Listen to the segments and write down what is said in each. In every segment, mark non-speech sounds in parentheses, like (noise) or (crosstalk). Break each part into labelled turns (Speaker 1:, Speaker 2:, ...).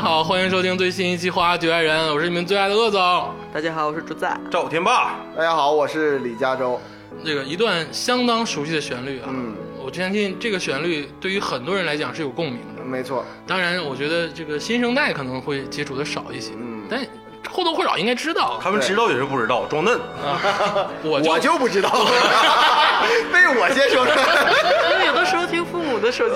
Speaker 1: 好，欢迎收听最新一期《花局爱人》，我是你们最爱的鄂总。
Speaker 2: 大家好，我是竹子。 (laughs)
Speaker 3: 赵天霸，
Speaker 4: 大家好，我是李佳洲。
Speaker 1: 这个一段相当熟悉的旋律啊，
Speaker 4: 嗯，
Speaker 1: 我相信这个旋律对于很多人来讲是有共鸣的。
Speaker 4: 没错，
Speaker 1: 当然，我觉得这个新生代可能会接触的少一些，
Speaker 4: 嗯
Speaker 1: 但或多或少应该知道。啊
Speaker 3: 他们知道也是不知道，装嫩。
Speaker 1: 我就
Speaker 4: 我就不知
Speaker 3: (laughs)
Speaker 4: 道，被我先说出来。
Speaker 2: 因为有的时候听父母的手机，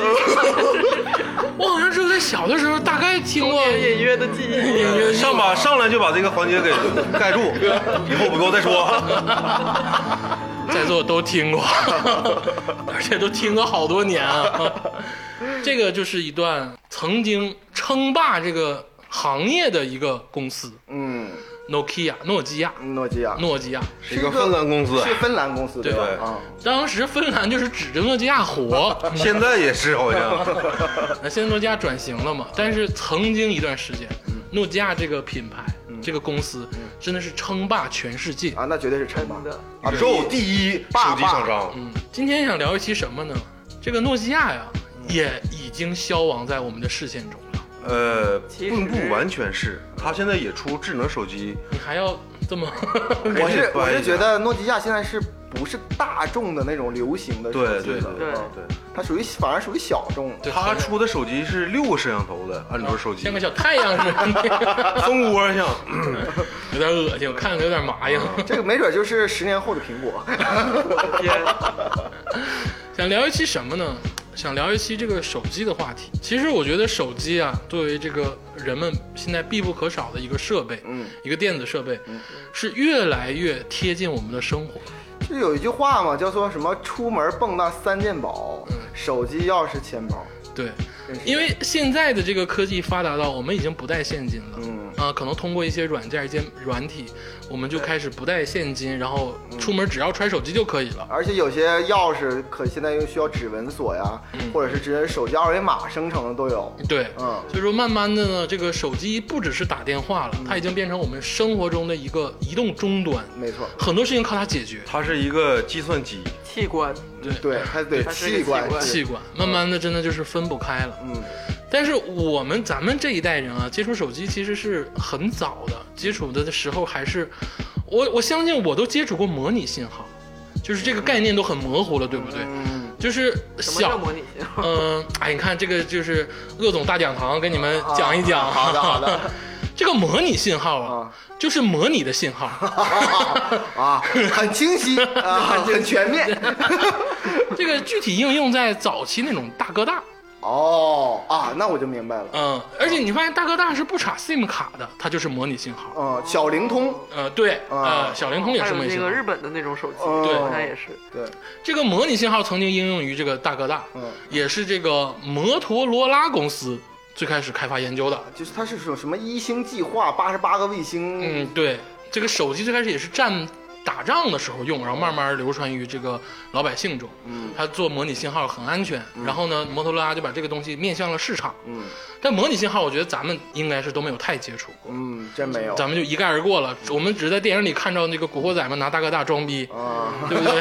Speaker 2: (laughs)
Speaker 1: 我好像只有在小的时候大概听
Speaker 4: (laughs)
Speaker 1: 过。
Speaker 2: 隐约的记忆。
Speaker 3: 上吧，上来就把这个环节给盖 (laughs) 住，以后不够再说。
Speaker 4: 嗯
Speaker 1: 在座都听过， (laughs) 而且都听过好多年啊。这个就是一段曾经称霸这个行业的一个公司
Speaker 4: 嗯，
Speaker 1: ，Nokia 诺基亚
Speaker 4: 诺基亚
Speaker 1: 诺基亚，
Speaker 3: (laughs) 是一个芬兰公司
Speaker 4: 是芬兰公司
Speaker 1: 对
Speaker 4: 吧？
Speaker 3: 对
Speaker 4: 啊，
Speaker 1: 当时芬兰就是指着诺基亚火，
Speaker 3: 现在也是好像，
Speaker 1: 那现在诺基亚转型了嘛，但是曾经一段时间，诺基亚这个品牌、这个公司真的是称霸全世界。
Speaker 4: 啊，那绝对是称霸
Speaker 2: 的
Speaker 4: 啊
Speaker 3: 宇宙第一手机厂商，
Speaker 1: 嗯，今天想聊一期什么呢？这个诺基亚呀，也已经消亡在我们的视线中了。
Speaker 3: 呃，
Speaker 2: 其
Speaker 3: 并
Speaker 2: 实
Speaker 3: 不完全是，他现在也出智能手机，
Speaker 1: 你还要这么？
Speaker 4: 我
Speaker 3: 赶紧
Speaker 4: 是我
Speaker 3: 翻
Speaker 4: 是
Speaker 3: 一下
Speaker 4: 觉得诺基亚现在是不是大众的那种流行的手
Speaker 3: 对
Speaker 4: 机
Speaker 3: 对
Speaker 4: 了？
Speaker 2: 对
Speaker 4: 啊
Speaker 3: 对，
Speaker 4: 它属于反而属于小众的。
Speaker 1: 对
Speaker 3: 他出的手机是六个摄像头的安卓手机
Speaker 1: 像，个
Speaker 3: (laughs)
Speaker 1: 小太阳似的， (laughs)
Speaker 3: 蜂窝像，
Speaker 1: 有点恶心，我看着有点麻痒。
Speaker 4: 这个没准就是十年后的苹果。
Speaker 3: (laughs)
Speaker 2: 天，
Speaker 1: 想聊一期什么呢？想聊一期这个手机的话题。其实我觉得手机啊，作为这个人们现在必不可少的一个设备，
Speaker 4: 嗯，
Speaker 1: 一个电子设备，是越来越贴近我们的生活。
Speaker 4: 就有一句话嘛，叫做什么“出门蹦跶三件宝”，
Speaker 3: 嗯
Speaker 4: 手机、钥匙、钱包。
Speaker 1: 对，
Speaker 4: 真是
Speaker 1: 因为现在的这个科技发达到我们已经不带现金了，
Speaker 4: 嗯
Speaker 1: 啊，可能通过一些软件、一些软体，我们就开始不带现
Speaker 4: 嗯
Speaker 1: 金，然后出门只要揣手机就可以了。
Speaker 4: 而且有些钥匙可现在又需要指纹锁呀，
Speaker 2: 嗯
Speaker 4: 或者是指手机二维码生成的都有。
Speaker 1: 对，
Speaker 4: 嗯
Speaker 1: 所以说慢慢的呢，这个手机不只是打电话了，它已经变成我们生活中的一个移动终端，
Speaker 4: 嗯没错，
Speaker 1: 很多事情靠它解决。
Speaker 3: 它是一个计算机，
Speaker 2: 器官
Speaker 1: 对，
Speaker 4: 对，它得
Speaker 2: 它是一个
Speaker 4: 器官
Speaker 2: 器官
Speaker 1: 器官慢慢的真的就是分不开了。
Speaker 4: 嗯，
Speaker 1: 但是我们咱们这一代人啊，接触手机其实是很早的，接触的时候还是我我相信我都接触过模拟信号，就是这个概念都很模糊了，对不对？
Speaker 4: 嗯，
Speaker 1: 就是
Speaker 2: 什么叫
Speaker 1: 小
Speaker 2: 模拟信号？
Speaker 1: 嗯，哎，你看这个就是鄂总大讲堂，跟你们讲一讲。
Speaker 4: 啊好的好的。
Speaker 1: (laughs) 这个模拟信号啊
Speaker 4: 啊，
Speaker 1: 就是模拟的信
Speaker 4: (laughs)
Speaker 1: 号。
Speaker 4: 啊，很
Speaker 1: (laughs)
Speaker 4: 清晰啊，很全面。
Speaker 1: 这个具体应用在早期那种大哥大，
Speaker 4: 哦啊，那我就明白了。
Speaker 1: 嗯，而且你发现大哥大是不插 SIM 卡的，它就是模拟信
Speaker 2: 哦
Speaker 1: 号。
Speaker 4: 嗯，小灵通，
Speaker 1: 呃，对，
Speaker 4: 啊
Speaker 1: 呃，小灵通也
Speaker 2: 还
Speaker 1: 是
Speaker 2: 有
Speaker 1: 模拟
Speaker 2: 那
Speaker 1: 信号
Speaker 2: 个。日本的那种手机，
Speaker 4: 对
Speaker 2: 好像也是。
Speaker 4: 嗯对，
Speaker 1: 这个模拟信号曾经应用于这个大哥大，
Speaker 4: 嗯
Speaker 1: 也是这个摩托罗拉公司最开始开发研究的。
Speaker 4: 就是它是说什么一星计划，八十八个卫星，
Speaker 1: 嗯，对，这个手机最开始也是战打仗的时候用，然后慢慢流传于这个老百姓中。嗯，它做模拟信号很安全。
Speaker 2: 嗯
Speaker 1: 然后呢，摩托罗拉就把这个东西面向了市场。
Speaker 4: 嗯
Speaker 1: 但模拟信号，我觉得咱们应该是都没有太接触过，
Speaker 4: 嗯，真没有
Speaker 1: 咱们就一概而过了。我们只是在电影里看到那个古惑仔们拿大哥大装逼，
Speaker 4: 啊，
Speaker 1: 对不对？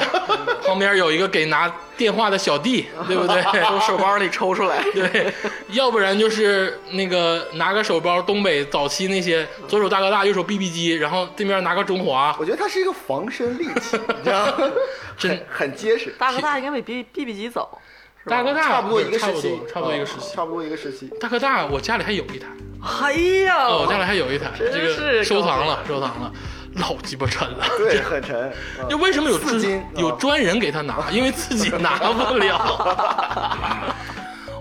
Speaker 1: (laughs) 旁边有一个给拿电话的小弟，对不对？ (laughs)
Speaker 2: 从手包里抽出来，
Speaker 1: 对，要不然就是那个拿个手包，东北早期那些左手大哥大，右手 BB 机，然后对面拿个中华，
Speaker 4: 我觉得它是一个防身利器，你知道吗？
Speaker 1: 真
Speaker 4: 很很结实，
Speaker 2: 大哥大应该比 B B B 级早，是吧
Speaker 1: 大哥大
Speaker 4: 差不多一个
Speaker 1: 差
Speaker 4: 时
Speaker 1: 不
Speaker 4: 期啊
Speaker 1: 多，差不多一个时期。
Speaker 4: 差不多一个时期。
Speaker 1: 大哥大，我家里还有一台，
Speaker 2: (laughs) 哎呀，
Speaker 1: 哦，我家里还有一台，
Speaker 2: 真
Speaker 1: 这
Speaker 2: 是
Speaker 1: 个收藏
Speaker 2: 高
Speaker 1: 了，收藏了，老鸡巴沉了。
Speaker 4: 对，很
Speaker 1: (laughs)
Speaker 4: 沉。嗯
Speaker 1: 就为什么有
Speaker 4: 四斤
Speaker 1: 专有
Speaker 4: 啊
Speaker 1: 专人给他拿，因为自己拿不了。 (laughs)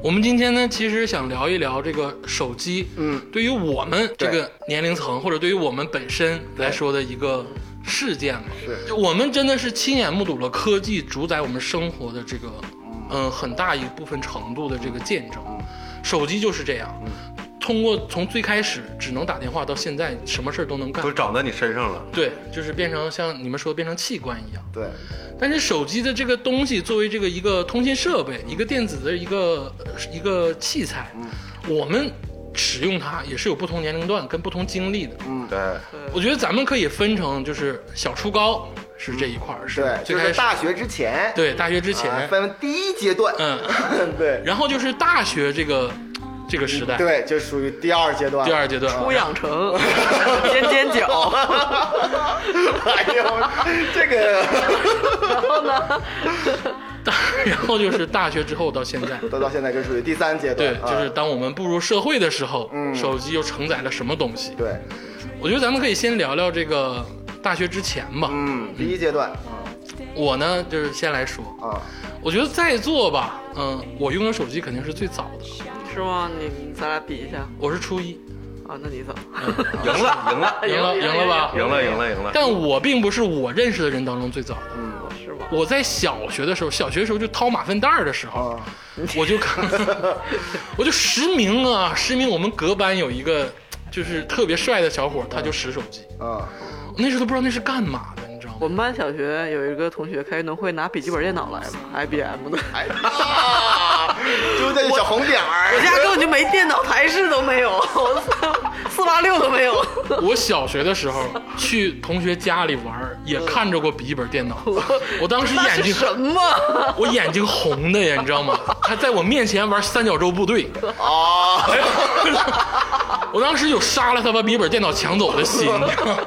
Speaker 1: 我们今天呢，其实想聊一聊这个手机，
Speaker 4: 嗯，
Speaker 1: 对于我们这个年龄层或者对于我们本身来说的一个事件嘛，
Speaker 4: 是
Speaker 1: 就我们真的是亲眼目睹了科技主宰我们生活的这个，嗯、很大一部分程度的这个见证。手机就是这样，通过从最开始只能打电话到现在，什么事儿都能干
Speaker 3: 都，长在你身上了。
Speaker 1: 对，就是变成像你们说的变成器官一样。
Speaker 4: 对，
Speaker 1: 但是手机的这个东西作为这个一个通信设备，
Speaker 4: 嗯
Speaker 1: 一个电子的一个呃一个器材，我们使用它也是有不同年龄段跟不同经历的。
Speaker 4: 嗯
Speaker 3: 对，
Speaker 1: 我觉得咱们可以分成就是小初高是这一块儿，是
Speaker 4: 嗯
Speaker 1: 最
Speaker 4: 对，就
Speaker 1: 开
Speaker 4: 是
Speaker 1: 始
Speaker 4: 大学之前，
Speaker 1: 对大学之
Speaker 4: 啊
Speaker 1: 前，
Speaker 4: 分第一阶段，
Speaker 1: 嗯，
Speaker 4: (laughs) 对，
Speaker 1: 然后就是大学这个这个时代，
Speaker 4: 嗯对，就属于第二阶段。
Speaker 1: 第二阶段，啊
Speaker 2: 不养成， (laughs) 尖尖角，
Speaker 4: 哎呦，这个
Speaker 2: 然后呢，
Speaker 1: 大 (laughs) 然后就是大学之后到现在，
Speaker 4: 都到现在就属于第三阶段
Speaker 1: (laughs)
Speaker 4: 啊
Speaker 1: 对，，就是当我们步入社会的时候，
Speaker 4: 嗯
Speaker 1: 手机又承载了什么东西？
Speaker 4: 对，
Speaker 1: 我觉得咱们可以先聊聊这个大学之前吧。
Speaker 4: 嗯，第一阶段，
Speaker 1: 我呢，就是先来说，
Speaker 4: 啊，
Speaker 1: 我觉得在座吧，嗯，我用的手机肯定是最早的，
Speaker 2: (laughs) 是吗？你你咱俩比一下
Speaker 1: 我是初一，
Speaker 2: 啊？那你怎哎么？
Speaker 3: 赢了，赢了，
Speaker 1: 赢了赢了吧
Speaker 3: 赢了，赢了，赢了。
Speaker 1: 但我并不是我认识的人当中最早的。
Speaker 2: 哎哦是吗？
Speaker 1: 我在小学的时候，小学的时候就掏马粪袋儿的时候，
Speaker 4: 啊，
Speaker 1: 我就看，我就实名啊，实名。我们隔班有一个就是特别帅的小伙儿，他就使手机，
Speaker 4: 啊，
Speaker 1: 我那时候都不知道那是干嘛的，你知道吗？
Speaker 2: 我们班小学有一个同学开运动会拿笔记本电脑来了，IBM 的，
Speaker 4: 哎呀，就那个小红点
Speaker 2: 我
Speaker 4: 儿，
Speaker 2: 家根本就没电脑，台式都没有，我操，四八六都没有。
Speaker 1: 我小学的时候去同学家里玩儿，也看着过笔记本电脑，我当时
Speaker 2: 那
Speaker 1: 眼
Speaker 2: 是
Speaker 1: 睛
Speaker 2: 什么？
Speaker 1: 我眼睛红的呀，你知道吗？ (laughs) 他在我面前玩三角洲部队， (laughs)
Speaker 4: 啊，
Speaker 1: 我当时有杀了他把笔记本电脑抢走的心，你知道吗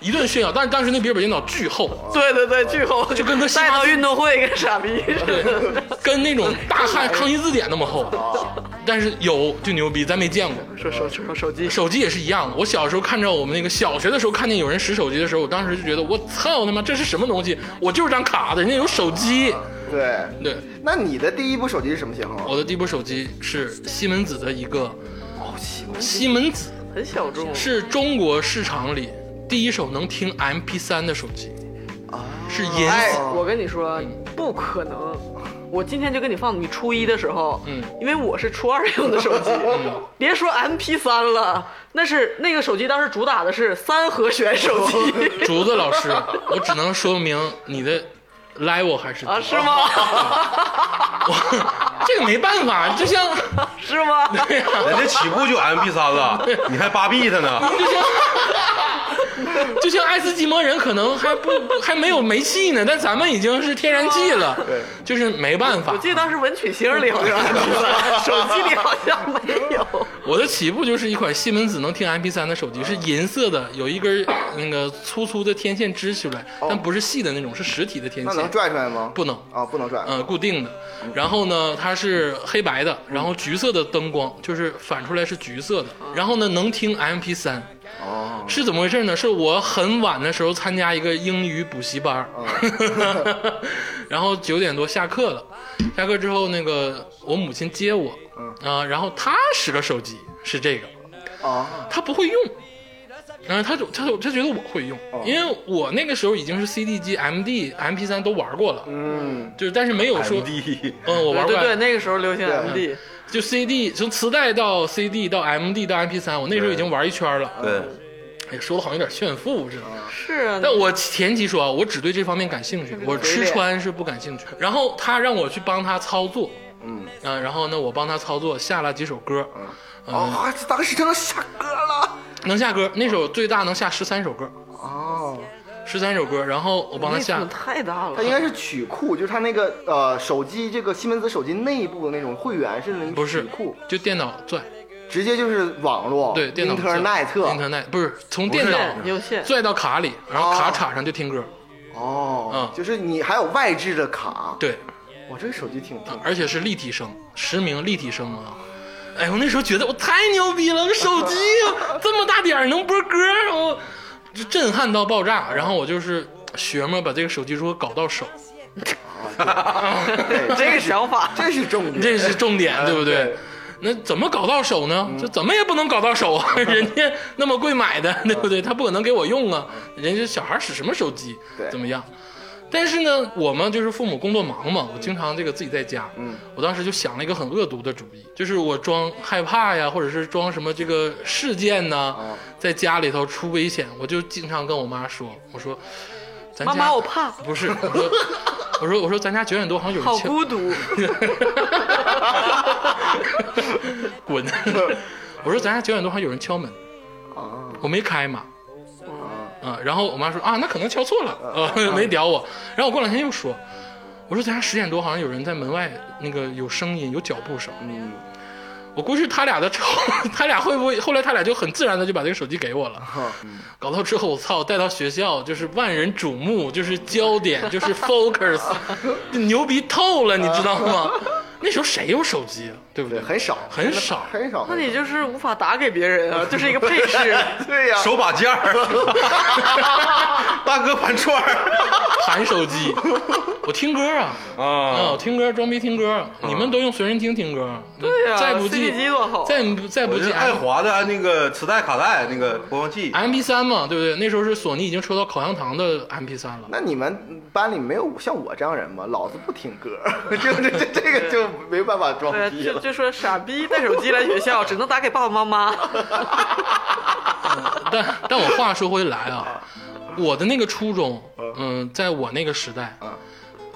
Speaker 1: 一顿炫耀。但是当时那笔记本电脑巨厚，
Speaker 2: 对对对，巨红
Speaker 1: 就跟个西
Speaker 2: 带
Speaker 1: 瓜
Speaker 2: 到运动会跟傻逼似的。
Speaker 1: 跟那种大汉康熙字典那么厚，但是有就牛逼，咱没见过。
Speaker 2: 手手手手机，
Speaker 1: 手机也是一样的，我小时候看着我们那个小学的时候看见有人使手机的时候，我当时就觉得我操他妈这是什么东西？我就是张卡的，人家有手机。
Speaker 4: 对，
Speaker 1: 对，
Speaker 4: 那你的第一部手机是什么型号？
Speaker 1: 我的第一部手机是西门子的一个，
Speaker 2: 哦，西瓜
Speaker 1: 西门子
Speaker 2: 很小众，
Speaker 1: 是中国市场里第一手能听 MP 3的手机，是银
Speaker 4: 哎
Speaker 1: 色
Speaker 2: 我跟你说，不可能。我今天就跟你放，你初一的时候，
Speaker 1: 嗯
Speaker 2: 因为我是初二用的手机，别说 MP 3了，那是那个手机当时主打的是三和弦手机
Speaker 1: 竹子老师， (laughs) 我只能说明你的 level 还是低
Speaker 2: 啊，是吗？ (laughs)
Speaker 1: 我 (laughs) 这个没办法，就像 (laughs)
Speaker 2: 是吗？
Speaker 1: 对呀、
Speaker 3: (laughs) 人家起步就 MP 三了，你还八 B 他呢？
Speaker 1: 就像 (laughs) 就像爱斯基摩人可能还不还没有煤气呢，但咱们已经是天然气了，
Speaker 4: 对，
Speaker 1: 就是没办法
Speaker 2: 我。记得当时文曲星里 (laughs) 好像 MP 3手机里好像没有。
Speaker 1: 我的起步就是一款西门子能听 MP 3的手机，是银色的，有一根那个粗粗的天线支出来，但不是细的那种，是实体的天
Speaker 4: 那
Speaker 1: 线
Speaker 4: 能。拽出来吗？
Speaker 1: 不能
Speaker 4: 啊，不能拽。
Speaker 1: 呃，固定的，然后呢，它是黑白的，然后橘色的灯光，就是反出来是橘色的，然后呢，能听 MP 3
Speaker 4: 哦，
Speaker 1: 是怎么回事呢？是我很晚的时候参加一个英语补习班儿， (laughs) 然后九点多下课了，下课之后那个我母亲接我，啊、然后她使个手机是这个，
Speaker 4: 啊，
Speaker 1: 她不会用。然后她就她就她觉得我会用，因为我那个时候已经是 CD 机、MD、MP 3都玩过了，
Speaker 4: 嗯，
Speaker 1: 就是但是没有说，
Speaker 2: (laughs)
Speaker 3: D，
Speaker 1: 嗯，我玩过
Speaker 2: 对对，那个时候流行 MD，
Speaker 1: 就 CD 从磁带到 CD 到 MD 到 MP 3我那时候已经玩一圈了。
Speaker 3: 对，
Speaker 1: 哎，说的好像有点炫富似的。
Speaker 2: 是啊，
Speaker 1: 但我前提说啊，我只对这方面感兴趣，我吃穿是不感兴趣。然后他让我去帮他操作，嗯，啊，然后呢，我帮他操作下了几首歌，啊
Speaker 4: 哦，当时就能下歌了。
Speaker 1: 能下歌，那首最大能下十三首歌，
Speaker 4: 哦，
Speaker 1: 十三首歌。然后我帮他
Speaker 2: 那
Speaker 1: 下
Speaker 2: 屏，太大了
Speaker 4: 它，应该是曲库，就是它那个呃手机这个西门子手机内部的那种会员是那种
Speaker 1: 不是
Speaker 4: 曲库，
Speaker 1: 就电脑拽，
Speaker 4: 直接就是网络
Speaker 1: 对，电脑拽
Speaker 4: 哦 internet
Speaker 1: internet 不是从电脑
Speaker 2: 不是啊有线
Speaker 1: 拽到卡里，然后
Speaker 4: 哦
Speaker 1: 卡插上就听歌，
Speaker 4: 哦，
Speaker 1: 嗯
Speaker 4: 就是你还有外置的卡。
Speaker 1: 对，
Speaker 4: 我这个手机挺挺
Speaker 1: 而且是立体声，实名立体声啊！哎，我那时候觉得我太牛逼了，个手机这么大点儿能播歌，我就震撼到爆炸。然后我就是学嘛，把这个手机如何搞到手，嗯
Speaker 4: 对，
Speaker 2: 哎
Speaker 1: (laughs)
Speaker 2: 这个想法
Speaker 4: 这是重点。
Speaker 1: 这是重点，对不对
Speaker 4: 哎对？嗯
Speaker 1: 那怎么搞到手呢？就怎么也不能搞到手
Speaker 4: (laughs)
Speaker 1: 啊！人家那么贵买的，对不对？他不可能给我用啊！人家小孩使什么手机？
Speaker 4: 对
Speaker 1: 怎么样？但是呢，我们就是父母工作忙嘛，我经常这个自己在家。嗯，我当时就想了一个很恶毒的主意，就是我装害怕呀，或者是装什么这个事件呐，
Speaker 4: 哦
Speaker 1: 在家里头出危险，我就经常跟我妈说，我说，咱家
Speaker 2: 妈妈我怕
Speaker 1: 不是，我说，我说，我说，咱家九点多好像有
Speaker 2: 好
Speaker 1: 人敲，
Speaker 2: 孤独，
Speaker 1: (laughs) 滚！我说咱家九点多还有人敲门，
Speaker 4: 啊
Speaker 1: 我没开嘛，
Speaker 4: 嗯
Speaker 1: 啊，然后我妈说啊，那可能敲错了， (laughs) 呃，没屌我。然后我过两天又说，我说咱家十点多好像有人在门外那个有声音，有脚步声。
Speaker 4: 嗯，
Speaker 1: 我估计他俩的仇，他俩会不会后来他俩就很自然的就把这个手机给我了？
Speaker 4: 嗯
Speaker 1: (laughs) 搞到之后，我操，带到学校就是万人瞩目，就是焦点，就是
Speaker 4: (laughs)
Speaker 1: focus，牛逼透了，你知道吗？那时候谁有手机啊？对不
Speaker 4: 对，
Speaker 1: 对？
Speaker 4: 很少，
Speaker 1: 很少
Speaker 4: 很少。
Speaker 2: 那你就是无法打给别人啊，就是一个配 (laughs) 饰。
Speaker 4: 对呀，
Speaker 3: 手把件儿， (laughs) 大哥盘
Speaker 2: (laughs)
Speaker 3: 串儿
Speaker 1: 盘手机，我听歌啊。啊，
Speaker 3: 啊
Speaker 1: 我，听歌装逼听歌，你们都用随身听听歌，
Speaker 2: 对呀
Speaker 1: 再不济
Speaker 2: CD 多好
Speaker 1: 再不再不
Speaker 3: 我
Speaker 1: 济
Speaker 3: 是爱华的那个磁带、卡带那个播放器，
Speaker 1: M P 三嘛，对不对？那时候是索尼已经出到口香糖的 M P
Speaker 4: (laughs)
Speaker 1: 三了，
Speaker 4: 那你们班里没有像我这样人吗？老子不听歌， (laughs) 就这这这个就没办法装
Speaker 2: 对，
Speaker 4: 逼
Speaker 2: 就
Speaker 4: 了。
Speaker 2: 就说傻逼带手机来学校，只能打给爸爸妈 (laughs) 妈。
Speaker 1: 但但我话说回来啊，我的那个初中，嗯，在我那个时代，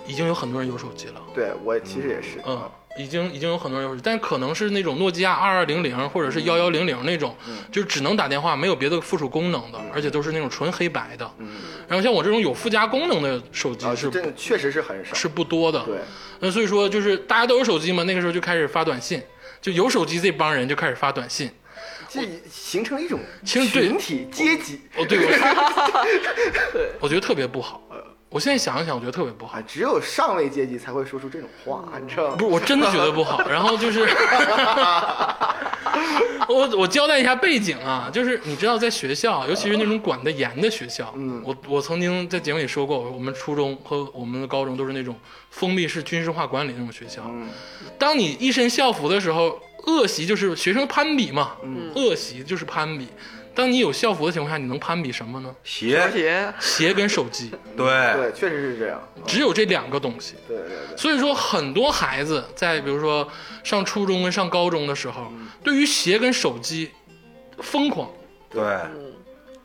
Speaker 1: 已经有很多人有手机了，
Speaker 4: 对我其实也是，
Speaker 1: 嗯，已经已经有很多人有手机，但可能是那种诺基亚二二零零或者是幺幺零零那种，就是只能打电话，没有别的附属功能的，而且都是那种纯黑白的。然后像我这种有附加功能的手机
Speaker 4: 啊，
Speaker 1: 是
Speaker 4: 这确实是很少。
Speaker 1: 是不多的。
Speaker 4: 对，
Speaker 1: 那所以说就是大家都有手机嘛，那个时候就开始发短信，就有手机这帮人就开始发短信。
Speaker 4: 这形成了一种
Speaker 1: 其实对
Speaker 4: 群体阶级
Speaker 1: 哦，对，我 (laughs) 呃我觉得特别不好。我现在想一想，我觉得特别不好
Speaker 4: 啊，。只有上位阶级才会说出这种话，你知道吗
Speaker 1: 不？是，我真的觉得不好。然后 (laughs) 就是，我我交代一下背景啊，就是你知道，在学校，尤其是那种管得严的学校，嗯，我我曾经在节目里说过，我们初中和我们的高中都是那种封闭式军事化管理那种学校。嗯，当你一身校服的时候，恶习就是学生攀比嘛，嗯，恶习就是攀比。当你有校服的情况下，你能攀比什么呢？
Speaker 2: 而
Speaker 3: 鞋，
Speaker 2: 且
Speaker 1: 鞋跟手机，
Speaker 3: 对，
Speaker 4: 对，确实是这样。嗯
Speaker 1: 只有这两个东西。
Speaker 4: 对对
Speaker 1: (laughs)
Speaker 4: 对，
Speaker 1: 所以说，很多孩子在比如说上初中跟上高中的时候，对于鞋跟手机疯狂，
Speaker 3: 对，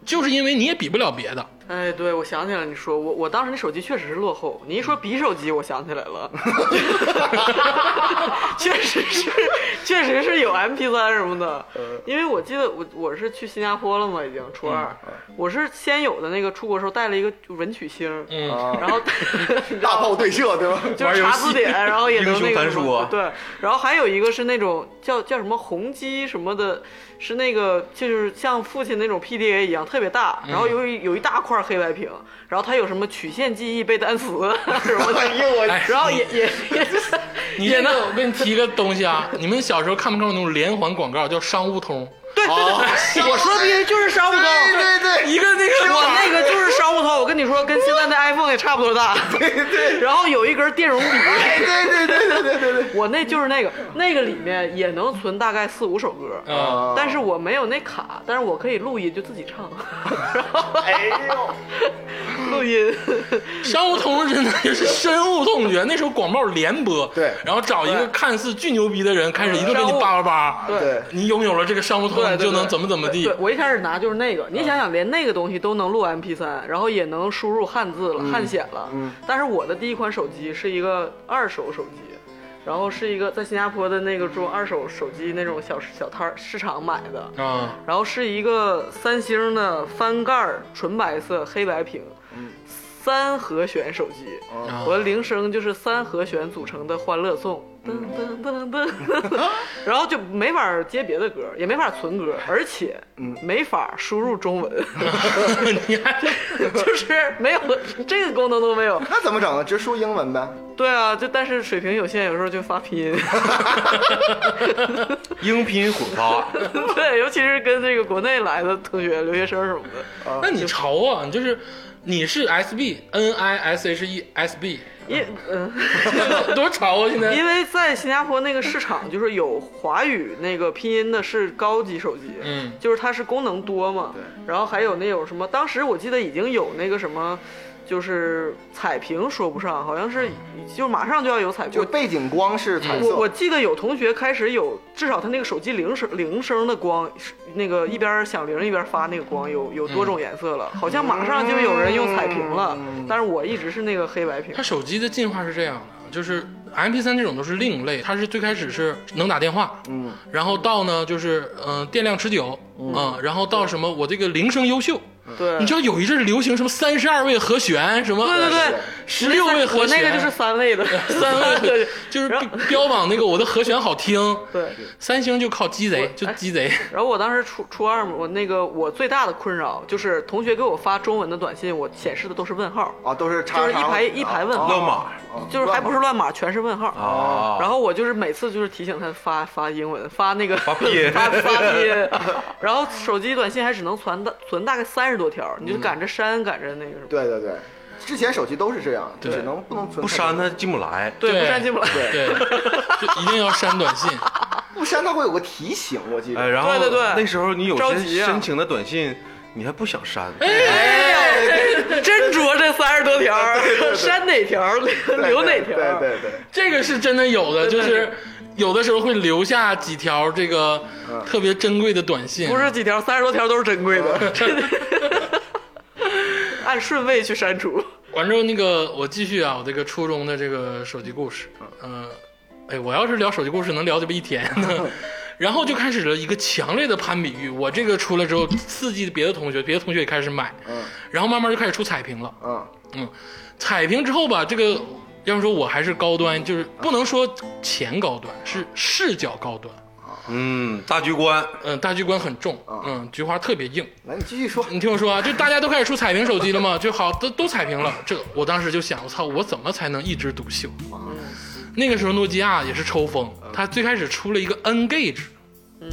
Speaker 1: 就是因为你也比不了别的。
Speaker 2: 哎，对，我想起来，你说我我当时那手机确实是落后。你一说比手机，我想起来了， (laughs) 确实是，确实是有 MP 三什么的。因为我记得我我是去新加坡了嘛，已经初二，我是先有的那个出国时候带了一个文曲星，
Speaker 1: 嗯，
Speaker 4: 啊，
Speaker 2: 然后
Speaker 4: 大炮对射，对吧？ (laughs)
Speaker 2: 就是查字典，然后也能那
Speaker 3: 英雄
Speaker 2: 个
Speaker 3: 传
Speaker 2: 什
Speaker 3: 说
Speaker 2: 么
Speaker 3: 啊
Speaker 2: 对，然后还有一个是那种叫叫什么宏基什么的，是那个就是像父亲那种 PDA 一样特别大，然后有一有一大块黑白屏，然后它有什么曲线记忆背单词啊什么的，
Speaker 4: 哎呦我
Speaker 1: 哎
Speaker 2: 然后也也也
Speaker 1: 你 (laughs)
Speaker 2: 也
Speaker 1: 这
Speaker 2: 能
Speaker 1: 个我跟你提个东西
Speaker 2: (laughs)
Speaker 1: 啊，你们小时候看没看过那种连环广告叫商务通？
Speaker 2: 对对对，我说的就是商务通，
Speaker 4: 对对对
Speaker 2: 一个那个我那个就是商务通，我跟你说，跟现在的 iPhone 也差不多大，对对， (laughs) 然后有一根电容笔。
Speaker 4: 对对对对对对对，
Speaker 2: 我那就是那个，那个里面也能存大概四五首歌，
Speaker 1: 啊、
Speaker 4: 哦
Speaker 2: 但是我没有那卡，但是我可以录音就自己唱，
Speaker 4: (laughs) 哎呦，
Speaker 2: (laughs) 录音。
Speaker 1: 商务通真的就是深恶痛绝。那时候广告联播，
Speaker 4: 对
Speaker 1: 然后找一个
Speaker 2: 对
Speaker 1: 看似巨牛逼的人，开始一顿给你
Speaker 2: 商务
Speaker 1: 叭叭叭。
Speaker 2: 对
Speaker 4: 对，
Speaker 1: 你拥有了这个商务通，
Speaker 2: 对
Speaker 1: 你
Speaker 2: 对
Speaker 1: 就能
Speaker 2: 对
Speaker 1: 怎么怎么地
Speaker 2: 对，。我一开始拿就是那个，
Speaker 4: 嗯
Speaker 2: 你想想，连那个东西都能录 MP 3然后也能输入汉字
Speaker 4: 嗯
Speaker 2: 了、汉显了。但是我的第一款手机是一个二手手机，然后是一个在新加坡的那个种二手手机那种小小摊儿市场买的，
Speaker 1: 啊，
Speaker 2: 然后是一个三星的翻盖儿纯白色黑白屏，三和弦手机，
Speaker 1: 啊
Speaker 2: 我的铃声就是三和弦组成的《欢乐颂》。噔噔噔噔， (laughs) 然后就没法接别的歌，也没法存歌，而且没法输入中文，
Speaker 1: (laughs) 你还
Speaker 2: 就是没有这个功能都没有。
Speaker 4: 那怎么整啊？直输英文呗。
Speaker 2: 对啊，就但是水平有限，有时候就发拼音。 (laughs)
Speaker 3: 英拼混发，
Speaker 2: 对，尤其是跟这个国内来的同学、留学生什么的，
Speaker 1: 那你潮啊，你就是你是 S B N I S H E S B， (laughs)
Speaker 2: 因嗯。
Speaker 1: 多潮啊！现在
Speaker 2: 因为在新加坡那个市场，就是有华语那个拼音的是高级手机，
Speaker 1: 嗯
Speaker 2: 就是它是功能多嘛，
Speaker 4: 对，
Speaker 2: 然后还有那种什么，当时我记得已经有那个什么，就是彩屏说不上，好像是就马上就要有彩屏
Speaker 4: 就，背景光是彩
Speaker 2: 我
Speaker 4: 色，
Speaker 2: 我记得有同学开始有，至少他那个手机铃声铃声的光，是那个一边响铃一边发那个光，有有多种颜色了，好像马上就有人用彩屏了，但是我一直是那个黑白屏
Speaker 1: 它。手机的进化是这样的，啊就是 M P 3这种都是另类，它是最开始是能打电话，
Speaker 4: 嗯，
Speaker 1: 啊然后到呢就是嗯、呃电量持久，嗯、然后到什么我这个铃声优秀，
Speaker 2: 对
Speaker 1: 你知道有一阵儿流行什么三十二位和弦，什么
Speaker 2: 对对对，
Speaker 1: (laughs) 十六位和
Speaker 2: 我
Speaker 1: 弦，
Speaker 2: 那个就是三位
Speaker 1: (laughs)
Speaker 2: 的，
Speaker 1: 三位和
Speaker 2: 对，
Speaker 1: 就是
Speaker 2: 然后
Speaker 1: 标榜那个我的和弦好听。
Speaker 2: 对。
Speaker 1: 三星就靠鸡贼，就鸡贼。
Speaker 2: 然后我当时初初二嘛，我那个我最大的困扰就是同学给我发中文的短信，我显示的都是问号，
Speaker 4: 啊，都是
Speaker 2: 就
Speaker 4: 叉
Speaker 2: 是
Speaker 4: 叉啊
Speaker 2: 一排一排问号
Speaker 3: 乱码
Speaker 2: 就是还不是乱码，全是问号。
Speaker 3: 啊，
Speaker 2: 哦然后我就是每次就是提醒他发发英文，发那个发
Speaker 3: 拼
Speaker 2: (laughs)
Speaker 3: 音
Speaker 2: 发发拼
Speaker 3: (laughs)
Speaker 2: 音，然后手机短信还只能存大存大概三十多条，你就
Speaker 3: 嗯
Speaker 2: 赶着删，赶着那个什么，
Speaker 4: 对对对，之前手机都是这样，
Speaker 1: 对
Speaker 4: 只能不能存
Speaker 3: 不删它进不来。
Speaker 2: 对，
Speaker 1: 对
Speaker 2: 不删进不来。
Speaker 1: 对，就一定要删短信。
Speaker 4: 不删，它会有个提醒，我记
Speaker 3: 哎，
Speaker 4: 得。
Speaker 3: 然后
Speaker 2: 对对对
Speaker 3: 那时候你有
Speaker 2: 着急
Speaker 3: 些
Speaker 2: 啊哎
Speaker 3: 深情的短信，你还不想删，
Speaker 2: (laughs) 斟酌这三十多条，删哪条留哪条。
Speaker 4: 对对对，
Speaker 1: 这个是真的有的，就
Speaker 2: 真的
Speaker 1: 是有的时候会留下几条这个特别珍贵的短信。
Speaker 2: 不是几条，三十多条都是珍贵的，真的。 (laughs) 按顺位去删除。 (laughs)
Speaker 1: 完之后，那个我继续啊，我这个初中的这个手机故事，嗯、哎，我要是聊手机故事，能聊这么一 (laughs) 天呢。然后就开始了一个强烈的攀比欲，我这个出来之后，刺激别的同学，别的同学也开始买，
Speaker 4: 嗯
Speaker 1: 然后慢慢就开始出彩屏了。
Speaker 4: 嗯
Speaker 1: 嗯，彩屏之后吧，这个要是说我还是高端，就是不能说钱高端，是视角高端。
Speaker 3: 嗯，大局观，
Speaker 1: 嗯、大局观很重，
Speaker 4: 啊
Speaker 1: 嗯，菊花特别硬。
Speaker 4: 来你继续说。
Speaker 1: 你听我说啊，就大家都开始出彩屏手机了嘛，就好都都彩屏了。这我当时就想，我操，我怎么才能一枝独秀？那个时候诺基亚也是抽风，
Speaker 4: 嗯
Speaker 1: 它最开始出了一个 N Gage，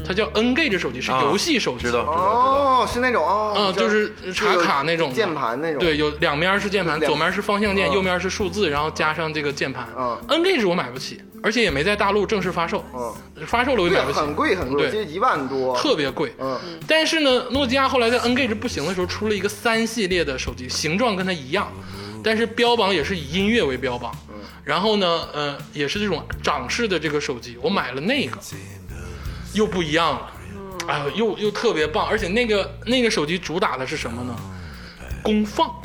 Speaker 1: 它叫 N Gage 手机，是
Speaker 3: 啊
Speaker 1: 游戏手机，
Speaker 3: 知道知道
Speaker 4: 哦，是那种哦，
Speaker 1: 嗯就是插卡那种的
Speaker 4: 键盘那种，
Speaker 1: 对，，有两面是键盘，
Speaker 4: 两
Speaker 1: 左面是方向键，
Speaker 4: 嗯
Speaker 1: 右面是数字，然后加上这个键盘。
Speaker 4: 嗯
Speaker 1: N Gage 我买不起，而且也没在大陆正式发售，
Speaker 4: 嗯，
Speaker 1: 发售了我也
Speaker 4: 对
Speaker 1: 买不，起，
Speaker 4: 很贵很贵，我记得
Speaker 1: 对，
Speaker 4: 一万多，
Speaker 1: 特别贵。
Speaker 4: 嗯
Speaker 1: 但是呢，诺基亚后来在 N Gage 不行的时候，出了一个三系列的手机，形状跟它一样，
Speaker 2: 嗯
Speaker 1: 但是标榜也是以音乐为标榜。然后呢，呃，也是这种掌式的这个手机，我买了那个，又不一样了，
Speaker 2: 嗯
Speaker 1: 哎呦，又又特别棒，而且那个那个手机主打的是什么呢？功
Speaker 2: (laughs)
Speaker 1: 放。
Speaker 2: 哦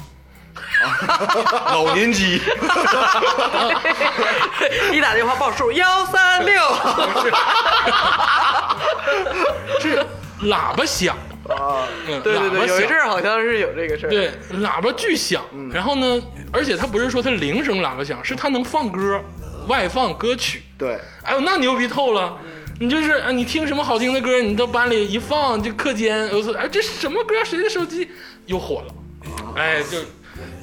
Speaker 3: 老年机，
Speaker 2: 一打电话报数幺三六，
Speaker 1: 是喇叭响，
Speaker 4: 啊，
Speaker 1: 嗯，
Speaker 2: 对对对，
Speaker 1: 喇叭
Speaker 2: 有一
Speaker 1: 响
Speaker 2: 阵儿好像是有这个事儿。
Speaker 1: 对，喇叭巨响。然后呢，而且它不是说它铃声喇叭响，是它能放歌，外放歌曲。
Speaker 4: 对，
Speaker 1: 哎呦，那牛逼透了！你就是啊，你听什么好听的歌，你到班里一放，就课间，我说哎，这什么歌？谁的手机又火了？哎，就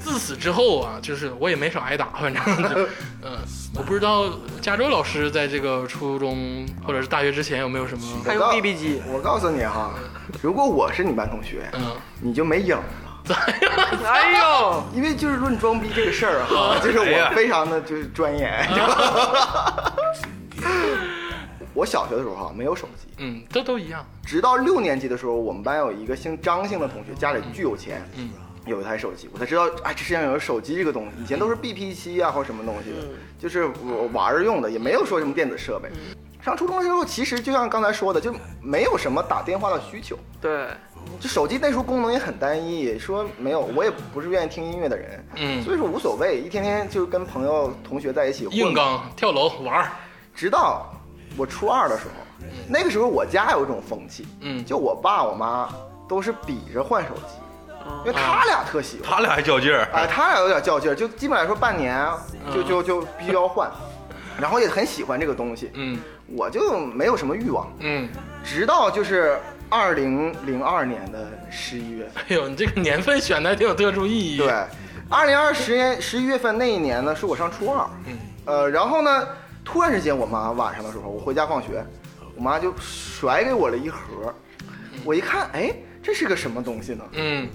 Speaker 1: 自此之后啊，就是我也没少挨打，反正就，嗯，我不知道加州老师在这个初中或者是大学之前有没有什么，
Speaker 2: 还有
Speaker 4: 我告
Speaker 2: BB 机，
Speaker 4: 我告诉你哈，如果我是你班同学，
Speaker 1: 嗯，
Speaker 4: 你就没影了。
Speaker 2: 哎呦，
Speaker 4: 因为就是论装逼这个事儿哈，
Speaker 1: 啊
Speaker 4: 就是
Speaker 3: 哎呀
Speaker 4: 我非常的就是钻研。
Speaker 1: 啊
Speaker 4: (laughs) 我小学的时候哈没有手机，
Speaker 1: (laughs) 嗯，这都一样，
Speaker 4: 直到六年级的时候，我们班有一个姓张姓的同学，家里巨有钱，嗯，有一台手机，我才知道，哎，这世界上有手机这个东西，以前都是 BP 机啊或者什么东
Speaker 1: 嗯
Speaker 4: 西的，就是我玩儿用的，也没有说什么电子设备。
Speaker 1: 嗯
Speaker 4: 上初中之后，其实就像刚才说的，就没有什么打电话的需求，
Speaker 2: 对，
Speaker 4: 就手机那时候功能也很单一，说没有，我也不是愿意听音乐的人，
Speaker 1: 嗯
Speaker 4: 所以说无所谓，一天天就跟朋友同学在一起混嘛
Speaker 1: 硬刚、跳楼、玩儿，
Speaker 4: 直到我初二的时候，那个时候我家有一种风气，
Speaker 1: 嗯
Speaker 4: 就我爸我妈都是比着换手机，
Speaker 1: 哦
Speaker 4: 因为他俩特喜
Speaker 1: 啊
Speaker 4: 欢，
Speaker 3: 他俩还较劲儿， (laughs)
Speaker 4: 哎，他俩有点较劲儿，就基本来说半年
Speaker 1: 嗯
Speaker 4: 就就就必须要换，然后也很喜欢这个东西，
Speaker 1: 嗯
Speaker 4: 我就没有什么欲望，
Speaker 1: 嗯，
Speaker 4: 直到就是二零零二年的十一月，
Speaker 1: 哎呦，你这个年份选的还挺有特殊意义，
Speaker 4: 对，二零二十年十一月份那一年呢，是我上初二，呃，然后呢，突然之间，我妈晚上的时候，我回家放学，我妈就甩给我了一盒，我一看，哎，这是个什么东西呢？
Speaker 1: 嗯，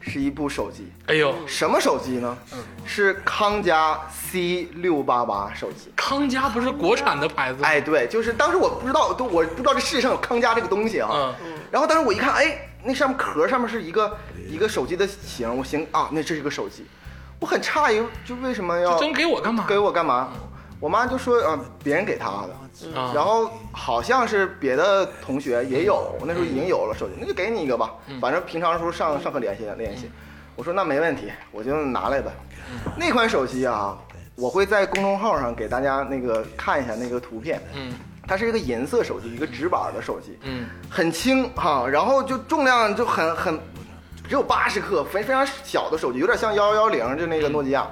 Speaker 4: 是一部手机，
Speaker 1: 哎呦，
Speaker 4: 什么手机呢？是康佳 C 六八八手机。
Speaker 1: 康佳不是国产的牌子吗，
Speaker 4: 哎，对，就是当时我不知道，都我不知道这世界上有康佳这个东西啊。
Speaker 1: 嗯
Speaker 4: 然后当时我一看，哎，那上面壳上面是一个一个手机的形，我行啊，那这是个手机，我很诧异，就为什么要
Speaker 1: 真给我干嘛？
Speaker 4: 给我干嘛？我妈就说，啊，别人给她的。
Speaker 1: 啊，
Speaker 4: 然后好像是别的同学也有，那时候已经有了手机，那就给你一个吧，
Speaker 1: 嗯
Speaker 4: 反正平常的时候上上课联系联系。我说那没问题，我就拿来吧。
Speaker 1: 嗯
Speaker 4: 那款手机啊，我会在公众号上给大家那个看一下那个图片。
Speaker 1: 嗯
Speaker 4: 它是一个银色手机，一个直板的手机，
Speaker 1: 嗯，
Speaker 4: 很轻哈、然后就重量就很很只有八十克，非非常小的手机，有点像幺幺零就那个诺基亚，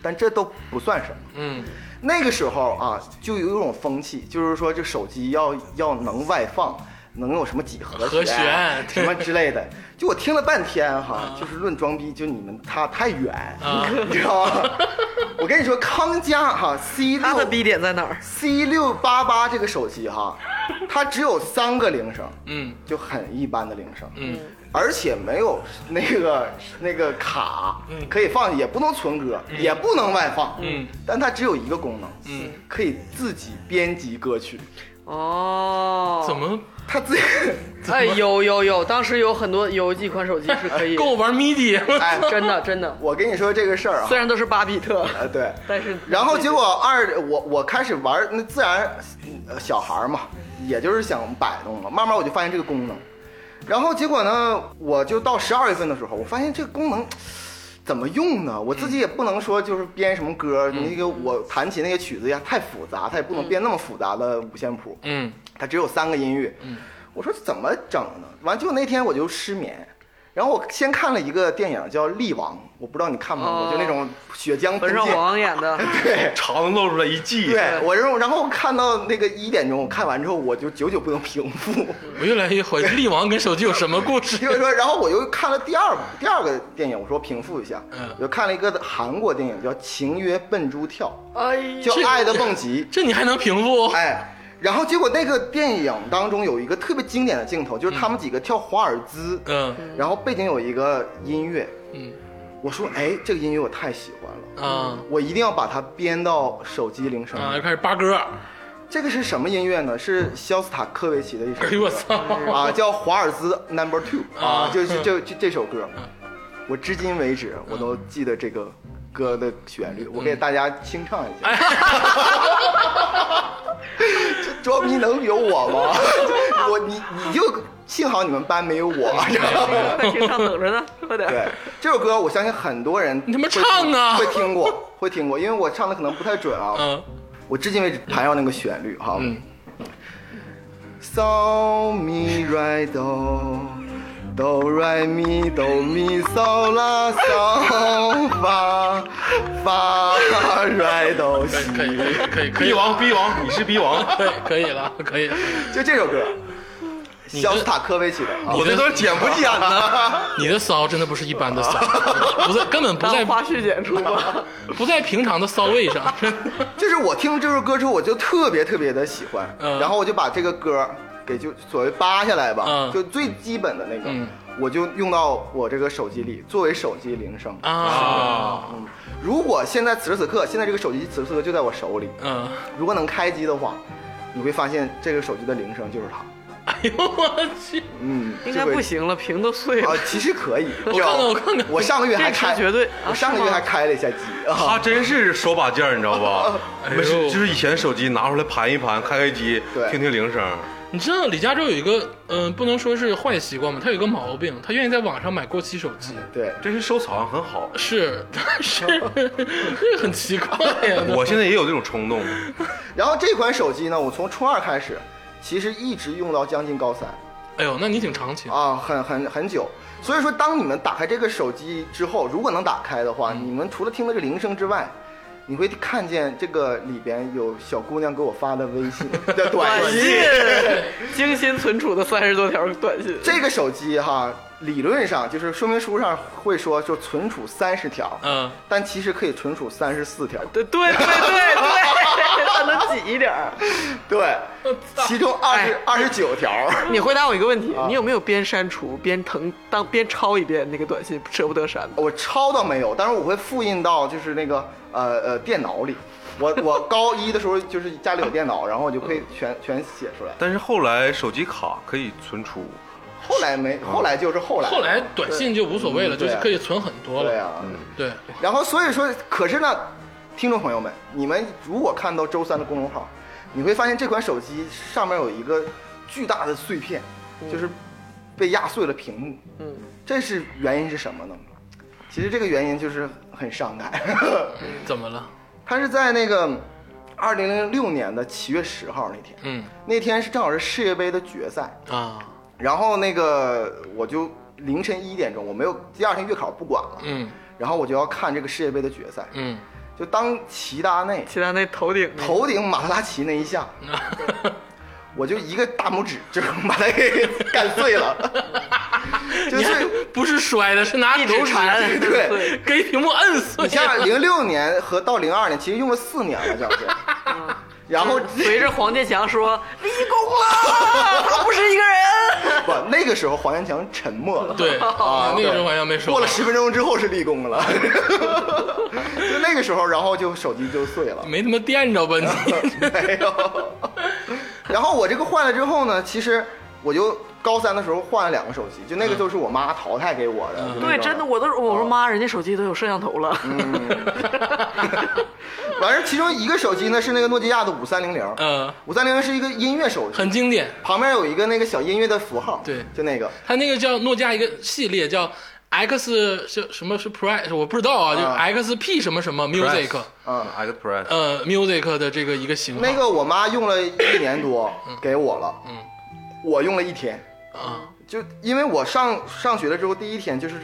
Speaker 4: 但这都不算什么。
Speaker 1: 嗯
Speaker 4: 那个时候啊，就有一种风气，就是说这手机要要能外放，能有什么几何
Speaker 1: 和
Speaker 4: 学啊
Speaker 1: 弦 (laughs) 嗯
Speaker 4: 什么之类的。就我听了半天哈，就是论装逼，就你们他太远，
Speaker 1: 啊，
Speaker 4: 你知道吗？我跟你说，康佳哈 C
Speaker 2: 他的
Speaker 4: 六
Speaker 2: 逼点在哪儿？
Speaker 4: C 六八八这个手机哈，它只有三个铃声，
Speaker 1: 嗯
Speaker 4: 就很一般的铃声，
Speaker 1: 嗯，
Speaker 4: 而且没有那个那个卡，可以放，也不能存歌，也不能外放，
Speaker 1: 嗯，
Speaker 4: 但它只有一个功能，
Speaker 1: 嗯，
Speaker 4: 可以自己编辑歌曲，
Speaker 2: 哦，
Speaker 1: 怎？么
Speaker 4: 它自己， (laughs)
Speaker 2: 哎，有有有，当时有很多有几款手机是
Speaker 1: (laughs)
Speaker 2: 可以，
Speaker 1: 跟我玩 MIDI？啊
Speaker 4: 哎，
Speaker 2: 真的真的，
Speaker 4: 我跟你说这个事儿啊
Speaker 2: 虽，然都是八比特，
Speaker 4: 呃，对，
Speaker 2: 但是
Speaker 4: 然后结果二，我我开始玩儿那自然，呃小孩儿嘛，也就是想摆弄嘛。慢慢我就发现这个功能，然后结果呢，我就到十二月份的时候，我发现这个功能怎么用呢？我自己也不能说就是编什么歌，那个我弹起那个曲子呀太复杂，它也不能编那么复杂的五线谱，
Speaker 1: (laughs) 嗯
Speaker 4: 它只有三个音域。
Speaker 2: 嗯
Speaker 4: 我说怎么整呢？完就那天我就失眠。然后我先看了一个电影叫《力王》，我不知道你看没看过，
Speaker 2: 哦
Speaker 4: 就那种血浆
Speaker 2: 文
Speaker 4: 喷
Speaker 2: 少
Speaker 4: 溅，
Speaker 2: 王演的，
Speaker 4: 对，
Speaker 3: 肠子露出来一记，
Speaker 4: 对我，然后然后我看到那个一点钟，我看完之后我就久久不能平复， (laughs)
Speaker 1: 我越来越怀疑力王跟手机有什么故
Speaker 4: 就是
Speaker 1: 事？ (laughs)
Speaker 4: 说，然后我又看了第二部第二个电影，我说平复一下，
Speaker 1: 嗯
Speaker 4: 我就看了一个韩国电影叫《情约笨猪跳
Speaker 2: 哎》，
Speaker 4: 叫
Speaker 1: 嗯
Speaker 2: 呀，
Speaker 4: 《爱的蹦极
Speaker 1: 这你还能平复》，？
Speaker 4: 哎。然后结果那个电影当中有一个特别经典的镜头，就是他们几个跳华尔兹，
Speaker 1: 嗯
Speaker 4: 然后背景有一个音乐，
Speaker 1: 嗯
Speaker 4: 我说哎，这个音乐我太喜欢了，
Speaker 1: 啊
Speaker 4: 我一定要把它编到手机铃声里。
Speaker 1: 啊，又开始八哥，
Speaker 4: 这个是什么音乐呢？是肖斯塔科维奇的一首歌。
Speaker 1: 哎呦我操！
Speaker 4: 啊，叫《华尔兹 Number Two》啊
Speaker 1: 啊，嗯
Speaker 4: 就是这这这首歌，我至今为止我都记得这个歌的旋
Speaker 1: 嗯
Speaker 4: 律，我给大家清唱一
Speaker 1: 哎
Speaker 4: 下。 (laughs) 这装逼能有我吗？ (laughs) 我你你就幸好你们班没
Speaker 1: (laughs)
Speaker 4: 有我，知道吗？
Speaker 2: 快听上等着呢，快
Speaker 4: 对
Speaker 2: 点。
Speaker 4: 这首歌，我相信很多人
Speaker 1: 你他妈
Speaker 4: 会
Speaker 1: 唱啊
Speaker 4: 会听过，会听过，因为我唱的可能不太准啊。
Speaker 1: 嗯
Speaker 4: 我至今为止弹上那个旋律哈。
Speaker 1: 嗯
Speaker 4: So mi re do do re mi do mi so la so fa fa re do
Speaker 1: 可
Speaker 4: si，
Speaker 1: 以可以可以可以
Speaker 3: 逼王逼王，你是逼王，
Speaker 1: 可以可以了，可以。
Speaker 4: 就这首歌，
Speaker 1: 你
Speaker 4: 肖
Speaker 1: 这
Speaker 4: 斯塔科维奇的啊
Speaker 3: 我。这段剪不剪呢？
Speaker 1: 你的骚真的不是一般的骚， (laughs) 不在根本不在
Speaker 2: 当花絮剪出吧，
Speaker 1: 不在平常的骚位上。 (laughs)
Speaker 4: 就是我听这首歌之后，我就特别特别的喜欢，
Speaker 1: 嗯
Speaker 4: 然后我就把这个歌给就所谓扒下来吧，
Speaker 1: 嗯
Speaker 4: 就最基本的那个，
Speaker 1: 嗯
Speaker 4: 我就用到我这个手机里作为手机铃声。
Speaker 1: 啊，
Speaker 4: 如果现在此时此刻，现在这个手机此时此刻就在我手里，
Speaker 1: 嗯，
Speaker 4: 如果能开机的话，你会发现这个手机的铃声就是它。
Speaker 1: 哎呦我去，
Speaker 4: 嗯，
Speaker 2: (laughs) 应该
Speaker 4: 这个
Speaker 2: 不行了，屏都碎
Speaker 4: 啊
Speaker 2: 了。，
Speaker 4: 其实可
Speaker 2: (laughs)
Speaker 4: 以。我
Speaker 1: 看看我看看
Speaker 4: 我上个月还
Speaker 2: 这个
Speaker 4: 开，
Speaker 2: 是绝对啊
Speaker 4: 我上个月
Speaker 2: 是吗
Speaker 4: 还开了一下机啊。
Speaker 3: (laughs) 他真是手把件儿，你知道 (laughs) 吧？
Speaker 1: 哎呦
Speaker 3: 没事，就是以前手机拿出来盘一盘，开开机
Speaker 4: 对，
Speaker 3: 听听铃声。
Speaker 1: 你知道李佳州有一个嗯、呃不能说是坏习惯吧，他有一个毛病，他愿意在网上买过期手机。
Speaker 4: 对，
Speaker 3: 这是收藏很好。
Speaker 1: 是， (laughs) 但是这个很奇怪呀。
Speaker 4: (laughs)
Speaker 3: 我现在也有这种冲动，
Speaker 4: 然后这款手机呢，我从初二开始，其实一直用到将近高三。
Speaker 1: 哎呦，那你挺长情。
Speaker 4: 啊，很很很久。所以说，当你们打开这个手机之后，如果能打开的话，你们除了听那个铃声之外，你会看见这个里边有小姑娘给我发的微信的短
Speaker 2: 短
Speaker 4: 信
Speaker 2: 信。，精心存储的三十多条短信。
Speaker 4: 这个手机哈，理论上就是说明书上会说，就存储三十条，
Speaker 1: 嗯，
Speaker 4: 但其实可以存储三十四条。
Speaker 2: 对对对对对， (laughs) 它能挤一点儿。
Speaker 4: 对，其中二十二十九条。
Speaker 2: 你回答我一个问题，你有没有边删除边腾当边抄一遍那个短信，舍不得删的？
Speaker 4: 我抄倒没有，但是我会复印到就是那个呃呃电脑里。我
Speaker 1: (laughs)
Speaker 4: 我高一的时候就是家里有电脑，然后我就可以全全写出来。
Speaker 3: 但是后来手机卡可以存储，
Speaker 4: 后来没，后来就是后来，
Speaker 1: 啊后来短信就无所谓了，
Speaker 4: 嗯
Speaker 1: 就
Speaker 4: 对
Speaker 1: 是可以存很多
Speaker 4: 对
Speaker 1: 了。嗯
Speaker 4: 啊。
Speaker 1: 对，
Speaker 4: 然后所以说，可是呢，听众朋友们，你们如果看到周三的公众号，你会发现这款手机上面有一个巨大的碎片，就是被压碎了屏幕。
Speaker 2: 嗯，
Speaker 4: 这是原因是什么呢？其实这个原因就是很伤感。
Speaker 1: 怎么了？
Speaker 4: 他是在那个二零零六年的七月十号那天，
Speaker 1: 嗯
Speaker 4: 那天是正好是世界杯的决赛，
Speaker 1: 啊，
Speaker 4: 然后那个我就凌晨一点钟，我没有第二天月考不管了，
Speaker 1: 嗯
Speaker 4: 然后我就要看这个世界杯的决赛。
Speaker 1: 嗯，
Speaker 4: 就当齐达内
Speaker 2: 齐达内头顶那个
Speaker 4: 头顶马特拉齐那一下，
Speaker 1: 嗯
Speaker 4: 我就一个大拇指就把他给干碎了，
Speaker 1: (laughs)
Speaker 4: 就
Speaker 1: 你还
Speaker 4: 是。
Speaker 1: (laughs) 不是摔的，是拿
Speaker 2: 一
Speaker 1: 手
Speaker 2: 直
Speaker 1: 指
Speaker 2: 缠，
Speaker 4: 对
Speaker 1: 给屏幕摁碎
Speaker 4: (laughs) 你像
Speaker 1: 了。
Speaker 4: 零六年和到零二年，其实用了四年了，
Speaker 1: (laughs)
Speaker 4: 这不是？然后
Speaker 2: 随着黄健翔说立功了，他不是一个人。
Speaker 4: (laughs) 不，那个时候黄健翔沉默了。
Speaker 1: 对
Speaker 4: 啊，
Speaker 1: 那个时候
Speaker 4: 对
Speaker 1: 好像没说。
Speaker 4: 过了十分钟之后是立功了， (laughs) 就那个时候，然后就手机就碎了，
Speaker 1: 没他妈垫着吧
Speaker 4: (laughs)
Speaker 1: 你？
Speaker 4: 没有。然后我这个换了之后呢，其实我就高三的时候换了两个手机，就那
Speaker 1: 嗯
Speaker 4: 个就是我妈淘汰给我的。就那种
Speaker 2: 对，真的，。我都我说妈，人家手机都有摄像头了。
Speaker 4: 完事儿，其中一个手机呢是那个诺基亚的五三零零，
Speaker 1: 嗯，
Speaker 4: 五三零零是一个音乐手机，
Speaker 1: 很经典。
Speaker 4: 旁边有一个那个小音乐的符号，
Speaker 1: 对
Speaker 4: 就那个。
Speaker 1: 它那个叫诺基亚一个系列叫 X 是什么是 Prime，我不知道啊，就
Speaker 4: 啊
Speaker 1: XP 什么什么 Music，
Speaker 4: 嗯，
Speaker 3: X Press
Speaker 1: 呃 Music 的这个一个型号。
Speaker 4: 那个我妈用了一年多给我了，
Speaker 1: 嗯，
Speaker 4: 我用了一天，
Speaker 1: 啊
Speaker 4: 就因为我上上学了之后第一天就是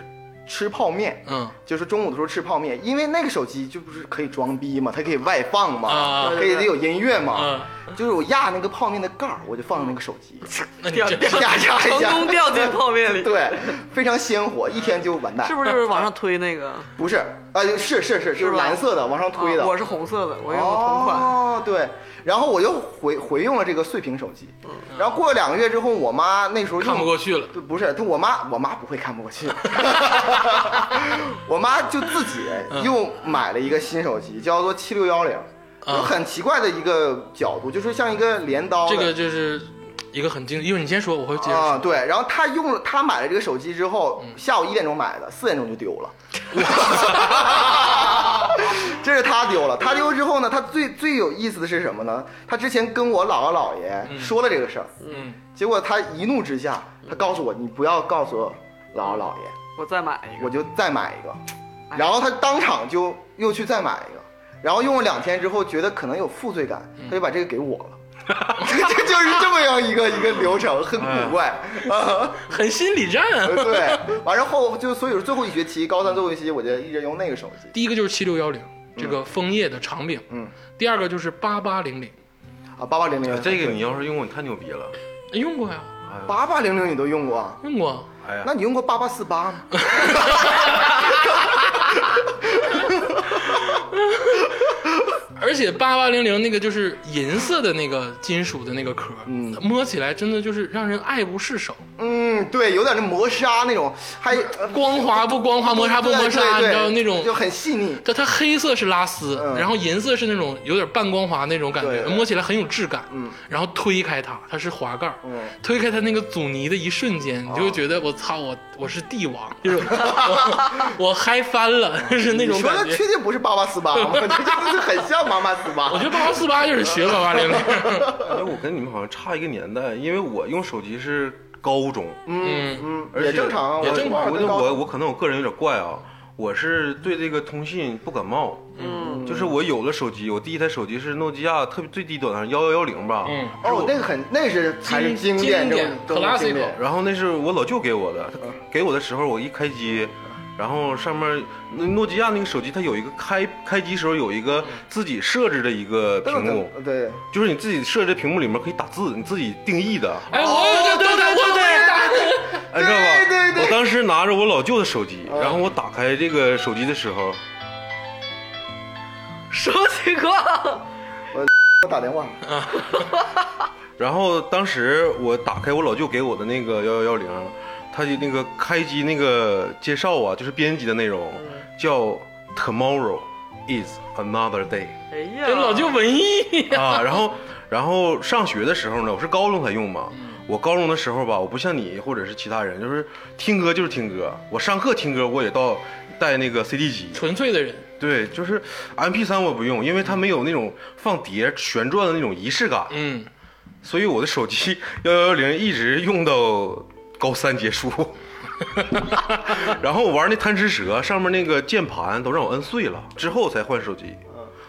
Speaker 4: 吃泡面，
Speaker 1: 嗯
Speaker 4: 就是中午的时候吃泡面，因为那个手机就不是可以装逼嘛，它可以外放嘛，
Speaker 1: 啊
Speaker 4: 可以得有音乐嘛，
Speaker 1: 啊，
Speaker 2: 嗯
Speaker 4: 就是我压那个泡面的盖儿，我就放那个手
Speaker 2: (laughs)
Speaker 4: 机，
Speaker 1: 那你
Speaker 4: (laughs)
Speaker 1: 这
Speaker 4: 啪嚓一
Speaker 2: 成
Speaker 4: 下，
Speaker 2: 功掉进泡面里，
Speaker 4: 对，非常鲜活，一天就完蛋，
Speaker 2: 是不是就是往上推那个？
Speaker 4: 不是，呃，是是是，就是
Speaker 2: 吧
Speaker 4: 蓝色的往上 (laughs) 推的，
Speaker 2: 啊我是红色的，我用的同款。
Speaker 4: 哦，对，然后我又回回用了这个碎屏手机，
Speaker 2: 嗯
Speaker 4: 然后过了两个月之后，我妈那时候用
Speaker 1: 看不过去了。
Speaker 4: 对，不是，她我妈我妈不会看不
Speaker 1: (laughs)
Speaker 4: 过去，我妈就自己又买了一个新手机，叫做七六幺零，
Speaker 1: 嗯
Speaker 4: 有很奇怪的一个角度，就是像一个镰刀的
Speaker 1: 这个就是一个很经，因为你先说，我会接着
Speaker 4: 啊，
Speaker 1: 说。
Speaker 4: 对，然后她用了她买了这个手机之后，下午一点钟买的，四点钟就丢了。 (laughs) 这是他丢了，他丢之后呢，他最最有意思的是什么呢？他之前跟我姥姥姥爷说了这个事儿，
Speaker 1: 嗯，
Speaker 4: 结果他一怒之下，他告诉我，你不要告诉姥姥姥爷，
Speaker 2: 我再买一个，
Speaker 4: 我就再买一个，然后他当场就又去再买一个，然后用了两天之后，觉得可能有负罪感，他就把这个给我了。 (laughs) 这就是这么样一个一个流程，很古怪 (laughs) 啊。
Speaker 1: 很心理战
Speaker 4: 嗯
Speaker 1: 啊。
Speaker 4: 对，完了后就所以说最后一学期，高三最后一学期，我就一直用那个手机
Speaker 1: 第一个就是七六幺零这个枫叶的长柄，
Speaker 4: 嗯，
Speaker 1: 第二个就是八八零零，
Speaker 4: 啊，八八零零。
Speaker 3: 这个你要是用过，你太牛逼了。
Speaker 1: 哎用过呀，
Speaker 4: 八八零零你都用过啊？
Speaker 1: 用过。
Speaker 3: 哎呀
Speaker 4: 那，你用过八八四八嗯吗？
Speaker 1: 而且八八零零那个就是银色的那个金属的那个壳，
Speaker 4: 嗯
Speaker 1: 摸起来真的就是让人爱不释手，
Speaker 4: 嗯，对，有点那磨砂那种，还呃
Speaker 1: 光滑不光滑，摩擦不摩擦，你
Speaker 4: 对对对
Speaker 1: 知道那
Speaker 4: 就
Speaker 1: 种。
Speaker 4: 很细腻。
Speaker 1: 它它黑色是拉丝，
Speaker 4: 嗯
Speaker 1: 然后银色是那种有点半光滑那种感觉，
Speaker 4: 对对
Speaker 1: 摸起来很有质感。
Speaker 4: 嗯，
Speaker 1: 然后推开它，它是滑盖儿。
Speaker 4: 嗯
Speaker 1: 推开它那个阻尼的一瞬间，你就会觉得我操，我我是帝王，就是我我嗨翻了，就是那种
Speaker 4: 你说
Speaker 1: 感
Speaker 4: 的
Speaker 1: 觉
Speaker 4: 确。定不是八八四
Speaker 1: (laughs)
Speaker 4: 八吗？这就是很像八八四八
Speaker 1: 我。觉得八八四八就是学八八零零。
Speaker 3: 因为哎我跟你们好像差一个年代，因为我用手机是高中，
Speaker 1: 嗯
Speaker 4: 嗯，
Speaker 3: 而且
Speaker 4: 也正常啊，
Speaker 1: 也
Speaker 4: 我
Speaker 1: 正常
Speaker 3: 我
Speaker 4: 我
Speaker 3: 我我可能我个人有点怪啊，我是对这个通信不感冒。
Speaker 2: 嗯，
Speaker 3: 就是我有了手机，我第一台手机是诺基亚特别最低端的幺幺幺零吧，
Speaker 1: 嗯，
Speaker 4: 哦，那个很，那是才是
Speaker 1: 经
Speaker 4: 典，
Speaker 1: 经
Speaker 4: 这
Speaker 1: 典
Speaker 4: 种这种经
Speaker 1: classical
Speaker 4: 典。
Speaker 3: 然后那是我老舅给我的，他给我的时候我一开机，然后上面那诺基亚那个手机它有一个开开机时候有一个自己设置的一个屏幕，
Speaker 4: 对，
Speaker 3: 就是你自己设置的屏幕里面可以打字，你自己定义的，
Speaker 1: 哎，我有这对对对对，
Speaker 3: 哎，知道吧？
Speaker 4: 对对
Speaker 3: 我当时拿着我老舅的手机，然后我打开这个手机的时候，
Speaker 2: 什么情况？ (laughs)
Speaker 4: 我打电话，
Speaker 3: 然后当时我打开我老舅给我的那个幺幺幺零，他就那个开机那个介绍啊，就是编辑的内容，叫 Tomorrow is another day
Speaker 2: 哎呀，
Speaker 1: 人老舅文艺。
Speaker 3: 啊。然后，然后上学的时候呢，我是高中才用嘛。我高中的时候吧，我不像你或者是其他人，就是听歌就是听歌。我上课听歌，我也到带那个 CD 机。
Speaker 1: 纯粹的人，
Speaker 3: 对，就是 M P 3我不用，因为它没有那种放碟旋转的那种仪式感。
Speaker 1: 嗯，
Speaker 3: 所以我的手机 (laughs) 幺幺幺零一直用到高三结束， (laughs) 然后玩那贪吃蛇，上面那个键盘都让我摁碎了，之后才换手机，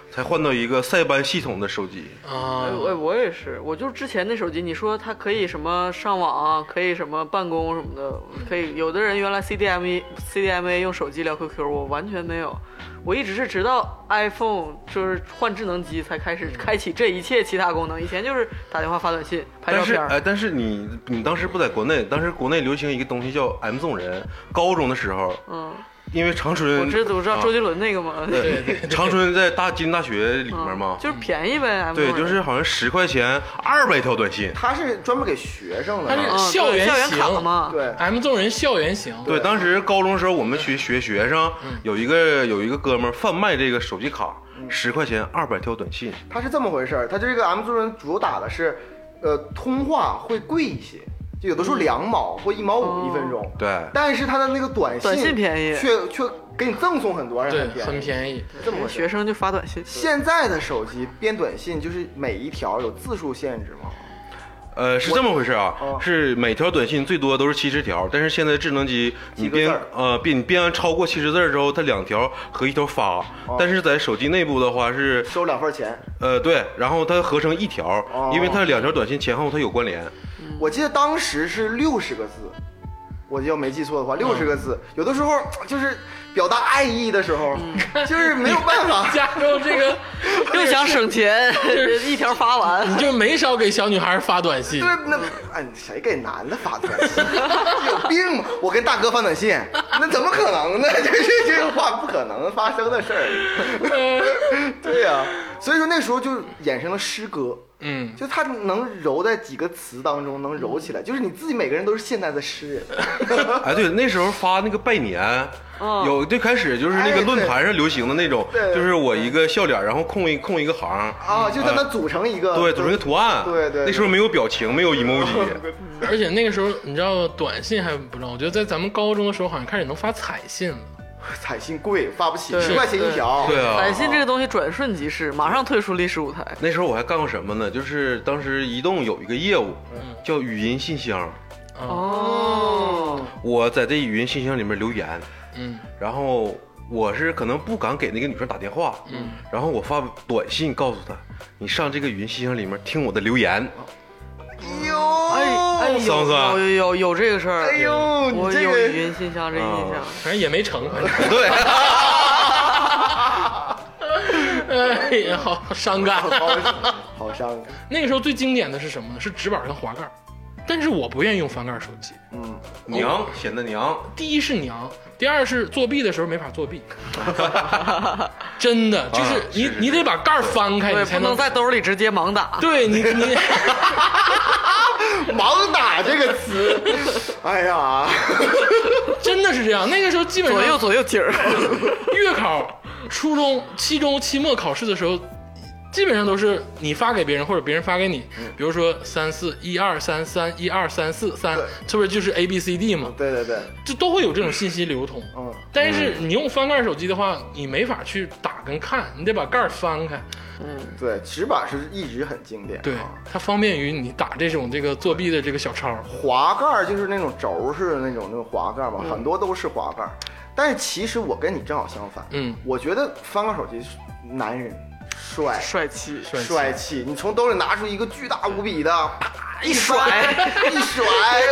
Speaker 3: 才换到一个塞班系统的手机。
Speaker 1: 啊
Speaker 2: 哎，我我也是，我就是之前那手机，你说它可以什么上网啊，可以什么办公什么的，可以。有的人原来 CDMA CDMA 用手机聊 QQ，我完全没有，我一直是直到 iPhone 就是换智能机才开始开启这一切其他功能，以前就是打电话发短信、拍照
Speaker 3: 但是
Speaker 2: 片
Speaker 1: 呃
Speaker 2: 儿。
Speaker 3: 哎，但是你你当时不在国内，当时国内流行一个东西叫 M 送人。高中的时候，
Speaker 2: 嗯，
Speaker 3: 因为长春，
Speaker 2: 我知我知道
Speaker 3: 啊
Speaker 2: 周杰伦那个嘛，
Speaker 1: 嗯对对对
Speaker 3: 长春在大吉林大学里面
Speaker 2: 嗯
Speaker 3: 嘛，
Speaker 2: 就是便宜呗。嗯
Speaker 3: 对，
Speaker 2: M2
Speaker 3: 就是好像十块钱二百条短信。
Speaker 4: 他是专门给学生的
Speaker 1: 他是
Speaker 4: 嘛，
Speaker 2: 嗯对
Speaker 1: 校园
Speaker 2: 校园卡
Speaker 1: 型
Speaker 2: 嘛，
Speaker 4: 对，
Speaker 1: M 纵人校园型，
Speaker 3: 对，当时高中时候我们学学学生
Speaker 4: 嗯
Speaker 3: 有一个有一个哥们儿贩卖这个手机卡，十块钱二百条短信。
Speaker 4: 他是这么回事儿。他这个 M 族人主打的是，呃，通话会贵一些，就有的时
Speaker 1: 嗯
Speaker 4: 候两毛或一毛五一分
Speaker 1: 哦
Speaker 4: 钟。
Speaker 3: 对
Speaker 4: 但是他的那个短信
Speaker 2: 短信便宜
Speaker 4: 却却给你赠送很多，而且
Speaker 1: 对
Speaker 4: 很，便
Speaker 1: 很
Speaker 4: 宜。
Speaker 1: 便宜。
Speaker 4: 这么回事
Speaker 2: 学
Speaker 4: 儿。
Speaker 2: 生就发短信。
Speaker 4: 现在的手机编短信就是每一条有字数限制吗？
Speaker 3: 呃，是这么回事啊，
Speaker 4: 哦
Speaker 3: 是每条短信最多都是七十条，但是现在智能机你
Speaker 4: 几个
Speaker 3: 编
Speaker 4: 字儿
Speaker 3: 呃编你编完超过七十字儿之后，它两条合一条发，
Speaker 4: 哦
Speaker 3: 但是在手机内部的话是
Speaker 4: 收两份钱。
Speaker 3: 呃对，然后它合成一条，
Speaker 4: 哦
Speaker 3: 因为它两条短信前后它有关联。
Speaker 4: 我记得当时是六十个字，我要没记错的话，六十个字。有的时候就是表达爱意的时候， (laughs) 就是没有办法。
Speaker 1: (laughs) 加州这个，
Speaker 2: 又想省钱，一条发完。
Speaker 1: 你就没少给小女孩发短信
Speaker 4: 对。，那哎，谁给男的发短信？ (laughs) 有病吗？我跟大哥发短信，那怎么可能呢？ (laughs) 这这这个话不可能发生的事儿。 (laughs) 对呀、所以说那时候就衍生了诗歌，
Speaker 1: 嗯，
Speaker 4: 就它能揉在几个词当中，能揉起来，就是你自己每个人都是现代的诗人。
Speaker 3: (laughs) 哎，对，那时候发那个拜年，
Speaker 2: 嗯
Speaker 3: 有最开始就是那
Speaker 4: 哎
Speaker 3: 个
Speaker 4: 对
Speaker 3: 论坛上流行的那种，
Speaker 4: 对
Speaker 3: 就是我一个笑脸，然后空一空一个行，
Speaker 4: 啊，就在那组成一个，
Speaker 3: 哎对，组成一个图案。
Speaker 4: 呃对对
Speaker 3: 那时候没有表情，没有 emoji。
Speaker 4: 嗯
Speaker 1: 而且那个时候你知道短信还不知道，我觉得在咱们高中的时候好像开始能发彩信了。
Speaker 4: 彩信贵，发不起，
Speaker 2: 对
Speaker 4: 十块钱一条。
Speaker 3: 对啊
Speaker 2: 短信
Speaker 4: 哦
Speaker 2: 这个东西转瞬即逝，马上退出历史舞台。
Speaker 3: (laughs) 那时候我还干过什么呢？就是当时移动有一个业务叫语音信箱，
Speaker 1: 嗯
Speaker 2: 哦，
Speaker 3: 我在这语音信箱里面留言，
Speaker 1: 嗯，
Speaker 3: 然后我是可能不敢给那个女生打电话，嗯，然后我发短信告诉她，你上这个语音信箱里面听我的留言。
Speaker 4: 哟，
Speaker 2: 哎哎有
Speaker 3: 桑桑
Speaker 2: 有有有有这个事儿。
Speaker 4: 哎呦，
Speaker 2: 我
Speaker 4: 你这
Speaker 2: 有语
Speaker 4: 个
Speaker 2: 音信箱这印象
Speaker 3: 啊。
Speaker 1: 反正也没成，反正。
Speaker 3: 对。
Speaker 1: (laughs) 哎呀，好伤感。
Speaker 4: 好好伤感。
Speaker 1: 那个时候最经典的是什么呢？是直板跟滑盖儿，但是我不愿意用翻盖手机。
Speaker 4: 嗯，
Speaker 3: 娘显得娘，
Speaker 1: 第一是娘，第二是作弊的时候没法作弊，真的就是
Speaker 3: 啊
Speaker 1: 你
Speaker 3: 是是
Speaker 1: 你得把盖儿翻开，
Speaker 2: 对，
Speaker 1: 哎你
Speaker 2: 不
Speaker 1: 才
Speaker 2: 能在兜里直接盲打。
Speaker 1: 对你你
Speaker 4: 盲打这个词，哎呀， (laughs)
Speaker 1: (laughs) 真的是这样。那个时候基本
Speaker 2: 左右
Speaker 1: 上
Speaker 2: 左右紧儿，
Speaker 1: 月考、初中、期中、期末考试的时候，基本上都是你发给别人或者别人发给你，
Speaker 4: 嗯
Speaker 1: 比如说三四一二三三一二三四三，这不是就是 A B C D 吗？
Speaker 4: 对对对，
Speaker 1: 就都会有这种信息流通。
Speaker 4: 嗯，
Speaker 1: 但是你用翻盖手机的话，你没法去打跟看，你得把盖儿翻
Speaker 4: 哎
Speaker 1: 开。
Speaker 4: 对，直板是一直很经典。啊
Speaker 1: 对，它方便于你打这种这个作弊的这个小抄。
Speaker 4: 滑盖儿就是那种轴式的那种那种滑盖儿
Speaker 1: 嗯
Speaker 4: 嘛，很多都是滑盖儿。但是其实我跟你正好相反，
Speaker 1: 嗯，
Speaker 4: 我觉得翻盖手机，男人帅
Speaker 2: 帅气。
Speaker 1: 帅气
Speaker 4: 帅气，你从兜里拿出一个巨大无比的，啪一甩 (laughs) 一甩，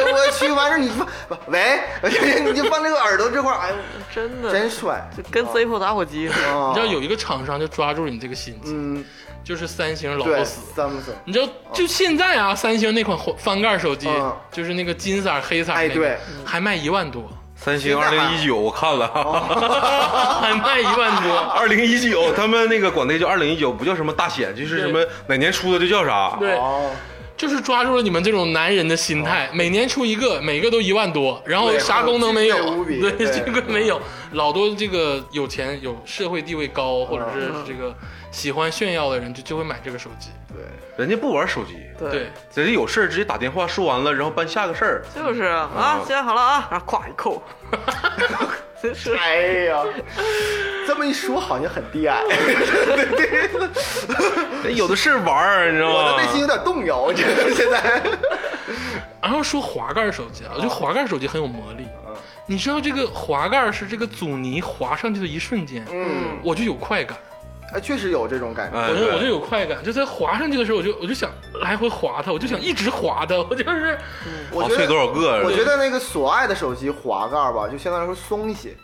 Speaker 4: 我去，完事儿你就放不喂，你就放这个耳朵这块儿，哎呦，
Speaker 2: 真的，
Speaker 4: 真帅，
Speaker 2: 就跟 Zippo 打火机似的。
Speaker 4: 啊
Speaker 1: 你知道有一个厂商就抓住了你这个心机，
Speaker 4: 嗯，
Speaker 1: 就是三星老
Speaker 4: 对
Speaker 1: 死。
Speaker 4: ，Samsung，
Speaker 1: 你知道，就现在啊，三星那款翻盖手机
Speaker 4: 哦嗯，
Speaker 1: 就是那个金色儿黑色儿那
Speaker 4: 哎
Speaker 1: 个，嗯
Speaker 4: 对
Speaker 1: 还卖一万多， (laughs)
Speaker 3: 三星二零一九我看
Speaker 4: 哦
Speaker 3: 了，
Speaker 1: 还卖一万多。
Speaker 3: (laughs) 二零一九他们那个管那叫二零一九，不叫什么大显，就是什么哪年出的就叫啥。
Speaker 1: 对，
Speaker 4: 哦，
Speaker 1: 就是抓住了你们这种男人的心态，每年出一个，每个都一万多，然后
Speaker 4: 对嗯
Speaker 1: 啥功能没有
Speaker 4: 巨贵无，比
Speaker 1: 对，
Speaker 4: 对
Speaker 1: 这个没有。老多这个有钱、有社会地位高，或者是
Speaker 4: 嗯
Speaker 1: 这个喜欢炫耀的人，就就会买这个手机。
Speaker 4: 对，
Speaker 3: 人家不玩手机，
Speaker 1: 对，
Speaker 3: 人家有事儿直接打电话说完了，然后办下个事儿。
Speaker 2: 就是啊啊，现在好了啊，然后咵一扣。真是
Speaker 4: 哎呀，这么一说好像很低矮，
Speaker 3: 人有的是玩儿，你知道
Speaker 4: 我的内心
Speaker 3: 吗？
Speaker 4: 有点动摇，这现在，
Speaker 1: 然后说滑盖手机啊，我觉得滑盖手机很有魔力。你知道这个滑盖是这个阻尼滑上去的一瞬间，
Speaker 4: 嗯，
Speaker 1: 我就有快感。
Speaker 4: (laughs) 哎，确实有这种感觉。
Speaker 3: 哎
Speaker 1: 我就
Speaker 3: 对
Speaker 1: 我就有快感，就在滑上去的时候，我就我就想来回滑它，我就想一直滑它， (laughs) 我就是
Speaker 4: 我
Speaker 3: 好
Speaker 4: 觉
Speaker 3: 碎多
Speaker 4: 得，
Speaker 3: 少个？
Speaker 4: 我觉得那个索爱的手机滑盖儿吧，就相对来说松一些。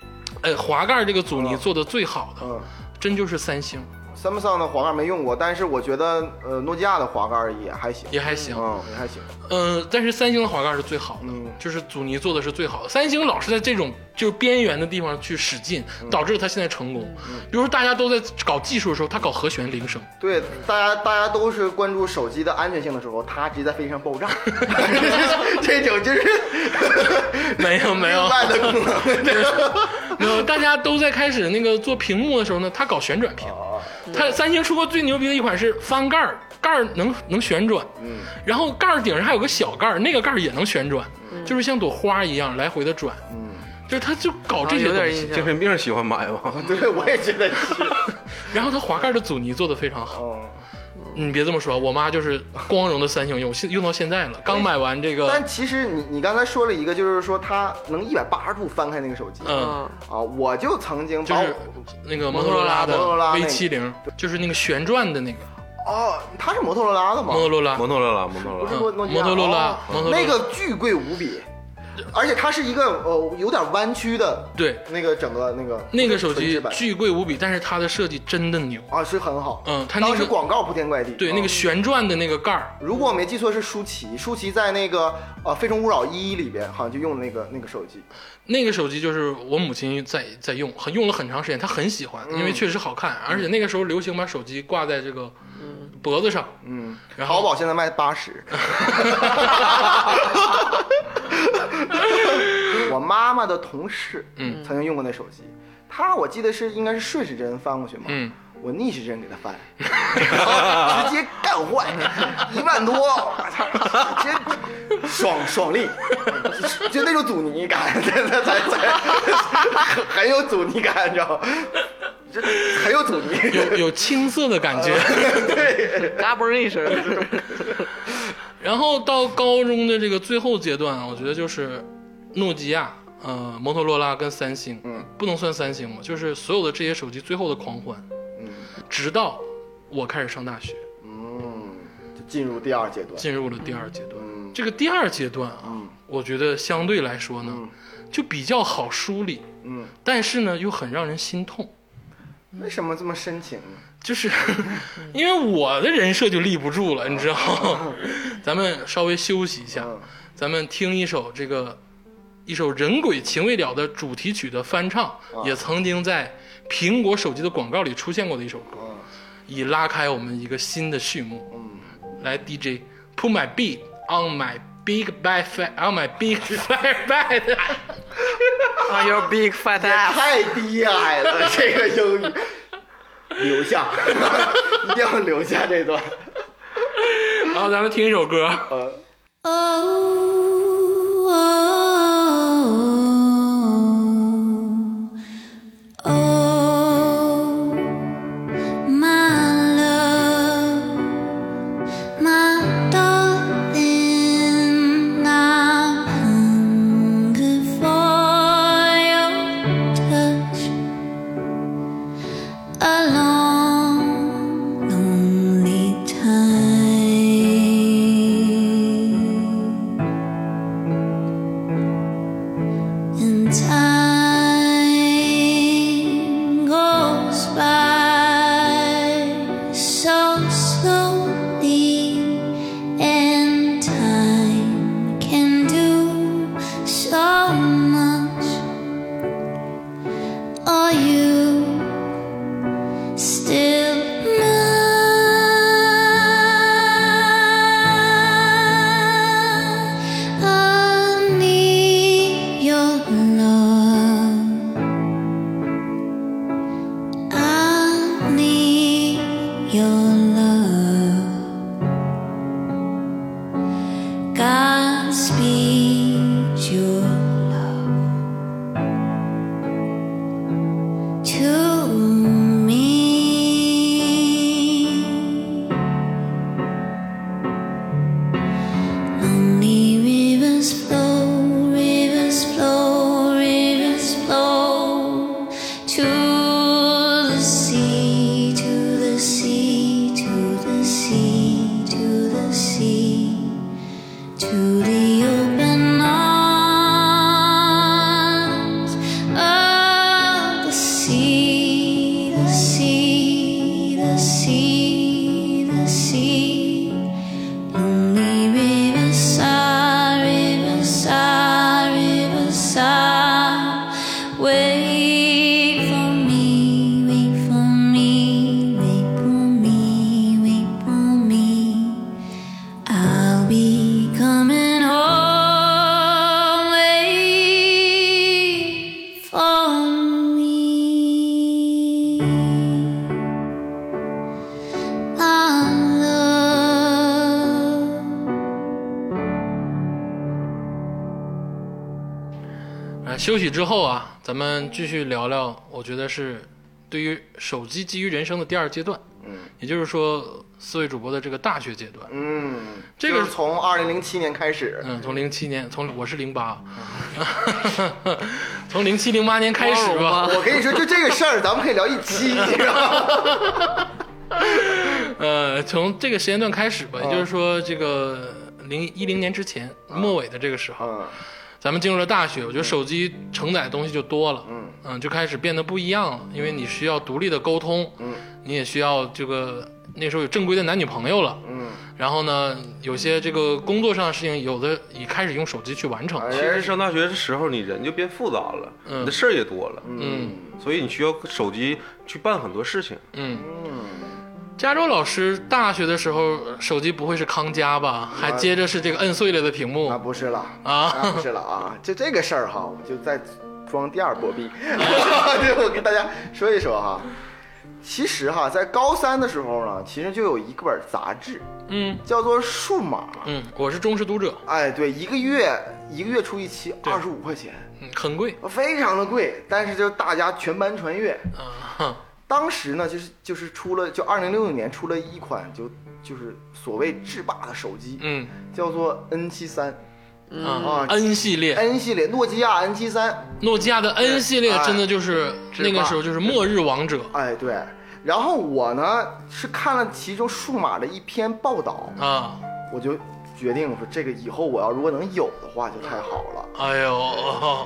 Speaker 1: 哎，滑盖这个阻尼做的最好的，
Speaker 4: 嗯
Speaker 1: 真就是三星，
Speaker 4: ，Samsung 的滑盖儿没用过，但是我觉得呃，诺基亚的滑盖儿也还行。
Speaker 1: 也还行。
Speaker 4: 嗯，也还行。
Speaker 1: 嗯，但是三星的滑盖是最好的，就是阻尼做的是最好的。三星老是在这种就是边缘的地方去使劲，导致它现在成功。比如说大家都在搞技术的时候，它搞和弦铃声，
Speaker 4: 对，大家大家都是关注手机的安全性的时候，它直接在飞机上爆炸， (laughs) 这种就是 (laughs)
Speaker 1: 没有没有
Speaker 4: 另外的功能。 (laughs)
Speaker 1: 没有，大家都在开始那个做屏幕的时候呢，它搞旋转屏。
Speaker 4: 哦
Speaker 1: 它三星出过最牛逼的一款是翻盖儿，盖儿能能旋转，嗯，然后盖儿顶上还有个小盖儿，那个盖儿也能旋转，
Speaker 2: 嗯
Speaker 1: 就是像朵花一样来回的转，嗯，就是它就搞这些
Speaker 2: 哦有
Speaker 1: 东
Speaker 2: 点
Speaker 1: 西
Speaker 2: 印。
Speaker 3: 精
Speaker 2: 象。
Speaker 3: 神病喜欢买
Speaker 4: (laughs)
Speaker 3: 吗？
Speaker 4: 对，我也觉得是。
Speaker 1: 然后它滑盖的阻尼做的非常好，
Speaker 4: 嗯，
Speaker 1: 你别这么说，我妈就是光荣的三星用，现用到现在了，刚买完这个
Speaker 4: 但，其实你你刚才说了一个，就是说它能一百八十度翻开那个手机。
Speaker 1: 嗯。
Speaker 2: 嗯，
Speaker 4: 啊，我就曾经
Speaker 1: 就
Speaker 4: 把我
Speaker 1: 是那个
Speaker 4: 摩
Speaker 1: 摩
Speaker 4: 托
Speaker 1: 托
Speaker 4: 罗
Speaker 1: 罗
Speaker 4: 拉
Speaker 1: 拉的
Speaker 4: 摩托罗拉
Speaker 1: V
Speaker 4: 那个
Speaker 1: 7 0就是那个旋转的那个
Speaker 4: 哦，它是摩托罗拉的吗
Speaker 1: 摩？托罗拉，
Speaker 3: 摩托罗拉，摩托罗
Speaker 4: 不
Speaker 3: 拉
Speaker 4: 是。
Speaker 1: 嗯
Speaker 4: 说诺基亚
Speaker 1: 摩托罗拉
Speaker 4: 哦
Speaker 1: 摩托罗拉
Speaker 4: 那个巨贵无比，而且它是一个呃有点弯曲的
Speaker 1: 对，
Speaker 4: 那个整个那个
Speaker 1: 那个手
Speaker 4: 纯
Speaker 1: 机
Speaker 4: 质版
Speaker 1: 巨贵无比，但是它的设计真的牛。
Speaker 4: 啊是很好，
Speaker 1: 嗯它那个
Speaker 4: 当时广告铺天盖地，
Speaker 1: 对，
Speaker 4: 嗯
Speaker 1: 那个旋转的那个盖儿，
Speaker 4: 如果我没记错是舒淇，舒淇在那个呃《非诚勿扰一》里边好像就用那个那个手机，
Speaker 1: 那个手机就是我母亲在在用，很用了很长时间，她很喜欢，
Speaker 4: 嗯
Speaker 1: 因为确实好看，而且那个时候流行把手机挂在这个脖子上，
Speaker 4: 嗯，
Speaker 1: 然后
Speaker 4: 淘宝现在卖八
Speaker 1: (laughs)
Speaker 4: 十。我妈妈的同事，
Speaker 1: 嗯，
Speaker 4: 曾经用过那手机，她我记得是应该是顺时针翻过去嘛，
Speaker 1: 嗯，
Speaker 4: 我逆时针给她翻，然后直接干坏，一万多，我操，直接爽爽利，就那种阻尼感，才才才才很有阻尼感，你知道吗？这很有阻尼，
Speaker 1: 有有青涩的
Speaker 4: (laughs)
Speaker 1: 感觉。
Speaker 2: 嗯嘎嘣一声，
Speaker 1: 然后到高中的这个最后阶段，啊我觉得就是诺基亚、呃摩托罗拉跟三星，
Speaker 4: 嗯，
Speaker 1: 不能算三星嘛，就是所有的这些手机最后的狂欢，
Speaker 4: 嗯
Speaker 1: 直到我开始上大学，
Speaker 4: 嗯，就进入第二阶段，
Speaker 1: 进入了第二阶段。
Speaker 4: 嗯
Speaker 1: 这个第二阶段啊，
Speaker 4: 嗯
Speaker 1: 我觉得相对来说呢，就比较好梳理，
Speaker 4: 嗯，
Speaker 1: 但是呢又很让人心痛，
Speaker 4: 为什么这么深情呢？
Speaker 1: 就是
Speaker 4: (laughs)
Speaker 1: 因为我的人设就立不住了，你知道
Speaker 4: (laughs)
Speaker 1: 吗？咱们稍微休息一下，
Speaker 4: 嗯
Speaker 1: 咱们听一首这个一首《人鬼情未了》的主题曲的翻唱，
Speaker 4: 嗯
Speaker 1: 也曾经在苹果手机的广告里出现过的一首歌，
Speaker 4: 嗯
Speaker 1: 以拉开我们一个新的序幕。
Speaker 4: 嗯，
Speaker 1: 来 DJ put my beat on my big bad fat on my big (laughs) fat bed。
Speaker 2: 啊，Your big fat
Speaker 4: 也
Speaker 2: ass。
Speaker 4: 太低矮了，这个英语，留下， (laughs) 一定要留下这段。
Speaker 1: 然后咱们听一首歌。
Speaker 4: 呃，
Speaker 5: Oh, oh, oh, oh, my love, my darling, I hunger for your touch a long, lonely time. And time goes by so slowly, and time can do so much. Are you? still mine. I need your love. I need your love. Godspeed your love to me. Lonely rivers flow, rivers flow, rivers flow to the sea, to ah, ah. Our love.
Speaker 1: 哎，休息之后啊，咱们继续聊聊，我觉得是对于手机基于人生的第二阶段，嗯，也就是说四位主播的这个大学阶段，
Speaker 4: 嗯，
Speaker 1: 这个
Speaker 4: 就是从二零零七年开始，
Speaker 1: 嗯，从零七年，从我是零八，啊 (laughs) 从零七零八年 (laughs) 开始吧，
Speaker 4: 我跟你说，就这个事儿，咱们可以聊一期，你知道吗？
Speaker 1: 呃，从这个时间段开始吧，也就是说这个零一零年之前末尾的这个时候，
Speaker 4: 嗯
Speaker 1: 咱们进入了大学，我觉得手机承载的东西就多了，嗯就开始变得不一样了，因为你需要独立的沟通，嗯，你也需要这个那时候有正规的男女朋友了，
Speaker 4: 嗯，
Speaker 1: 然后呢，有些这个工作上的事情，有的已开始用手机去完成，
Speaker 4: 哎
Speaker 3: 其实上大学的时候，你人就变复杂了，
Speaker 1: 嗯
Speaker 3: 你的事儿也多了，
Speaker 1: 嗯
Speaker 3: 所以你需要手机去办很多事情。
Speaker 1: 嗯。加州老师大学的时候，手机不会是康佳吧？还接着是这个摁碎了的屏幕
Speaker 4: 啊，不是了，
Speaker 1: 啊
Speaker 4: 啊，不是了啊，就这个事儿哈，我就再装第二波币，对，我跟大家说一说哈。其实哈，在高三的时候呢，其实就有一本杂志
Speaker 1: 嗯
Speaker 4: 叫做《数码》，
Speaker 1: 嗯，我是忠实读者，
Speaker 4: 哎，对，一个月一个月出一期，
Speaker 1: 对
Speaker 4: 二十五块钱，
Speaker 1: 嗯，很贵
Speaker 4: 非常的贵，但是就大家全班传阅。
Speaker 1: 啊哈，
Speaker 4: 当时呢，就是就是出了，就二零六六年出了一款就就是所谓制霸的手机，
Speaker 1: 嗯
Speaker 4: 叫做 N 七三
Speaker 1: 啊
Speaker 4: 啊
Speaker 1: ，N 系列，
Speaker 4: N 系列，诺基亚 N 七三。
Speaker 1: 诺基亚的 N 系列
Speaker 4: 哎
Speaker 1: 真的就是
Speaker 4: 制
Speaker 1: 那个
Speaker 4: 霸
Speaker 1: 时候就是末日王者
Speaker 4: 哎，对。然后我呢是看了其中数码的一篇报道，
Speaker 1: 啊，
Speaker 4: 我就决定我说这个以后我要如果能有的话就太好了。
Speaker 1: 哎呦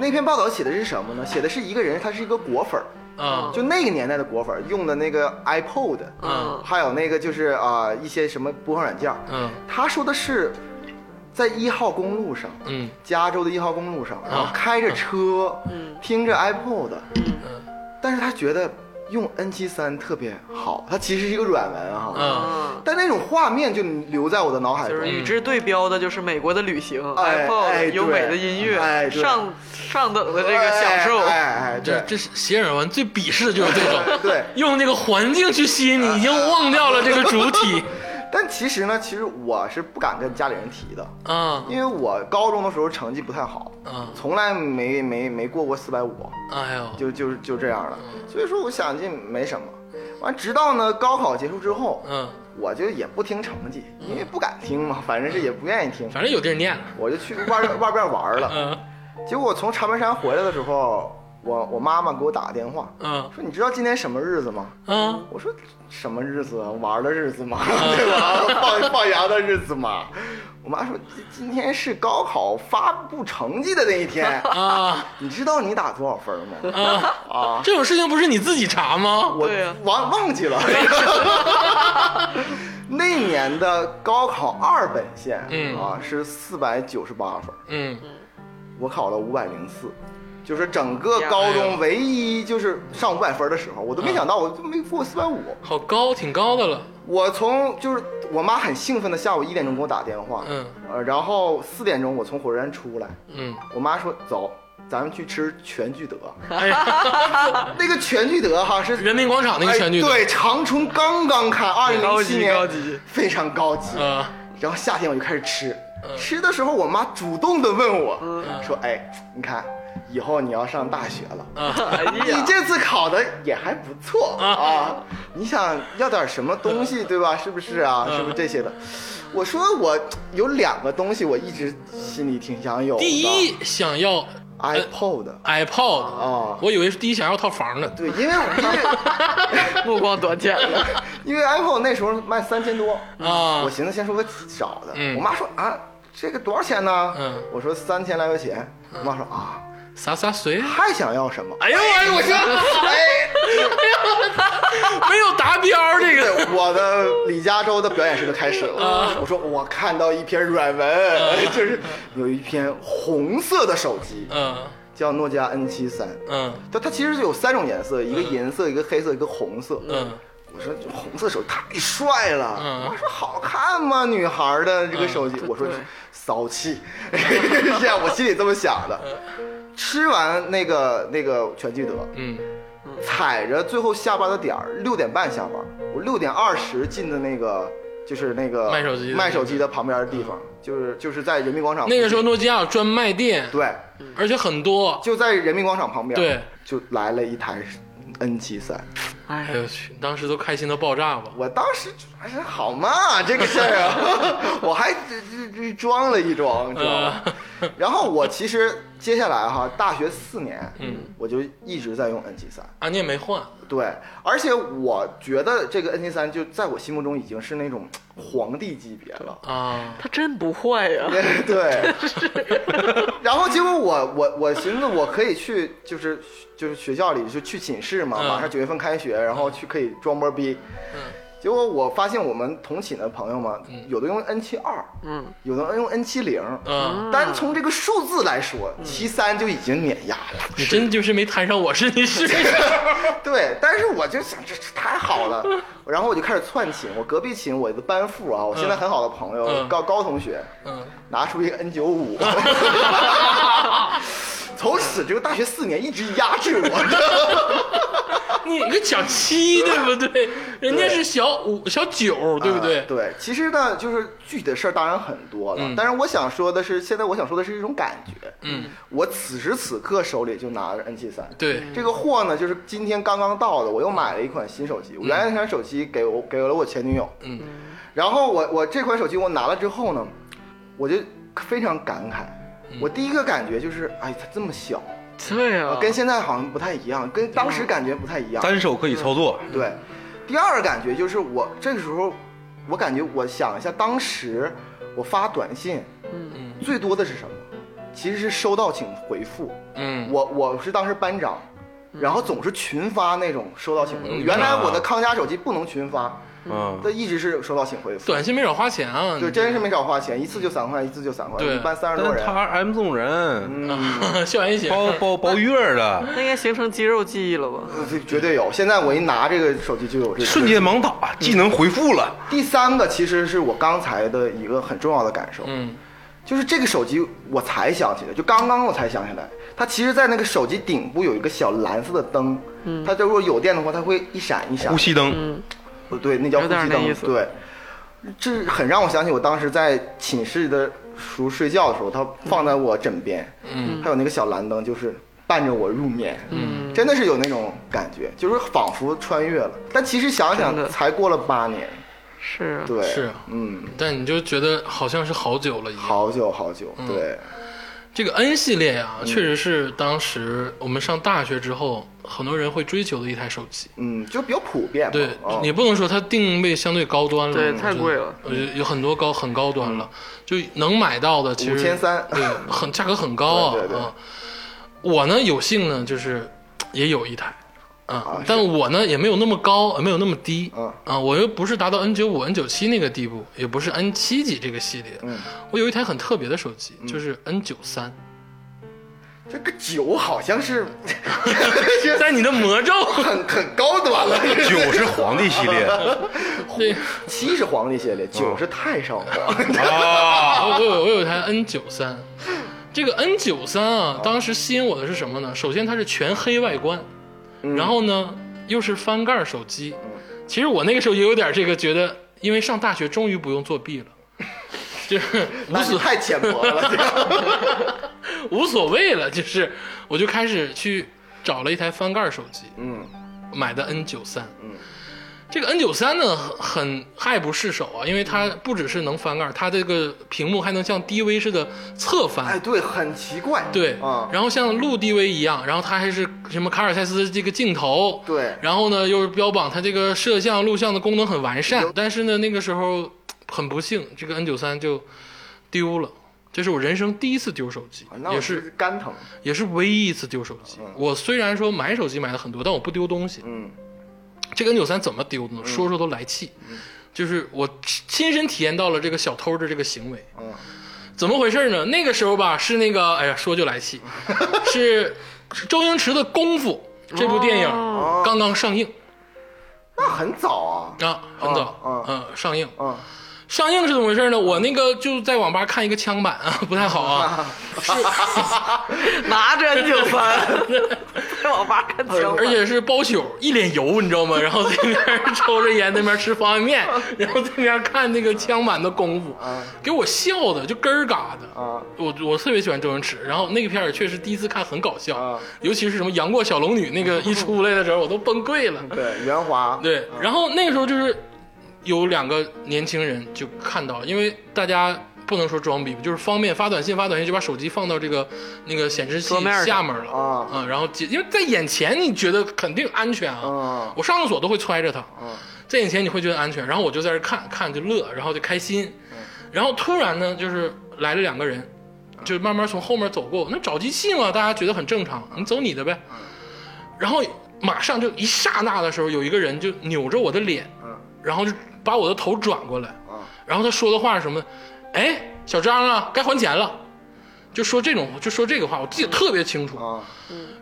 Speaker 4: 那篇报道写的是什么呢？写的是一个人，他是一个果粉儿，
Speaker 1: 啊
Speaker 4: 就那个年代的果粉儿用的那个 iPod，
Speaker 1: 嗯
Speaker 4: 还有那个就是啊、一些什么播放软件儿。
Speaker 1: 嗯
Speaker 4: 他说的是在一号公路上，
Speaker 1: 嗯
Speaker 4: 加州的一号公路上，然后开着车，
Speaker 2: 啊嗯
Speaker 4: 听着 iPod，
Speaker 1: 嗯
Speaker 4: 但是他觉得用 N 7 3特别好，它其实是一个软文哈，
Speaker 1: 嗯
Speaker 2: 嗯，
Speaker 4: 但那种画面就留在我的脑海
Speaker 2: 就是
Speaker 4: 中。
Speaker 2: 与之对标的就是美国的旅行
Speaker 4: 哎哎
Speaker 2: ，iPod 优美的
Speaker 4: 对
Speaker 2: 音乐，
Speaker 4: 哎对
Speaker 2: 上上等的这个享受
Speaker 4: 哎，哎哎，
Speaker 1: 这
Speaker 4: 对
Speaker 1: 这是写软文最鄙视的就是这
Speaker 4: (laughs)
Speaker 1: 种，
Speaker 4: 对。
Speaker 1: 用那个环境去吸引你，已经忘掉了这个主
Speaker 4: (laughs)
Speaker 1: 体
Speaker 4: 但其实呢，其实我是不敢跟家里人提的，
Speaker 1: 啊
Speaker 4: 因为我高中的时候成绩不太好，
Speaker 1: 啊，
Speaker 4: 从来没没没过过四百五，
Speaker 1: 哎呦，
Speaker 4: 就就就这样了。
Speaker 1: 嗯
Speaker 4: 所以说，我想这没什么。完，直到呢高考结束之后，
Speaker 1: 嗯，
Speaker 4: 我就也不听成绩，因为不敢听嘛， (laughs) 反正是也不愿意听，
Speaker 1: 反正有地儿念了，
Speaker 4: 我就去
Speaker 1: (laughs)
Speaker 4: 外边外边玩了。
Speaker 1: 嗯
Speaker 4: 结果我从长白山回来的时候，我我妈妈给我打个电话，
Speaker 1: 嗯
Speaker 4: 说你知道今天什么日子吗？
Speaker 1: 嗯
Speaker 4: 我说什么日子啊？玩的日子吗？ (laughs) 对吧？放放羊的日子吗？我妈说今今天是高考发布成绩的那一天，
Speaker 1: 啊
Speaker 4: 你知道你打多少分
Speaker 1: (laughs)
Speaker 4: 吗？
Speaker 1: 啊，
Speaker 4: 啊，
Speaker 1: 这种事情不是你自己查吗？
Speaker 4: 我
Speaker 2: 对呀
Speaker 4: 忘忘记了。 (laughs) 那年的高考二本线，
Speaker 1: 嗯
Speaker 4: 啊是四百九十八分，
Speaker 1: 嗯
Speaker 4: 我考了五百零四，就是整个
Speaker 1: 哎
Speaker 4: 高中唯一就是上五百分的时候，我都
Speaker 1: 嗯
Speaker 4: 没想到，我就没过四百五。
Speaker 1: 好高，挺高的了，
Speaker 4: 我从就是我妈很兴奋的下午一点钟给我打电话，
Speaker 1: 嗯
Speaker 4: 呃，然后四点钟我从火车站出来，
Speaker 1: 嗯，
Speaker 4: 我妈说走，咱们去吃全聚
Speaker 1: (laughs)
Speaker 4: 德。
Speaker 1: 哎
Speaker 4: (laughs)
Speaker 1: 呀，
Speaker 4: 那个全聚德哈是
Speaker 1: 人民广场那个全聚德，
Speaker 4: 哎对，长春刚刚开，二零
Speaker 2: 高
Speaker 4: 零七
Speaker 2: 级
Speaker 4: 年，
Speaker 2: 高级
Speaker 4: 非常高级。
Speaker 1: 啊
Speaker 4: 然后夏天我就开始吃，
Speaker 1: 嗯
Speaker 4: 吃的时候我妈主动的问我，说：“哎，你看，以后你要上大学了，
Speaker 2: (laughs)
Speaker 1: 嗯
Speaker 2: 哎
Speaker 4: 你
Speaker 2: 呀，
Speaker 4: 这次考的也还不错啊，你想要点什么东
Speaker 1: 嗯
Speaker 4: 西对吧？是不是啊？是不是这些的？”我说我有两个东西，我一直心里挺想有的。
Speaker 1: 第一想要
Speaker 4: iPod，
Speaker 1: iPod
Speaker 4: 哦
Speaker 1: 我以为是第一想要套房呢。
Speaker 4: 对，因为我
Speaker 1: (laughs)
Speaker 4: 因为
Speaker 2: 目光短浅了，
Speaker 4: 因为 iPhone 那时候卖三千多
Speaker 1: 啊
Speaker 4: 我寻思先说个少的。
Speaker 1: 嗯
Speaker 4: 我妈说啊，这个多少钱呢？
Speaker 1: 嗯
Speaker 4: 我说三千来块钱。我妈说啊，
Speaker 1: 洒洒水，
Speaker 4: 还想要
Speaker 1: (laughs)
Speaker 4: 什么？
Speaker 1: 哎呦哎呦，我说，没有达标这 (laughs) 个，啊
Speaker 4: 对，我的李嘉洲的表演时就开始了。我说我看到一篇软文， (laughs) 就是有一篇红色的手机，
Speaker 1: 嗯
Speaker 4: 叫诺基亚 N 7 3
Speaker 1: 嗯
Speaker 4: 它它其实是有三种颜色，一个银色，一个黑色，一个红色。
Speaker 1: 嗯，
Speaker 4: 我说这红色手机太帅了，
Speaker 1: 嗯
Speaker 4: 我说好看吗？女孩儿的这个手机，
Speaker 2: 嗯
Speaker 4: 我说
Speaker 2: 对
Speaker 4: 骚气， (laughs) 啊这样我心里这么想的。吃完那个那个全聚德，
Speaker 1: 嗯
Speaker 4: 踩着最后下班的点儿，六点半下班，我六点二十进的那个就是那个
Speaker 1: 卖手机的
Speaker 4: 卖手机的旁边的地方，就是就是在人民广场
Speaker 1: 那个时候诺基亚有专卖店，
Speaker 4: 对，
Speaker 1: 而且很多。
Speaker 4: 就在人民广场旁边，
Speaker 1: 对，
Speaker 4: 就来了一台 N 7 3
Speaker 2: 哎
Speaker 1: 哎，呦我去，当时都开心到爆炸吧！
Speaker 4: 我当时就哎好嘛，这个事儿啊，我还这这这装了一装，你知道吗？ (laughs) 然后我其实接下来哈，大学四年，嗯，我就一直在用 N 7 3
Speaker 1: 啊，你也没换，
Speaker 4: 对，而且我觉得这个 N 7 3就在我心目中已经是那种皇帝级别了。
Speaker 1: 啊，
Speaker 2: 他真不坏呀、
Speaker 4: (laughs)
Speaker 1: (laughs)
Speaker 4: 对，然后结果我我我寻思我可以去就是就是学校里就去寝室嘛，
Speaker 1: 嗯
Speaker 4: 马上九月份开学，然后去可以装波逼。结果我发现我们同寝的朋友嘛，有的用 N 7 2
Speaker 2: 嗯，
Speaker 4: 有的用 N 7 0
Speaker 1: 嗯，
Speaker 4: 单从这个数字来说，七三就已经碾压
Speaker 1: (laughs)
Speaker 4: 了。
Speaker 1: 你真就是没摊上我是你 (laughs) 是
Speaker 4: 对，但是我就想这这太
Speaker 1: (laughs)
Speaker 4: 好了，然后我就开始窜寝，我隔壁寝我的班副啊，我现在很好的朋友、
Speaker 1: 嗯
Speaker 4: 高高同学，
Speaker 1: 嗯，
Speaker 4: 拿出一个 N 9
Speaker 1: (laughs)
Speaker 4: 5从此这个大学四年一直压制我，
Speaker 1: 你个小七对不对？人家是小五小九 (laughs) 对不对？
Speaker 4: 啊对，其实呢，就是具体的事儿当然很多了，
Speaker 1: 嗯
Speaker 4: 但是我想说的是，现在我想说的是一种感觉，嗯，我此时此刻手里就拿着 N 7 3
Speaker 1: 对
Speaker 4: 这个货呢，就是今天刚刚到的，我又买了一款新手机。我原来那款手机给我给了我前女友，
Speaker 1: 嗯，
Speaker 4: 然后我我这款手机我拿了之后呢，我就非常感慨。
Speaker 1: 嗯
Speaker 4: 我第一个感觉就是，哎，它这么小，
Speaker 2: 对啊呀、
Speaker 4: 跟现在好像不太一样，跟当时感觉不太一样。
Speaker 3: 单手可以操作，
Speaker 4: 对，第二个感觉就是我这个时候，我感觉我想一下，当时我发短信，嗯，最多的是什么？其实是收到请回复，
Speaker 1: 嗯，
Speaker 4: 我我是当时班长，然后总是群发那种收到请回复。
Speaker 1: 嗯
Speaker 4: 原来我的康佳手机不能群发，
Speaker 3: 嗯，
Speaker 4: 它一直是收到请回复。
Speaker 1: 短信没少花钱啊，
Speaker 4: 对，真是没少花钱，一次就三块，一次就三块，
Speaker 1: 对
Speaker 4: 一般三十
Speaker 3: 但
Speaker 4: 多
Speaker 3: 是
Speaker 4: 人。
Speaker 3: 他 M 总人，
Speaker 4: 嗯，
Speaker 1: (laughs) 校园一
Speaker 3: 包
Speaker 1: 型，
Speaker 3: 包包月的，
Speaker 2: 那应该形成肌肉记忆了吧？
Speaker 4: 这绝对有。现在我一拿这个手机就有这个。
Speaker 3: 瞬间盲打，技能回复了，
Speaker 4: 第三个其实是我刚才的一个很重要的感受，
Speaker 1: 嗯，
Speaker 4: 就是这个手机我才想起来，就刚刚我才想起来，它其实，在那个手机顶部有一个小蓝色的灯，
Speaker 2: 嗯
Speaker 4: 它如果有电的话，它会一闪一闪。
Speaker 3: 呼吸灯，
Speaker 4: 嗯
Speaker 3: (laughs)
Speaker 4: 不对，那叫呼
Speaker 2: 有点
Speaker 4: 吸
Speaker 2: 那
Speaker 4: 灯
Speaker 2: 意。思
Speaker 4: 对，这很让我想起我当时在寝室的时候睡觉的时候，它放在我枕边，嗯，还有那个小蓝灯，就是伴着我入眠，嗯，真的是有那种感觉，就是仿佛穿越了。但其实想
Speaker 2: 真
Speaker 4: 想，
Speaker 2: 的
Speaker 4: 才过了八年，
Speaker 2: 是啊，
Speaker 4: 对，
Speaker 1: 是啊
Speaker 4: 嗯，
Speaker 1: 但你就觉得好像是好久了一样。
Speaker 4: 好久好久，
Speaker 1: 嗯
Speaker 4: 对，
Speaker 1: 这个 N 系列呀、
Speaker 4: 嗯
Speaker 1: 确实是当时我们上大学之后，很多人会追求的一台手机。
Speaker 4: 嗯，就比较普遍嘛，
Speaker 1: 对
Speaker 4: 哦
Speaker 1: 你不能说它定位相对高端了，
Speaker 2: 对
Speaker 1: 我觉得
Speaker 2: 太贵了，
Speaker 1: 呃，有很多高很高端了，
Speaker 4: 嗯
Speaker 1: 就能买到的其实
Speaker 4: 5300
Speaker 1: 对，很价格很高啊。
Speaker 4: 对对对
Speaker 1: 啊我呢有幸呢就是也有一台。啊
Speaker 4: 是，
Speaker 1: 但我呢也没有那么高，也没有那么低，
Speaker 4: 嗯
Speaker 1: 啊，我又不是达到 N 九五、N 九七那个地步，也不是 N 七几这个系列，
Speaker 4: 嗯，
Speaker 1: 我有一台很特别的手机，就是 N 九三，
Speaker 4: (laughs) 这个酒好像是 (laughs)
Speaker 1: 在你的魔咒，
Speaker 4: 很很高端了，
Speaker 3: 九是皇帝系
Speaker 4: (laughs)
Speaker 3: 列
Speaker 1: 对，哦
Speaker 4: 七是皇帝系列，九是太上
Speaker 1: (laughs)
Speaker 4: 皇。
Speaker 3: 啊，
Speaker 1: 我我有我有一台 N 九三，这个 N 九三啊，当时吸引我的是什么呢？首先它是全黑外观，
Speaker 4: 嗯
Speaker 1: 然后呢又是翻盖手机。其实我那个时候也有点这个觉得，因为上大学终于不用作弊了，就是无
Speaker 4: (laughs) 那你
Speaker 1: 所
Speaker 4: 太浅
Speaker 1: (laughs)
Speaker 4: 薄了。
Speaker 1: 无所谓了，就是我就开始去找了一台翻盖手机，
Speaker 4: 嗯，
Speaker 1: 买的 N 九三，嗯。这个 N 九三呢，很很爱不释手啊，因为它不只是能翻盖，它这个屏幕还能像 DV 似的侧翻，
Speaker 4: 哎，对，很奇怪。
Speaker 1: 对，
Speaker 4: 啊，
Speaker 1: 然后像陆 DV 一样，然后它还是什么卡尔蔡司这个镜头，
Speaker 4: 对
Speaker 1: 然后呢又是标榜它这个摄像、录像的功能很完善，但是呢那个时候很不幸，这个 N 9 3就丢了。这是我人生第一次丢手机
Speaker 4: 啊，那我
Speaker 1: 也
Speaker 4: 就是是肝疼。
Speaker 1: 也是唯一一次丢手机。我虽然说买手机买的很多，但我不丢东西。
Speaker 4: 嗯，
Speaker 1: 这个 N 9 3怎么丢的呢？说说都来气，
Speaker 4: 嗯
Speaker 1: 就是我亲亲身体验到了这个小偷的这个行为。
Speaker 4: 嗯，
Speaker 1: 怎么回事呢？那个时候吧，是那个，哎呀，说就来
Speaker 4: (laughs)
Speaker 1: 气，是是周星驰的《功夫》这部电影、
Speaker 2: 哦
Speaker 1: 刚刚上映
Speaker 4: 那很早啊。
Speaker 1: 啊，很早，
Speaker 4: 哦哦
Speaker 1: 嗯，上映
Speaker 4: 嗯
Speaker 1: 上映是怎么回事呢？我那个就在网吧看一个枪版 (laughs) 啊，不太好
Speaker 4: (laughs)
Speaker 1: 啊。
Speaker 2: 拿着 N 九三在网吧看枪，
Speaker 1: 而且是包宿，一脸油，你知
Speaker 4: (laughs)
Speaker 1: 道吗？然后对面抽着烟，那边吃方便面，然后对面看那个枪版的功夫，给我笑的就根儿嘎的。
Speaker 4: 啊
Speaker 1: 我我特别喜欢周星驰，然后那个片儿确实第一次看很搞笑，
Speaker 4: 啊
Speaker 1: 尤其是什么杨过小龙女那个一出来的时候，我都崩溃了。
Speaker 2: 嗯
Speaker 4: 对，圆滑，
Speaker 1: 对，然后那个时候就是有两个年轻人就看到，因为大家不能说装逼，就是方便发短信，发短信就把手机放到这个那个显示器
Speaker 2: 桌面上
Speaker 1: 下面了
Speaker 4: 啊
Speaker 1: 嗯然后接因为在眼前你觉得肯定安全
Speaker 2: 嗯
Speaker 1: 啊
Speaker 4: 啊，
Speaker 1: 我上厕所都会揣着它，
Speaker 4: 嗯
Speaker 1: 在眼前你会觉得安全，然后我就在这看看就乐，然后就开心，然后突然呢就是来了两个人，就慢慢从后面走过，那找机器嘛，大家觉得很正常，你走你的呗，然后马上就一刹那的时候，有一个人就扭着我的脸，
Speaker 4: 嗯
Speaker 1: 然后就把我的头转过来，
Speaker 4: 啊
Speaker 1: 然后他说的话是什么？哎，小张啊，该还钱了，就说这种，就说这个话，我记得特别清楚。
Speaker 4: 啊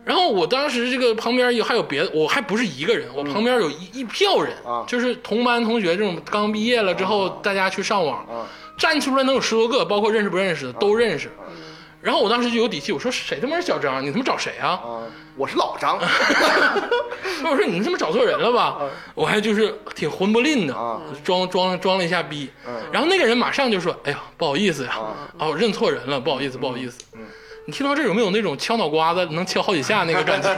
Speaker 1: 然后我当时这个旁边有还有别的，我还不是一个人，我旁边有一、一票人，
Speaker 4: 嗯啊
Speaker 1: 就是同班同学这种刚毕业了之后，大家去上网，
Speaker 4: 啊
Speaker 1: 站出来能有十多个，包括认识不认识的都认识。
Speaker 4: 嗯
Speaker 1: 然后我当时就有底气，我说谁他妈是小张？你他妈找谁啊？
Speaker 4: 啊！我是
Speaker 1: (laughs)
Speaker 4: 老张
Speaker 1: 我说你他妈找错人了吧？我还就是挺混不吝的
Speaker 4: 啊，嗯
Speaker 1: 装装装了一下逼。然后那个人马上就说：“哎呀，不好意思呀，啊，我认错人了，不好意思，不好意思。”
Speaker 4: 嗯
Speaker 1: 你听到这有没有那种敲脑瓜子能敲好几下那个感
Speaker 4: (laughs)
Speaker 1: 觉？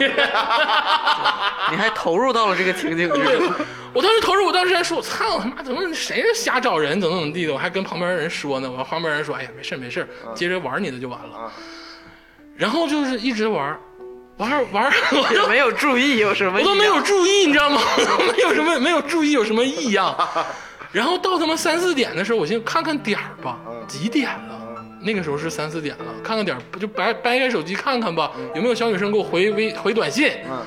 Speaker 2: 你还投入到了这个情景之中。
Speaker 1: 我当时投入，我当时还说：“我操他妈，怎么谁是瞎找人，怎么怎么地的？”我还跟旁边人说呢，我旁边人说：“哎呀，没事儿没事儿，接着玩你的就完了。”然后就是一直玩儿，玩儿玩儿，我就
Speaker 2: 也 (laughs) 没有注意有什么，
Speaker 1: (laughs) 我都没有，注意，你知道吗？ (laughs) 没有什么，没有注意有什么异样。然后到他妈三四点的时候，我寻思看看点儿吧，几点了？那个时候是三四点了，看看点儿，不就掰掰开手机看看吧，有没有小女生给我回微回短信？
Speaker 4: 嗯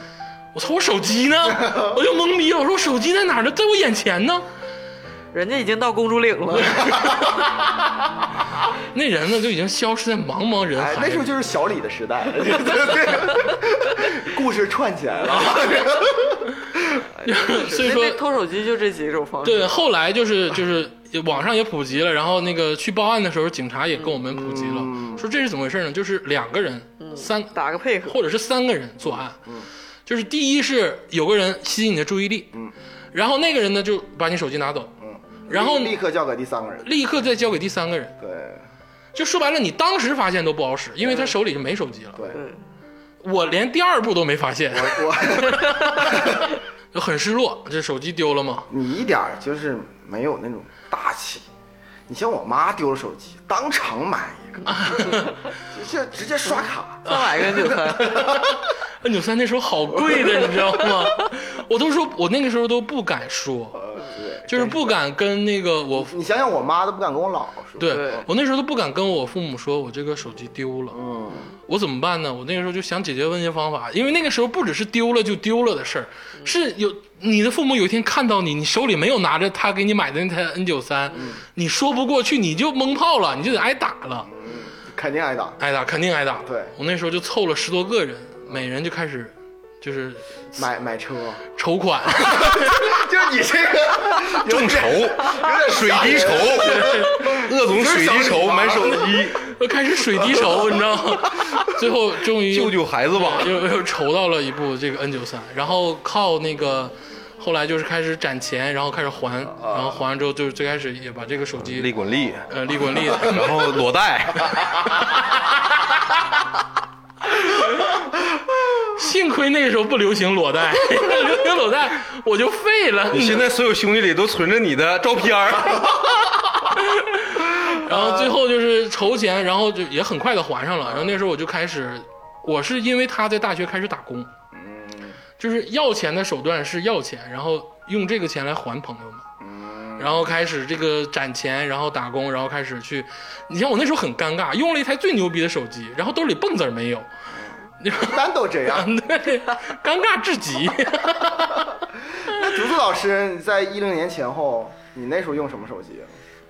Speaker 1: 我操，我手机呢？我就懵逼了，我说我手机在哪儿呢？在我眼前呢。
Speaker 2: 人家已经到公主岭了，
Speaker 1: 那人呢就已经消失在茫茫人海
Speaker 4: 哎
Speaker 1: 里。，
Speaker 4: 那时候就是小李的时 (laughs) 代，对对，故事串起来 (laughs) 了。
Speaker 1: (laughs) 所以说
Speaker 2: 那那偷手机就这几种方式。
Speaker 1: 对，后来就是就是网上也普及了，然后那个去报案的时候，警察也跟我们普及了，
Speaker 4: 嗯
Speaker 1: 说这是怎么回事呢？就是两个人，三
Speaker 2: 打个配合，
Speaker 1: 或者是三个人作案，
Speaker 4: 嗯
Speaker 1: 就是第一是有个人吸引你的注意力，
Speaker 4: 嗯
Speaker 1: 然后那个人呢就把你手机拿走，然后
Speaker 4: (laughs) 立刻叫给第三个人，
Speaker 1: 立刻再交给第三个人，
Speaker 4: 对
Speaker 1: 就说白了，你当时发现都不好使，因为他手里就没手机了。
Speaker 4: 对，
Speaker 2: 对，
Speaker 1: 我连第二步都没发现，
Speaker 4: 我我 (laughs)
Speaker 1: 就很失落，这手机丢了嘛。
Speaker 4: 你一点儿就是没有那种大气。你像我妈丢了手机，当场买一 (laughs) 个，就是直接刷卡。
Speaker 2: 再买个
Speaker 1: N 九
Speaker 2: 九三，
Speaker 4: (laughs)
Speaker 1: 哎三那时候好贵的，你知道吗？我都说，我那个时候都不敢说，
Speaker 4: 呃，对，
Speaker 1: 就是不敢跟那个我父，
Speaker 4: 你想想，我妈都不敢跟我姥说。
Speaker 1: 对
Speaker 2: 对
Speaker 1: 我那时候都不敢跟我父母说我这个手机丢了，
Speaker 4: 嗯，
Speaker 1: 我怎么办呢？我那个时候就想解决问题方法，因为那个时候不只是丢了就丢了的事儿，是有你的父母有一天看到你，你手里没有拿着他给你买的那台 N 九三，你说不过去，你就蒙炮了，你就得挨打了，
Speaker 4: 肯定挨打。
Speaker 1: 挨打肯定挨打。
Speaker 4: 对
Speaker 1: 我那时候就凑了十多个人，每人就开始就是
Speaker 4: 买买车，
Speaker 1: 筹款。
Speaker 4: 啊就是你这 (laughs) 个有
Speaker 3: 众
Speaker 4: 点
Speaker 3: 筹，水滴
Speaker 4: (laughs)
Speaker 3: 筹，鄂总水滴筹买手机，
Speaker 1: 又 (laughs) 开始水滴筹，你知道吗？
Speaker 3: (laughs)
Speaker 1: 最后终于
Speaker 3: 救救孩子吧！
Speaker 1: 又又筹到了一部这个 N 九三，然后靠那个。后来就是开始攒钱，然后开始还，
Speaker 3: 啊
Speaker 1: 然后还完之后，就是最开始也把这个手
Speaker 3: 利
Speaker 1: 机，
Speaker 3: 滚利，
Speaker 1: 呃，利滚利的， (laughs)
Speaker 3: 然后裸贷，
Speaker 4: (laughs)
Speaker 1: 幸亏那个时候不流行裸贷， (laughs) 流行裸贷我就废了。
Speaker 3: 你现在所有兄弟里都存着你的照片
Speaker 4: (laughs)
Speaker 3: 儿，
Speaker 1: 然后最后就是筹钱，然后就也很快的还上了。然后那时候我就开始，我是因为他在大学开始打工，就是要钱的手段是要钱，然后用这个钱来还朋友们，然后开始这个攒钱，然后打工，然后开始去，你像我那时候很尴尬，用了一台最牛逼的手机，然后兜里蹦子儿没有， (laughs)
Speaker 4: 一般都这样。
Speaker 1: 对，尴尬至极。
Speaker 4: 那竹子老师在一零年前后，你那时候用什么手机？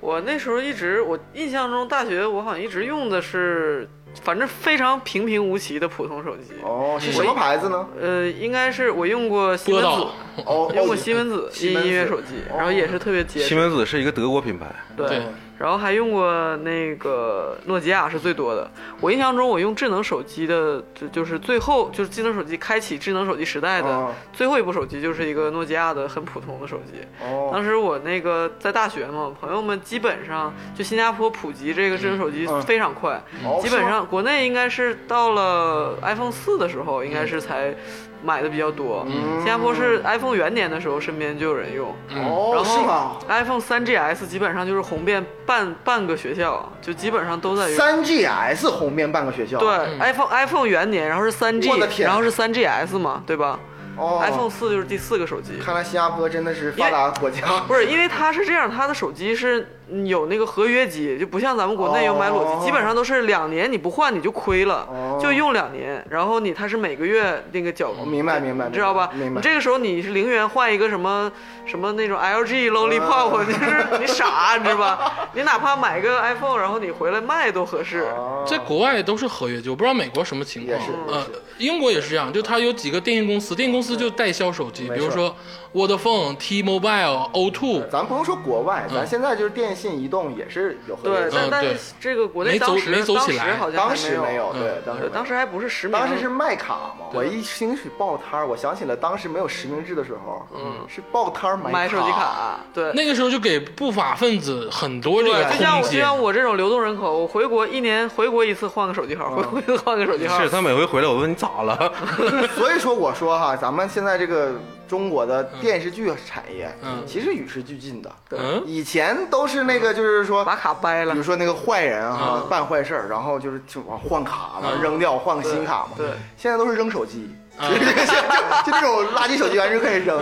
Speaker 2: 我那时候一直，我印象中大学我好像一直用的是，反正非常平平无奇的普通手机。
Speaker 4: 哦，是什么牌子呢？
Speaker 2: 呃，应该是我用过西
Speaker 1: 播
Speaker 2: 门
Speaker 1: 到
Speaker 2: 子，
Speaker 4: 哦，
Speaker 2: (laughs) 用过
Speaker 4: 哦
Speaker 2: 西门子
Speaker 4: 西
Speaker 2: 音
Speaker 4: 门子
Speaker 2: 音乐手机，
Speaker 4: 哦
Speaker 2: 然后也是特别结
Speaker 3: 西
Speaker 2: 实，
Speaker 3: 门子是一个德国品牌，
Speaker 1: 对
Speaker 2: 对，然后还用过那个诺基亚是最多的。我印象中，我用智能手机的，就就是最后就是智能手机开启智能手机时代的
Speaker 4: 哦
Speaker 2: 最后一部手机，就是一个诺基亚的很普通的手机。
Speaker 4: 哦
Speaker 2: 当时我那个在大学嘛，朋友们基本上就新加坡普及这个智能手机
Speaker 4: 嗯
Speaker 2: 非常快，
Speaker 4: 哦
Speaker 2: 基本
Speaker 4: 是吗
Speaker 2: 上国内应该是到了 iPhone 四的时候，应该是才买的比较多。
Speaker 4: 嗯
Speaker 2: 新加坡是 iPhone 元年的时候，身边就有人用。
Speaker 4: 哦
Speaker 2: 嗯然
Speaker 4: 是
Speaker 2: 后
Speaker 4: 吗？
Speaker 2: iPhone 3GS 基本上就是红遍半半个学校，就基本上都在用。
Speaker 4: 三 GS 红遍半个学校，
Speaker 2: 对、i p h o n e iPhone 元年，然后是
Speaker 4: 我
Speaker 2: 3G，
Speaker 4: 的天
Speaker 2: 然后是 3GS 嘛，对吧、
Speaker 4: 哦
Speaker 2: i p h o n e 四就是第四个手机。
Speaker 4: 看来新加坡真的是发达国家，
Speaker 2: 不是，因为它是这样，它的手机是有那个合约机，就不像咱们国内有买裸机，
Speaker 4: 哦
Speaker 2: 基本上都是两年你不换你就亏了，
Speaker 4: 哦
Speaker 2: 就用两年，然后你它是每个月那个缴，
Speaker 4: 明白明白，
Speaker 2: 你知道吧？
Speaker 4: 明白
Speaker 2: 你。这个时候你是零元换一个什么什么那种 LG
Speaker 4: 哦
Speaker 2: Lollipop，、就是 (laughs) 你傻，你知道吧？你哪怕买个 iPhone，然后你回来卖都合适。
Speaker 4: 哦
Speaker 1: 在国外都是合约机，我不知道美国什么情况
Speaker 4: 也是。
Speaker 2: 嗯
Speaker 1: 呃，英国也是这样，就它有几个电信公司，电信公司就代销手机，
Speaker 4: 没
Speaker 1: 比如
Speaker 4: 错
Speaker 1: 说 Vodafone、T-Mobile、O2，
Speaker 4: 咱不用说国外，咱现在就是电信、移动也是有合
Speaker 2: 嗯对
Speaker 4: 约，
Speaker 1: 嗯
Speaker 2: 但但
Speaker 1: 对
Speaker 2: 是这个国内
Speaker 1: 没走
Speaker 2: 当时
Speaker 1: 没走起来
Speaker 2: 当时好像还
Speaker 4: 当时没有，
Speaker 1: 嗯
Speaker 4: 对，当时
Speaker 2: 对，
Speaker 4: 没有
Speaker 2: 当时还不是实名，
Speaker 4: 当时是卖卡嘛，
Speaker 1: 对
Speaker 4: 我一兴许报摊儿，我想起了当时没有实名制的时候，嗯，是报摊儿
Speaker 2: 买手机卡，对。
Speaker 1: 那个时候就给不法分子很多这个
Speaker 2: 就像
Speaker 1: 空
Speaker 2: 我就
Speaker 1: 间。
Speaker 2: 像我这种流动人口，我回国一年回国一次换个手机号，回国一次换个手机
Speaker 4: 啊
Speaker 2: 号。
Speaker 3: 是他每回回来，我问你咋了， (laughs)
Speaker 4: 所以说我说哈，咱们现在这个中国的电视剧产业，
Speaker 1: 嗯
Speaker 4: 其实与时俱进的。对
Speaker 1: 嗯
Speaker 4: 以前都是那个，就是说，
Speaker 2: 把卡掰了
Speaker 4: 比如，说那个坏人啊，办坏事儿，然后就是就往换卡嘛，扔掉换个新卡嘛。
Speaker 2: 对对
Speaker 4: 现在都是扔手机。
Speaker 1: 嗯
Speaker 4: 就就就这种垃圾手机完全可以扔，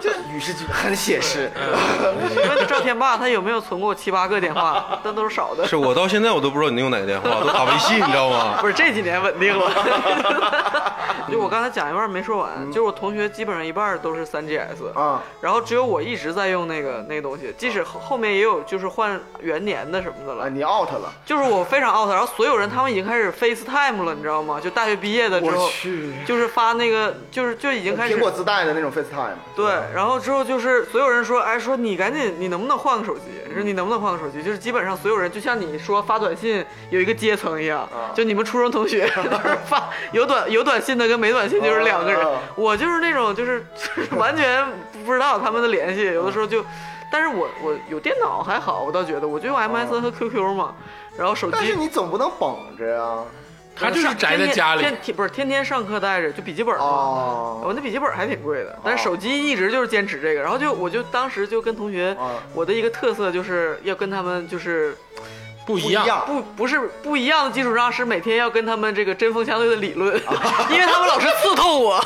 Speaker 4: 就与时俱很写实。
Speaker 2: 你问赵天霸他有没有存过七八个电话，但都是少的。
Speaker 3: 是我到现在我都不知道你用哪个电话，都打微信，你知道吗？
Speaker 2: 不是这几年稳定了。 (laughs) 就我刚才讲一半没说完，就是我同学基本上一半都是三 GS
Speaker 4: 啊，
Speaker 2: 然后只有我一直在用那个那个东西，即使后后面也有就是换元年的什么的
Speaker 4: 啊，
Speaker 2: 了，
Speaker 4: 你 out 了，
Speaker 2: 就是我非常 out。然后所有人他们已经开始 FaceTime 了，你知道吗？就大学毕业的之后
Speaker 4: 我，去，
Speaker 2: 就是发那个哎就是就已经开始
Speaker 4: 苹果自带的那种 FaceTime。
Speaker 2: 对，然后之后就是所有人说，哎，说你赶紧，你能不能换个手机？
Speaker 1: 嗯
Speaker 2: 说你能不能换个手机？就是基本上所有人，就像你说发短信有一个阶层一样，
Speaker 1: 啊
Speaker 2: 就你们初中同学 (laughs) 都是发有短有短信的跟没短信就是两个人。
Speaker 4: 啊啊啊
Speaker 2: 我就是那种就是 (laughs) 就是完全不知道他们的联系，有的时候就，但是我我有电脑还好，我倒觉得我就
Speaker 1: 啊
Speaker 2: 用 MSN 和 QQ 嘛，然后手
Speaker 4: 但是
Speaker 2: 机。
Speaker 4: 你总不能绷着呀。
Speaker 1: 他就是宅在家里啊
Speaker 2: 天天天不是天天上课带着，就笔记本嘛。
Speaker 4: 哦，
Speaker 2: 我那笔记本还挺贵的，但是手机一直就是坚持这个，然后就我就当时就跟同学
Speaker 4: 哦，
Speaker 2: 我的一个特色就是要跟他们就是
Speaker 1: 不一
Speaker 4: 不一
Speaker 1: 样
Speaker 4: 样。
Speaker 2: 不不是不一样的基础上，是每天要跟他们这个针锋相对的理论， (laughs) 因为他们老是刺痛我，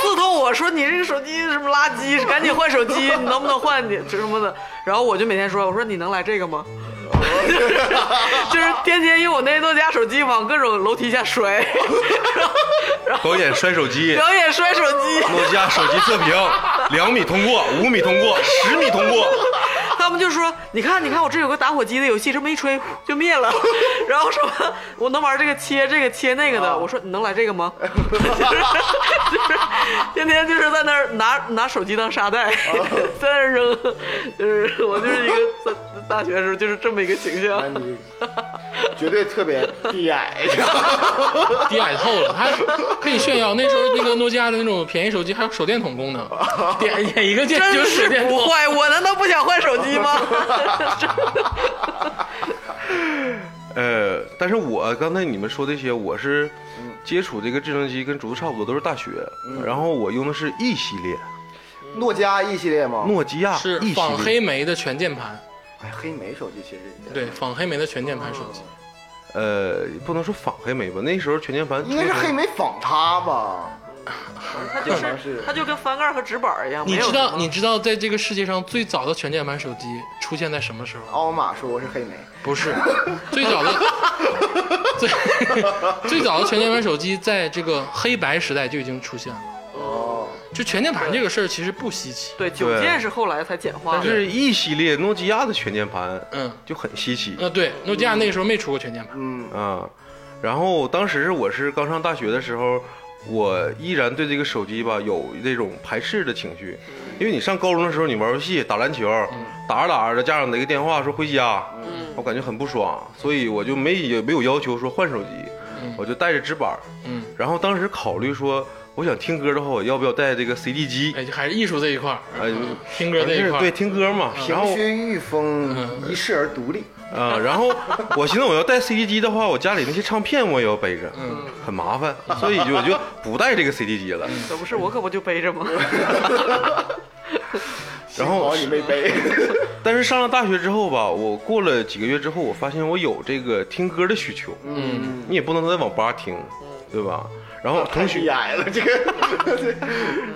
Speaker 2: 刺痛我说你这个手机什么垃圾，赶紧换手机，你能不能换你这什么的，然后我就每天说，我说你能来这个吗？ (laughs) 就是天天用我那诺基亚手机往各种楼梯下摔， (laughs)
Speaker 3: 表演摔手机，
Speaker 2: 表演摔手机。
Speaker 3: 诺基亚手机测
Speaker 4: (laughs)
Speaker 3: 评，两米通过，五米通过，十米通过，
Speaker 2: (laughs) 他们就说：“你看，你看，我这有个打火机的游戏，这么一吹呼就灭了。” (laughs) 然后什么，我能玩这个切这个切那个的。我说：“你能来这个吗？” (laughs) 就是就是天天就是在那儿拿拿手机当沙袋， (laughs) 在那儿扔，就是我就是一个在大学的时候就是这么一个形象
Speaker 4: 那。你绝对特 (laughs) 别低矮。
Speaker 1: 低矮透了，他可以炫耀。那时候那个诺基亚的那种便宜手机还有手电筒功能，
Speaker 2: (laughs)
Speaker 1: 点点一个键就
Speaker 2: 真
Speaker 1: 是
Speaker 2: 是
Speaker 1: 手电
Speaker 2: 不
Speaker 1: 筒。
Speaker 2: 坏，我难道不想换手机吗？ (laughs) 真的
Speaker 3: 呃，但是我刚才你们说这些，我是接触这个智能机跟竹子差不多，都是大学，
Speaker 4: 嗯
Speaker 3: 然后我用的是 E 系列，
Speaker 4: 诺基亚 E 系列吗？
Speaker 3: 诺基亚
Speaker 1: 是
Speaker 3: E
Speaker 1: 仿
Speaker 3: 系
Speaker 1: 黑
Speaker 3: 列，
Speaker 1: 莓的全键盘，
Speaker 4: 哎，黑莓手机其实也
Speaker 1: 对，仿黑莓的全键盘手机。
Speaker 3: 呃，不能说仿黑莓吧，那时候全键盘
Speaker 4: 应该是黑莓仿它吧？
Speaker 2: 他就
Speaker 4: 可能
Speaker 2: 是
Speaker 4: 是
Speaker 2: 他就跟翻盖儿和纸板儿一样，
Speaker 1: 你
Speaker 2: 没有
Speaker 1: 知
Speaker 2: 什
Speaker 1: 道
Speaker 2: 么
Speaker 1: 你知道在这个世界上最早的全键盘手机出现在什么时候？
Speaker 4: 奥马说我是黑莓，
Speaker 1: 不是， (laughs) 最早的 (laughs) 最最早的全键盘手机在这个黑白时代就已经出现了。
Speaker 4: 哦，
Speaker 1: 就全键盘这个事儿其实不稀奇，
Speaker 2: 对，九
Speaker 3: 对
Speaker 2: 键是后来才简化
Speaker 3: 但
Speaker 2: 的。
Speaker 3: 是 E 系列诺基亚的全键盘
Speaker 1: 嗯，
Speaker 3: 就很稀奇
Speaker 1: 呃，对，诺基亚那个时候没出过全键盘，
Speaker 4: 嗯，
Speaker 3: 啊。然后当时是我是刚上大学的时候，我依然对这个手机吧有这种排斥的情绪，
Speaker 1: 嗯
Speaker 3: 因为你上高中的时候你玩游戏打篮球，打着打着家长来个电话说回家，
Speaker 1: 嗯
Speaker 3: 我感觉很不爽，所以我就没也没有要求说换手机，我就带着纸板儿。
Speaker 1: 嗯，
Speaker 3: 然后当时考虑说，我想听歌的话，我要不要带这个 CD 机？
Speaker 1: 哎，就还是艺术这一块儿，
Speaker 3: 哎
Speaker 1: 嗯听歌这
Speaker 3: 是
Speaker 1: 一块
Speaker 3: 对
Speaker 1: 儿，嗯
Speaker 3: 听歌嘛，然
Speaker 4: 平
Speaker 3: 后
Speaker 4: 薛玉风一世而独立，
Speaker 3: 啊、然后我寻思我要带 CD 机的话，我家里那些唱片我也要背着，
Speaker 1: 嗯，
Speaker 3: 很麻烦，所以就我就不带这个 CD 机了。
Speaker 4: 嗯
Speaker 2: 可不是我可不就背着吗？ (laughs)
Speaker 3: 然后
Speaker 4: 幸好你没背，
Speaker 3: 但是上了大学之后吧，我过了几个月之后，我发现我有这个听歌的需求，
Speaker 1: 嗯，
Speaker 3: 你也不能在网吧听，对吧？然后同学
Speaker 4: 嗯太，矮了这个，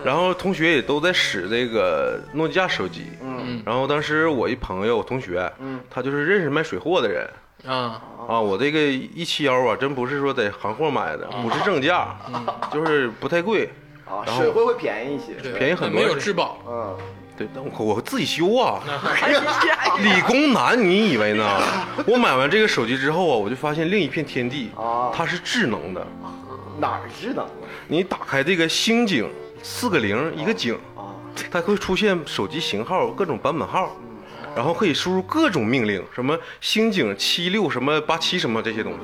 Speaker 3: 然后同学也都在使这个诺基亚手机，
Speaker 4: 嗯
Speaker 3: 然后当时我一朋友，我同学，
Speaker 4: 嗯
Speaker 3: 他就是认识卖水货的人
Speaker 1: 啊，
Speaker 3: 啊，我这个一七幺啊，真不是说在行货买的，不
Speaker 4: 嗯
Speaker 3: 是正价，就是不太贵，
Speaker 4: 啊，
Speaker 3: 然后
Speaker 4: 水会会便宜一些，
Speaker 1: 对，
Speaker 3: 便宜很多
Speaker 1: 没有质保，
Speaker 4: 嗯，
Speaker 3: 对，但我我自己修啊，
Speaker 2: 哎呀，
Speaker 3: 理工男，你以为呢？我买完这个手机之后啊，我就发现另一片天地
Speaker 4: 啊，
Speaker 3: 它是智能的，
Speaker 4: 哪儿智能
Speaker 3: 你打开这个星井，四个零一个井，
Speaker 4: 啊？
Speaker 3: 它会出现手机型号、各种版本号，
Speaker 4: 嗯
Speaker 3: 然后可以输入各种命令，什么星井七六什么八七什么这些东西，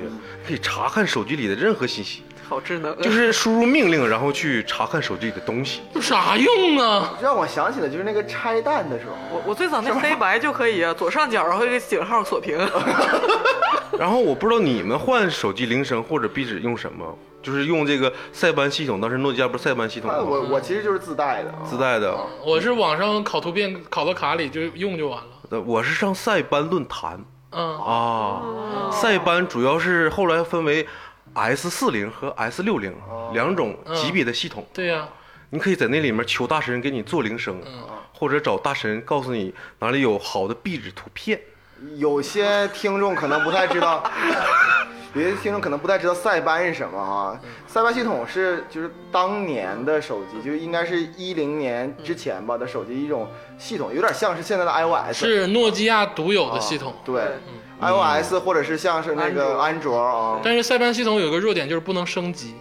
Speaker 3: 可以查看手机里的任何信息，
Speaker 2: 好智能，
Speaker 3: (laughs) 就是输入命令，然后去查看手机里的东西。
Speaker 1: 有啥用啊？
Speaker 4: 让我想起了就是那个拆弹的时候，
Speaker 2: 我我最早那黑白就可以啊，左上角然后一个井号锁屏，
Speaker 3: 然后我不知道你们换手机铃声或者壁纸用什么，就是用这个塞班系统。当时诺基亚不是塞班系统
Speaker 4: 那
Speaker 3: 吗？
Speaker 4: 哎我我其实就是自带的啊，
Speaker 3: 自带的。
Speaker 1: 我是网上拷图片拷到卡里就用就完了，
Speaker 3: 呃我是上塞班论坛
Speaker 1: 嗯，
Speaker 2: 哦
Speaker 3: 啊，塞班主要是后来分为 S 四零和 S 六零
Speaker 4: 哦
Speaker 3: 两种
Speaker 4: 嗯
Speaker 3: 级别的系统，
Speaker 1: 对呀，
Speaker 3: 你可以在那里面求大神给你做铃声，
Speaker 4: 嗯
Speaker 3: 或者找大神告诉你哪里有好的壁纸图片。
Speaker 4: 有些听众可能不太知道，有些听众可能不太知道塞班是什么啊？塞班系统是就是当年的手机，就应该是一零年之前吧的手机一种系统，有点像是现在的 iOS，
Speaker 1: 是诺基亚独有的系统。嗯
Speaker 4: 对。iOS 或者是像是那个安卓啊，
Speaker 1: 但是塞班系统有个弱点就是不能升级，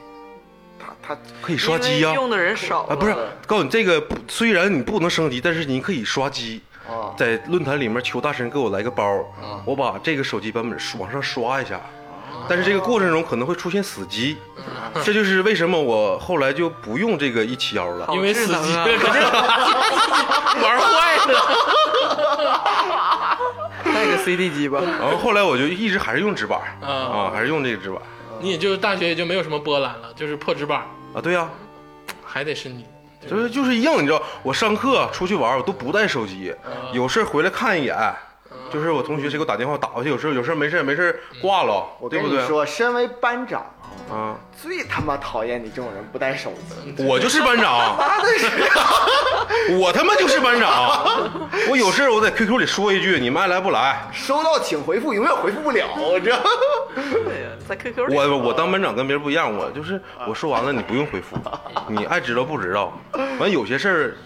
Speaker 4: 它它
Speaker 3: 可以 (laughs) 刷机
Speaker 2: 因
Speaker 3: 呀、
Speaker 2: 为用的人少
Speaker 3: 啊，不
Speaker 4: 哦
Speaker 3: 是，告诉你这个不，虽然你不能升级，但是你可以刷机，
Speaker 4: 啊
Speaker 3: 在论坛里面求大神给我来个包，
Speaker 4: 哦
Speaker 3: 我把这个手机版本往上刷一下。但是这个过程中可能会出现死机，
Speaker 4: 嗯
Speaker 3: 这就是为什么我后来就不用这个一七幺了
Speaker 2: 好。
Speaker 1: 因为死
Speaker 2: 智能
Speaker 1: 机
Speaker 2: 啊 (laughs)
Speaker 1: 玩坏了。
Speaker 2: 带个 CD 机吧，
Speaker 3: 然后后来我就一直还是用直板
Speaker 4: 嗯
Speaker 3: 儿
Speaker 1: 啊
Speaker 3: 啊，还是用这个直板儿
Speaker 1: (laughs) 你也就大学也就没有什么波澜了，就是破纸板儿
Speaker 3: 啊，对呀、
Speaker 1: 还得是你。对
Speaker 3: 就是就是一样，你知道，我上课出去玩儿我都不带手机，
Speaker 4: 嗯
Speaker 3: 有事儿回来看一眼。就是我同学谁给我打电话打过去，有事儿有事儿没事儿没事儿挂了，
Speaker 4: 嗯我
Speaker 3: 对
Speaker 4: 跟
Speaker 3: 不
Speaker 4: 你
Speaker 3: 对？
Speaker 4: 说，身为班长啊，
Speaker 3: 啊，
Speaker 4: 最他妈讨厌你这种人不带手机，
Speaker 3: 我就是班长， (laughs) 我他妈就是
Speaker 2: (laughs)
Speaker 3: 班长，我有事儿我在 QQ 里说一句，你们爱来不来？
Speaker 4: 收到请回复永远回复不了，我知道。
Speaker 2: 对呀，在 QQ 里
Speaker 3: 我我当班长跟别人不一样，我就是我说完了你不用回
Speaker 2: (laughs)
Speaker 3: 复，你爱知道不知道。完有些事儿，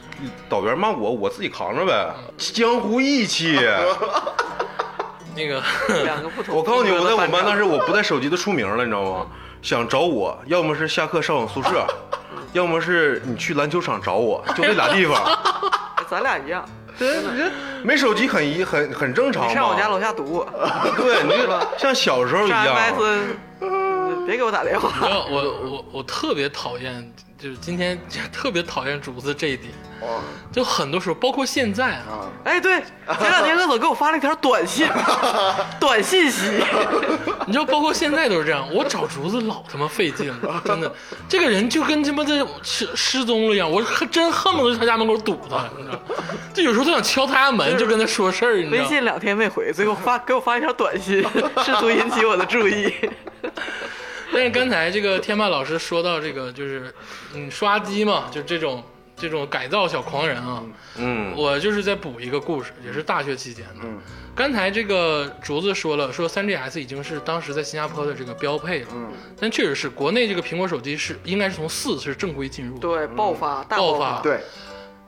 Speaker 3: 导员骂我，我自己扛着呗，江湖
Speaker 2: (laughs)
Speaker 3: 义气。
Speaker 1: 那个 (laughs)
Speaker 2: 两个不同。
Speaker 3: 我告诉你，我在我们班当
Speaker 2: 时
Speaker 3: 时我不带手机都出名了，你知道吗？想找我，要么是下课上我
Speaker 2: (laughs)
Speaker 3: 宿舍，要么是你去篮球场找我，就这俩地
Speaker 2: (laughs)
Speaker 3: 方。
Speaker 2: 咱俩一样，
Speaker 3: 没手机很一很很正常
Speaker 2: 你
Speaker 3: 嘛。
Speaker 2: 上我家楼下堵我，
Speaker 3: 对，你就 (laughs) 像小时候一
Speaker 2: 上
Speaker 3: 样。
Speaker 2: MS，嗯别给我打电
Speaker 1: 你
Speaker 2: 话。
Speaker 1: 知道我我我特别讨厌，就是今天特别讨厌竹子这一点，
Speaker 4: 哦
Speaker 1: 就很多时候，包括现在啊，
Speaker 4: 啊，
Speaker 2: 哎，对，前两天鄂总给我发了一条短
Speaker 3: (laughs)
Speaker 2: 信，短信息，啊
Speaker 1: 你知道，包括现在都是这样。我找竹子老他妈费劲了，真
Speaker 2: (laughs)
Speaker 1: 的，这个人就跟他妈的失失踪了一样，我恨真恨不得他家门口堵他，你知道吗，就有时候都想敲他家门，就跟他说事儿，你知
Speaker 2: 微
Speaker 1: 道吗。
Speaker 2: 信两天没回，最后发给我发一条短信，试图引起我的注意。
Speaker 3: 嗯
Speaker 1: 但是刚才这个天霸老师说到这个，就是嗯，刷机嘛，就这种这种改造小狂人啊，
Speaker 3: 嗯
Speaker 1: 我就是在补一个故事，也是大学期间的。刚才这个竹子说了，说 3GS 已经是当时在新加坡的这个标配了，
Speaker 4: 嗯
Speaker 1: 但确实是国内这个苹果手机是应该是从四是正规进入的，
Speaker 2: 对，爆发，大
Speaker 1: 爆
Speaker 2: 发
Speaker 1: 发，
Speaker 4: 对，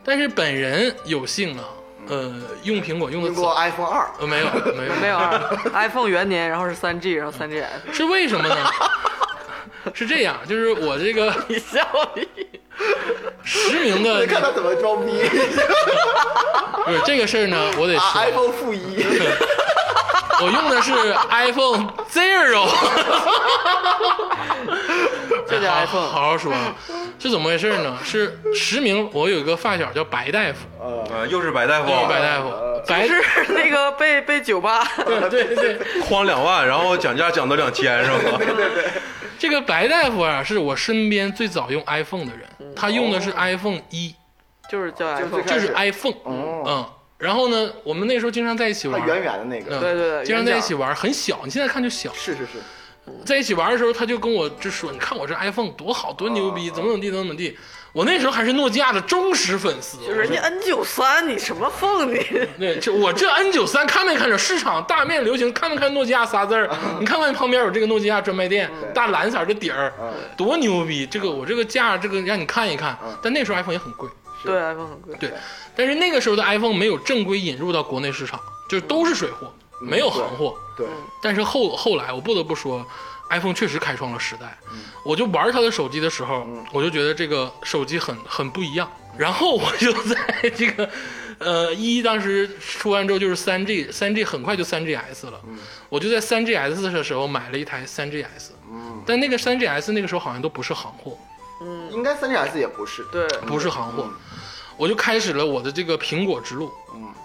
Speaker 1: 但是本人有幸啊，呃，用苹果用的
Speaker 4: 用过 iPhone 二，
Speaker 1: 呃没有没有
Speaker 2: 没有二 (laughs) iPhone 元年，然后是三 G，然后三 GS，
Speaker 1: 是为什么呢？是这样，就是我这个
Speaker 2: 你笑你，
Speaker 1: 实名的，
Speaker 4: 你看他
Speaker 1: 不
Speaker 4: 怎么装逼
Speaker 1: 是这个事儿呢，我得
Speaker 4: 啊
Speaker 1: 说，
Speaker 4: ，iPhone 负一，
Speaker 1: (laughs) 我用的是 iPhone Zero。
Speaker 2: 这
Speaker 1: (laughs)
Speaker 2: 叫
Speaker 1: 好
Speaker 2: iPhone。
Speaker 1: 好好说，啊是怎么回事呢？是实名，我有一个发小叫白大夫，
Speaker 3: 啊，又是白大夫，
Speaker 1: 叫白大夫，白是
Speaker 2: 哦呃是那个被被酒吧，
Speaker 1: (laughs) 对对对，
Speaker 3: 框两万，然后讲价讲到两千是 (laughs) 吧？
Speaker 1: 这个白大夫啊，是我身边最早用 iPhone 的人，他用的
Speaker 2: 哦
Speaker 1: 是 iPhone 一，
Speaker 2: (laughs) 就是叫
Speaker 4: 就是
Speaker 2: iPhone，
Speaker 1: 就是
Speaker 4: 是
Speaker 1: iPhone，
Speaker 4: 哦，
Speaker 1: 嗯，然后呢，我们那时候经常在一起
Speaker 4: 他 (laughs)
Speaker 1: 玩，
Speaker 4: 圆圆的那
Speaker 1: 嗯
Speaker 4: 个，
Speaker 2: 啊对对对
Speaker 1: 经常在一起
Speaker 2: 圆
Speaker 1: 玩，很小，你现在看就小，
Speaker 4: 是是是，
Speaker 1: 在一起玩的时候，他就跟我就说：“你看我这 iPhone 多好，多牛
Speaker 2: 哦
Speaker 1: 逼，怎么怎么地，怎么怎么地。”我那时候还是诺基亚的忠实粉丝，
Speaker 2: 就是人家 N 九三，你什么凤你？
Speaker 1: 对，这我这 N 九三看没看着市场大面流行，看没看诺基亚仨字儿？你看没看旁边有这个诺基亚专卖店，大蓝色的底儿，
Speaker 4: 嗯啊
Speaker 1: 多牛逼！这个我这个价，这个让你看一看。但那时候 iPhone 也很贵，
Speaker 2: 对，iPhone 很贵。
Speaker 1: 对。但是那个时候的 iPhone 没有正规引入到国内市场，就是都是水货，没有行货。
Speaker 4: 对，
Speaker 1: 但是后后来我不得不说，iPhone 确实开创了时代。我就玩它的手机的时候，我就觉得这个手机很很不一样。然后我就在这个，呃，一当时出完之后就是三 G，三 G 很快就三 GS 了。我就在三 GS 的时候买了一台三 GS，但那个三 GS 那个时候好像都不是行货，
Speaker 4: 嗯应该三 GS 也不是，
Speaker 2: 对，
Speaker 1: 不是行货。我就开始了我的这个苹果之路。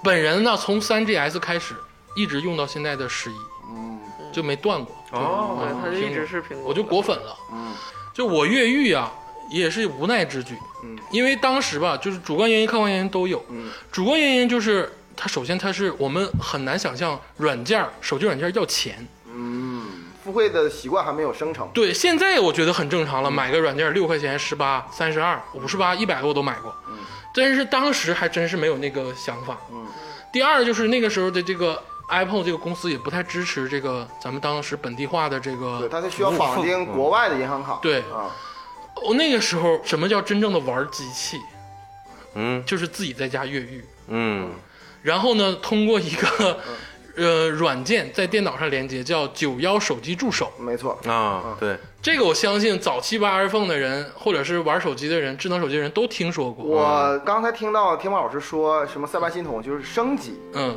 Speaker 1: 本人呢，从三 GS 开始，一直用到现在的十一，
Speaker 4: 嗯，
Speaker 1: 就没断过。
Speaker 3: 哦，
Speaker 2: 对，它就一直是苹果，
Speaker 1: 我就果粉了。
Speaker 4: 嗯，
Speaker 1: 就我越狱啊，也是无奈之举。嗯，因为当时吧，就是主观原因、客观原因都有。嗯，主观原因就是它首先它是我们很难想象软件儿手机软件儿要钱。
Speaker 4: 付费的习惯还没有生成，
Speaker 1: 对，现在我觉得很正常了，买个软件六块钱、十八、三十二、五十八、一百我都买过。嗯，但是当时还真是没有那个想法。嗯，第二就是那个时候的这个 Apple 这个公司也不太支持这个咱们当时本地化的这个
Speaker 4: 对，它是需要绑定国外的银行卡，
Speaker 1: 嗯对
Speaker 4: 啊，
Speaker 1: 我哦那个时候什么叫真正的玩机器？
Speaker 3: 嗯
Speaker 1: 就是自己在家越狱，
Speaker 3: 嗯，
Speaker 1: 然后呢，通过一个
Speaker 4: 嗯
Speaker 1: 呃软件在电脑上连接，叫九幺手机助手。
Speaker 4: 没错，
Speaker 3: 啊， (laughs) 对，
Speaker 1: 这个我相信早期玩 iPhone 的人，或者是玩手机的人，智能手机的人都听说过。
Speaker 4: 我刚才听到天猫老师说什么塞班系统就是升级，
Speaker 1: 嗯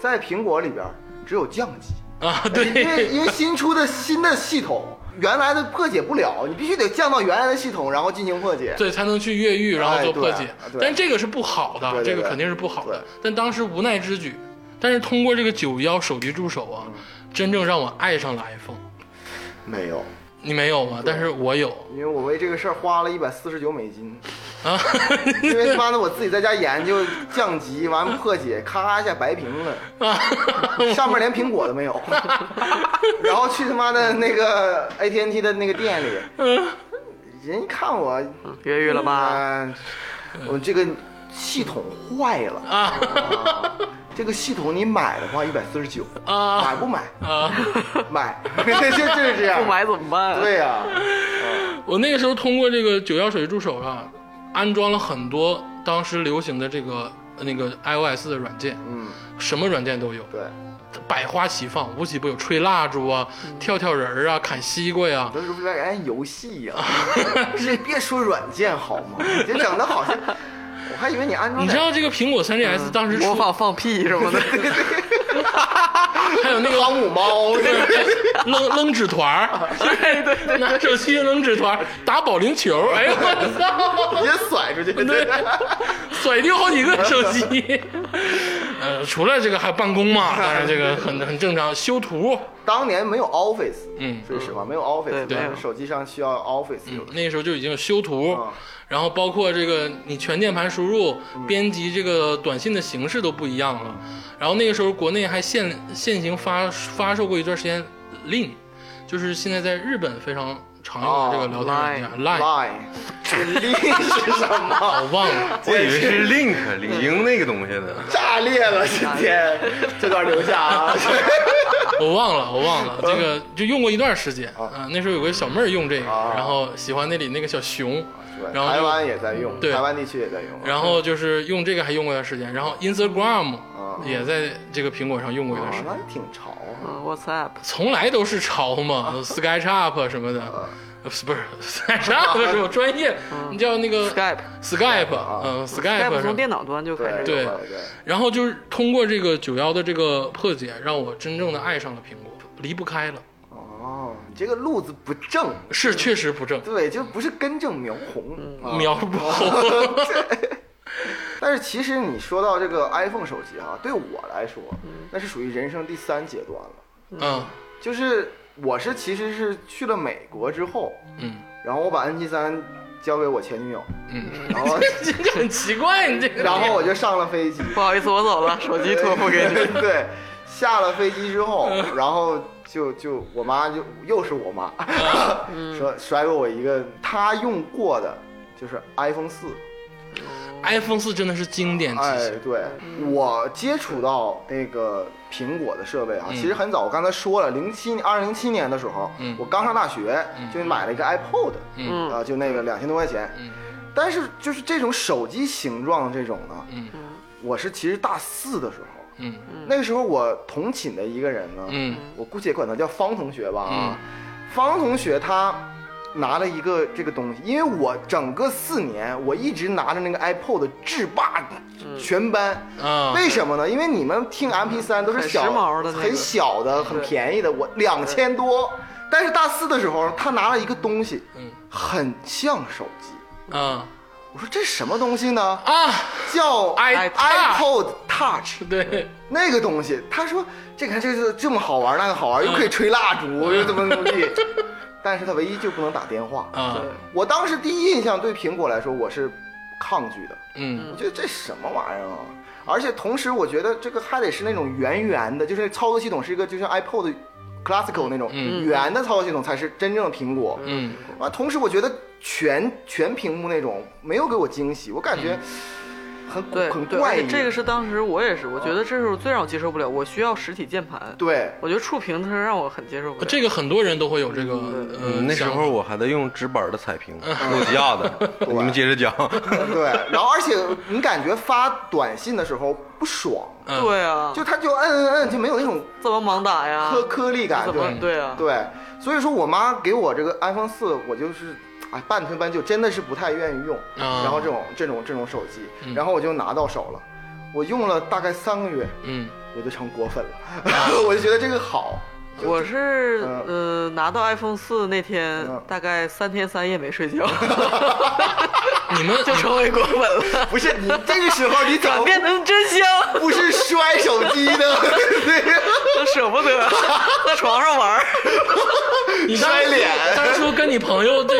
Speaker 4: 在苹果里边只有降级，
Speaker 1: 啊，
Speaker 4: 因为
Speaker 1: 对，
Speaker 4: 因为新出的新的系统，原来的破解不了，你必须得降到原来的系统，然后进行破解。
Speaker 1: (laughs) 对，才能去越狱，然后做破解
Speaker 4: 哎对啊。对
Speaker 1: 但这个是不好的，
Speaker 4: 对对
Speaker 1: 这个
Speaker 4: 对
Speaker 1: 肯定是不好的
Speaker 4: 对。
Speaker 1: 但当时无奈之举，但是通过这个九幺手机助手啊，
Speaker 4: 嗯
Speaker 1: 真正让我爱上了 iPhone。
Speaker 4: 没有，
Speaker 1: 你没有吗？但是我有
Speaker 4: 因为我为这个事儿花了一百四十九美金，
Speaker 1: 啊。 (laughs)
Speaker 4: (laughs) 因为他妈的我自己在家研究降级，完破解，咔一下白屏了。上面连苹果都没有， (laughs) 然后去他妈的那个 AT&T 的那个店里，人一看我
Speaker 2: 越狱了吧？
Speaker 4: 啊，我这个系统坏了啊，这个系统你买的话一百四十九
Speaker 1: 啊
Speaker 4: 买不买？
Speaker 1: 啊，
Speaker 4: 买， (laughs) 就就是这样，
Speaker 2: 不买怎么办？
Speaker 4: 嗯对呀，
Speaker 1: 我那个时候通过这个九幺水助手啊，安装了很多当时流行的这个那个 iOS 的软件，
Speaker 4: 嗯，
Speaker 1: 什么软件都有，
Speaker 4: 对，
Speaker 1: 百花齐放，无奇不有，吹蜡烛啊，跳跳人儿啊，砍西瓜呀、
Speaker 4: 都是为了人游戏呀， (laughs) 这别说软件好吗？你这整的好像，我还以为你安装
Speaker 1: 你知
Speaker 4: 在
Speaker 1: 道这个苹果 3GS 当时出
Speaker 2: 模仿放屁什么的，
Speaker 1: 还有那个
Speaker 4: 汤姆
Speaker 1: (laughs)
Speaker 4: 猫，
Speaker 1: 扔扔纸团儿，对对对，拿手机扔纸团儿，打保龄球，哎呦我操！
Speaker 4: 直接甩出
Speaker 1: (laughs)
Speaker 4: 去，
Speaker 1: 对，甩丢好几个手机。呃，除了这个还办公嘛，当然这个很很正常。修图，
Speaker 4: (laughs) 当年没有 Office，
Speaker 1: 嗯
Speaker 4: 说实话没有 Office，
Speaker 2: 对没有
Speaker 4: 手机上需要 Office 有的
Speaker 1: 那时候就已经有修图
Speaker 4: 啊，嗯
Speaker 1: 然后包括这个你全键盘输入、编辑这个短信的形式都不一样了。然后那个时候国内还现现行发发售过一段时间 Lin，就是现在在日本非常常用的这个聊天软件 Line，
Speaker 4: 啊 line，力是什
Speaker 1: 我
Speaker 4: 么？
Speaker 1: 忘了。
Speaker 3: 我以为是 Link 领英那个东西呢。
Speaker 4: 炸裂了！今天这段留下啊，
Speaker 1: 我忘了，我
Speaker 4: (laughs)
Speaker 1: 忘了，这个就用过一段时间啊、那时候有个小妹儿用这个，
Speaker 4: 啊
Speaker 1: 然后喜欢那里那个小熊， (laughs) 然后
Speaker 4: (laughs) 台
Speaker 1: 就
Speaker 4: 湾也在用，
Speaker 1: 对
Speaker 4: 台湾地区也在用。
Speaker 1: 然后就是用这个还用过一段时间，然后 Instagram
Speaker 4: 啊
Speaker 1: 也在这个苹果上用过一段时
Speaker 4: 啊，
Speaker 1: 间，
Speaker 4: 那挺潮啊。
Speaker 2: 嗯，WhatsApp，
Speaker 1: 从来都是潮嘛，SketchUp 什么的，呃不是 SketchUp 是我专业，你叫那个
Speaker 2: Skype
Speaker 1: Skype，嗯
Speaker 2: Skype
Speaker 1: ，Skype
Speaker 2: 从
Speaker 1: 上。
Speaker 2: 电脑端就开
Speaker 4: 对
Speaker 2: 始
Speaker 1: 对
Speaker 4: 对对，
Speaker 1: 然后就是通过这个九幺的这个破解，让我真正的爱上了苹果，离不开了。
Speaker 4: 哦，你这个路子不正，
Speaker 1: 是确实不正，
Speaker 4: 对，就不是根正苗红。啊
Speaker 1: 瞄不红。
Speaker 4: 但是其实你说到这个 iPhone 手机啊，对我来说，那是属于人生第三阶段了。
Speaker 1: 嗯
Speaker 4: 就是我是其实是去了美国之后，
Speaker 1: 嗯
Speaker 4: 然后我把 N 7 3交给我前女友，
Speaker 1: 嗯，
Speaker 4: 然
Speaker 1: (laughs)
Speaker 4: 后
Speaker 1: 这个很奇怪，你这个。
Speaker 4: 然后我就上了
Speaker 1: (laughs)
Speaker 4: 飞机，
Speaker 2: 不好意思，我走了，手机托付给你。
Speaker 4: 对对，下了飞机之后，
Speaker 1: 嗯
Speaker 4: 然后就就我妈就又是我妈，
Speaker 1: 嗯
Speaker 4: 说甩给我一个她用过的，就是 iPhone 四。
Speaker 1: iPhone 四真的是经典机
Speaker 4: 哎
Speaker 1: 型，，
Speaker 4: 对
Speaker 1: 嗯
Speaker 4: 我接触到那个苹果的设备啊，其实很早，我刚才说了，零七二零零七年的时候，
Speaker 1: 嗯
Speaker 4: 我刚上大学就买了一个 iPod，
Speaker 1: 嗯
Speaker 4: 啊，就那个两千多块钱，
Speaker 1: 嗯
Speaker 4: 但是就是这种手机形状这种呢，
Speaker 1: 嗯
Speaker 4: 我是其实大四的时候，
Speaker 1: 嗯
Speaker 4: 那个时候我同寝的一个人呢，
Speaker 1: 嗯
Speaker 4: 我估计也管他叫方同学吧
Speaker 2: 嗯
Speaker 4: 啊，方同学他拿了一个这个东西，因为我整个四年我一直拿着那个 iPod 制霸
Speaker 2: 嗯
Speaker 4: 全班。
Speaker 1: 啊，
Speaker 4: 为什么呢？因为你们听 MP 3都是小、
Speaker 2: 很时髦的那个
Speaker 4: 很小的、很便宜的，我两千多。但是大四的时候，他拿了一个东西，
Speaker 1: 嗯
Speaker 4: 很像手机。
Speaker 1: 啊
Speaker 4: 我说这什么东西呢？
Speaker 1: 啊，
Speaker 4: 叫
Speaker 1: iPod
Speaker 4: iPod Touch
Speaker 1: 对，
Speaker 4: 那个东西。他说这个这个这么好玩，那个好玩，又可以吹蜡
Speaker 2: 嗯
Speaker 4: 烛，又怎么怎么
Speaker 2: (laughs)
Speaker 4: 地。但是他唯一就不能打电话。
Speaker 1: 啊，
Speaker 4: 我当时第一印象对苹果来说，我是抗拒的。
Speaker 1: 嗯
Speaker 4: 我觉得这什么玩意儿啊！而且同时，我觉得这个还得是那种圆圆的，就是操作系统是一个就像 iPod Classical 那种
Speaker 1: 嗯
Speaker 4: 圆的操作系统才是真正的苹果。
Speaker 1: 嗯
Speaker 4: 啊，同时我觉得全全屏幕那种没有给我惊喜，我感觉很古、
Speaker 2: 嗯对
Speaker 4: 很
Speaker 2: 对，
Speaker 4: 怪
Speaker 2: 而且
Speaker 4: 异。
Speaker 2: 这个是当时我也是，我觉得这是最让我接受不了，我需要实体键盘。
Speaker 4: 对
Speaker 2: 我觉得触屏它是让我很接受不了。
Speaker 1: 这个很多人都会有这个呃
Speaker 3: 嗯，那时
Speaker 1: 想法
Speaker 3: 候我还在用直板的彩屏，诺基 (laughs) 亚的。你们接着 (laughs) 讲。
Speaker 4: 对，然后而且你感觉发短信的时候不爽，
Speaker 1: 嗯
Speaker 2: 对啊，
Speaker 4: 就它就摁摁摁，就没有那种
Speaker 2: 怎么盲打呀？
Speaker 4: 颗颗粒感，
Speaker 2: 啊怎
Speaker 4: 对
Speaker 2: 么对啊？
Speaker 4: 对，所以说我妈给我这个 iPhone 四，我就是哎半推半就，真的是不太愿意用。
Speaker 1: 啊
Speaker 4: 然后这种这种这种手机，
Speaker 2: 嗯
Speaker 4: 然后我就拿到手了，我用了大概三个月，
Speaker 1: 嗯
Speaker 4: 我就成果粉了，
Speaker 2: 啊
Speaker 4: (laughs) 我就觉得这个好。
Speaker 2: 我是
Speaker 4: 嗯
Speaker 2: 呃拿到 iPhone 四那天
Speaker 4: 嗯，
Speaker 2: 大概三天三夜没睡
Speaker 4: (laughs)
Speaker 2: 觉，
Speaker 1: 你们
Speaker 2: 就成为果粉
Speaker 4: (laughs)
Speaker 2: 了。
Speaker 4: 不是你这个时候你怎
Speaker 2: 转 (laughs)
Speaker 4: 么
Speaker 2: 变得真香，
Speaker 4: 不是摔手机呢？ (laughs) 对
Speaker 2: 都舍不
Speaker 4: (laughs)
Speaker 2: 得在床上玩儿。
Speaker 1: (laughs) 你当
Speaker 4: 摔脸
Speaker 1: 当初跟你朋友这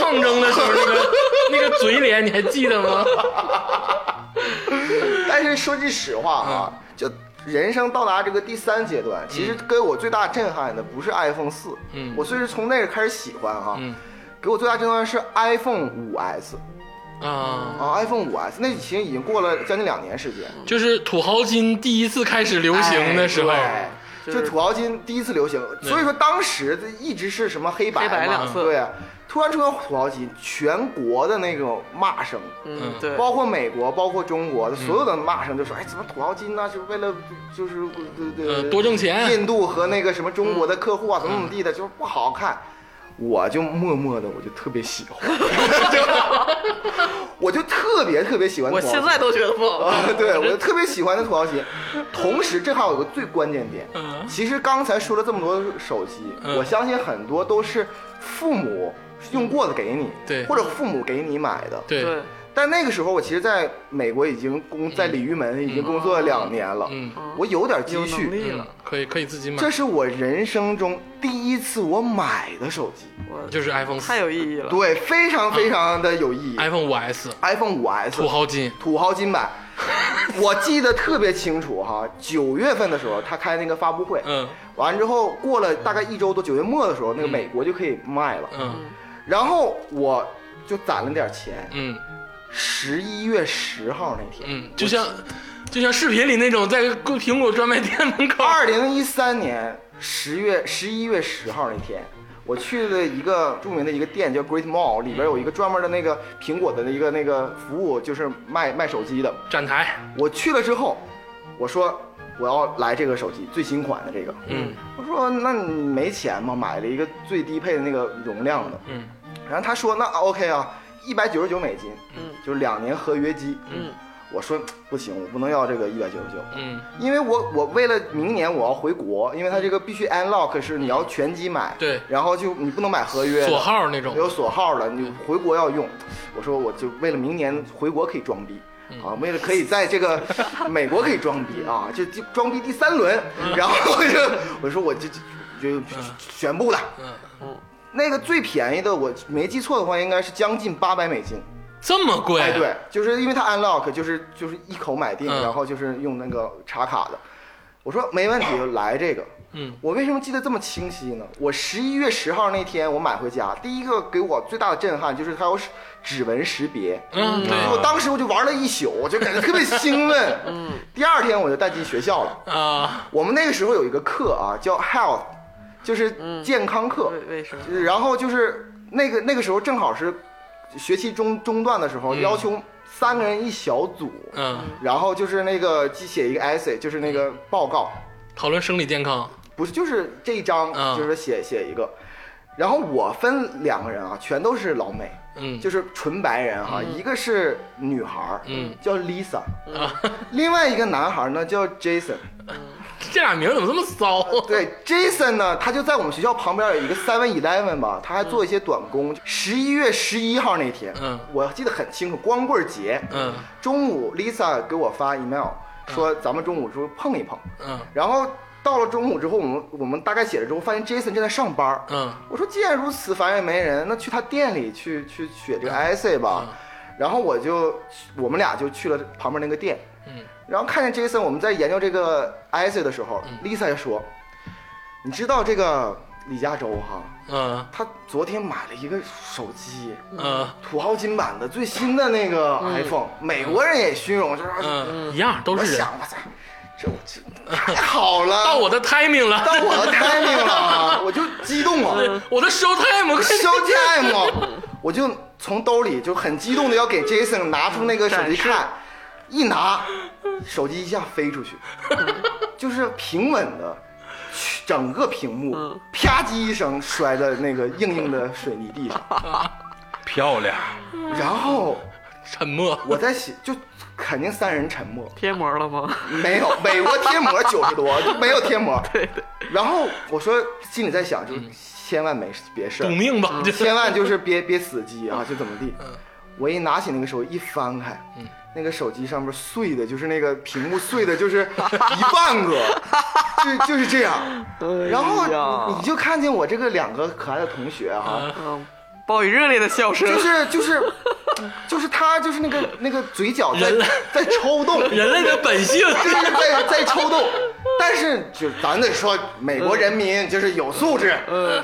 Speaker 1: 抗争的时候，那个那个嘴脸你还记得
Speaker 4: (laughs)
Speaker 1: 吗？
Speaker 4: 但是说句实话啊，
Speaker 1: 嗯
Speaker 4: 就人生到达这个第三阶段，其实给我最大震撼的不是 iPhone 四，
Speaker 1: 嗯
Speaker 4: 我虽然从那个开始喜欢哈、
Speaker 1: 嗯
Speaker 4: 给我最大震撼是 iPhone 五 S。
Speaker 1: 啊，
Speaker 4: 啊，iPhone 五 S 那其实已经过了将近两年时间，
Speaker 1: 就是土豪金第一次开始流行的时候，
Speaker 4: 哎对
Speaker 2: 就是
Speaker 4: 就土豪金第一次流行，所以说当时这一直是什么黑白
Speaker 2: 黑白
Speaker 4: 嘛
Speaker 2: 两色
Speaker 4: 对，啊突然出现土豪金，全国的那种骂声，
Speaker 2: 嗯，对，
Speaker 4: 包括美国，包括中国，所有的骂声就说，哎，怎么土豪金呢、是为了就是对对、
Speaker 1: 呃，多挣钱，
Speaker 4: 印度和那个什么中国的客户啊，怎么怎么地的，就是不好看。我就默默的，我就特别喜
Speaker 1: (laughs)
Speaker 4: 欢，我就特别特别喜欢土
Speaker 2: 我
Speaker 4: 豪金。
Speaker 2: 现在都觉得不好看。
Speaker 4: 啊，对我特别喜欢的土豪金。同时，这还有个最关键点，其实刚才说了这么多手机，
Speaker 1: 嗯
Speaker 4: 我相信很多都是父母用过的给你，
Speaker 1: 对
Speaker 4: 或者父母给你买的。
Speaker 1: 对，
Speaker 2: 对，
Speaker 4: 但那个时候，我其实在美国已经工在鲤鱼门已经工作了两年了，
Speaker 1: 嗯
Speaker 4: 我有点积
Speaker 2: 有能
Speaker 4: 蓄，
Speaker 2: 力
Speaker 1: 嗯
Speaker 2: 了，，
Speaker 1: 可以可以自己买
Speaker 4: 这，是我人生中第一次我买的手机，
Speaker 2: 我
Speaker 1: 嗯就是 iPhone
Speaker 2: 太
Speaker 1: 四、
Speaker 2: 有意义了。
Speaker 4: 对，非常非常的有意义。
Speaker 1: 嗯 iPhone 五 S、
Speaker 4: iPhone 五 S
Speaker 1: 土豪金，
Speaker 4: 土豪金版， (laughs) 我记得特别清楚哈，九月份的时候他开那个发布会，
Speaker 1: 嗯
Speaker 4: 完之后过了大概一周多，九月末的时候，那个美国就可以卖了，
Speaker 1: 嗯
Speaker 4: 然后我就攒了点钱，
Speaker 1: 嗯
Speaker 4: 十一月十号那天，
Speaker 1: 嗯，就像就像视频里那种在苹果专卖店门口，
Speaker 4: 二零一三年十月十一月十号那天，我去了一个著名的一个店，叫 Great Mall，里边有一个专门的那个苹果的一个那个服务，就是卖卖手机的。
Speaker 1: 展台，
Speaker 4: 我去了之后，我说我要来这个手机最新款的这个，
Speaker 1: 嗯
Speaker 4: 我说那你没钱吗？买了一个最低配的那个容量的，
Speaker 1: 嗯
Speaker 4: 然后他说那 OK 啊，一百九十九美金，
Speaker 2: 嗯，
Speaker 4: 就是两年合约机，
Speaker 2: 嗯，
Speaker 4: 我说不行，我不能要这个一百九十九，
Speaker 1: 嗯，
Speaker 4: 因为我我为了明年我要回国，因为它这个必须 unlock 是你要全机买，
Speaker 1: 对
Speaker 4: 然后就你不能买合约的
Speaker 1: 锁，号那种，
Speaker 4: 有锁号的，你回国要用。我说我就为了明年回国可以装逼。
Speaker 1: 嗯
Speaker 4: 啊，为了可以在这个美国可以装逼
Speaker 1: (laughs)
Speaker 4: 啊，就就装逼第三轮，然后我就我说我就就就全部的，
Speaker 1: 嗯，
Speaker 4: 那个最便宜的我没记错的话，应该是将近八百美金，
Speaker 1: 这么贵，
Speaker 4: 哎，对，就是因为它 unlock 就是就是一口买定，
Speaker 1: 嗯
Speaker 4: 然后就是用那个插卡的。我说没
Speaker 1: (laughs)
Speaker 4: 问题，就来这个。
Speaker 1: 嗯，
Speaker 4: 我为什么记得这么清晰呢？我十一月十号那天我买回家，第一个给我最大的震撼就是它有指纹识别。
Speaker 1: 嗯对
Speaker 4: 我当时我就玩了一宿，我就感觉特别
Speaker 1: (laughs)
Speaker 4: 兴奋。嗯，第二天我就带进学校了。
Speaker 1: 啊，
Speaker 4: 我们那个时候有一个课啊，叫 health，就是
Speaker 1: 嗯
Speaker 4: 健康课。
Speaker 2: 为为什么？
Speaker 4: 然后就是那个那个时候正好是学期中中段的时候，要求三个人一小组，
Speaker 1: 嗯，
Speaker 4: 然后就是那个写一个 essay，就是那个报告，
Speaker 1: 讨论生理健康，
Speaker 4: 不是就是这一章，
Speaker 1: 嗯
Speaker 4: 就是写写一个。然后我分两个人啊，全都是老美，
Speaker 1: 嗯
Speaker 4: 就是纯白人哈、一个是女孩儿，
Speaker 1: 嗯
Speaker 4: 叫 Lisa，、
Speaker 1: 啊，
Speaker 4: 另外一个男孩儿呢叫 Jason，
Speaker 1: 这俩名儿怎么这么骚？啊
Speaker 4: 对，Jason 呢，他就在我们学校旁边有一个 Seven Eleven 吧，他还做一些短工。十一月十一号那天，
Speaker 1: 嗯
Speaker 4: 我记得很清楚，光棍节，
Speaker 1: 嗯
Speaker 4: 中午 Lisa 给我发 email 说咱们中午就碰一碰，
Speaker 1: 嗯
Speaker 4: 然后到了中午之后，我们我们大概写了之后，发现 Jason 正在上班儿，
Speaker 1: 嗯
Speaker 4: 我说既然如此，反正也没人，那去他店里去去写这个
Speaker 1: 嗯
Speaker 4: essay 吧。然后我就我们俩就去了旁边那个店，
Speaker 1: 嗯，
Speaker 4: 然后看见 Jason 我们在研究这个 essay 的时候、l
Speaker 1: 嗯
Speaker 4: i s a 说：“你知道这个李嘉洲哈，
Speaker 1: 嗯
Speaker 4: 他昨天买了一个手机，
Speaker 1: 嗯
Speaker 4: 土豪金版的最新的那个 iPhone，、美国人也虚荣，就是、
Speaker 1: 嗯，一样都
Speaker 4: 我
Speaker 1: 是人，
Speaker 4: 想我操，这我这太好
Speaker 1: (laughs)
Speaker 4: 了，
Speaker 1: 到我的 timing 了，
Speaker 4: 到我的 timing 了啊，我就激
Speaker 1: (laughs)
Speaker 4: 动啊。”
Speaker 1: 我的 show time，快
Speaker 4: 收 time，我就从兜里就很激动的要给 Jason 拿出那个手机看，一拿，手机一下飞出去，就是平稳的，整个屏幕啪叽一声摔在那个硬硬的水泥地上，
Speaker 3: 漂亮，
Speaker 4: 然后
Speaker 1: 沉默，
Speaker 4: 我在写，就肯定三人沉默，
Speaker 2: 贴膜了吗？
Speaker 4: 没有美国贴膜九十多，就没有贴膜，对对。然后我说心里在想，就是千万没事别事儿
Speaker 1: 赌命吧，这
Speaker 4: (laughs) 千万就是别别死机啊，就怎么地。
Speaker 1: 嗯
Speaker 4: 我一拿起那个手机一翻开，那个手机上面碎的，就是那个屏幕碎的，就是
Speaker 1: (laughs)
Speaker 4: 一万个，就就是这样。
Speaker 2: 哎
Speaker 4: 然
Speaker 2: 呀
Speaker 4: 后你你就看见我这个两个可爱的同学哈、
Speaker 2: 嗯，报以热烈的笑声
Speaker 4: 就。是就是就是他就是那个那个嘴角在
Speaker 1: 人类
Speaker 4: 在抽动，
Speaker 1: 人类的本性，
Speaker 4: 就是在在抽动。但是就咱得说，美国人民就是有素质，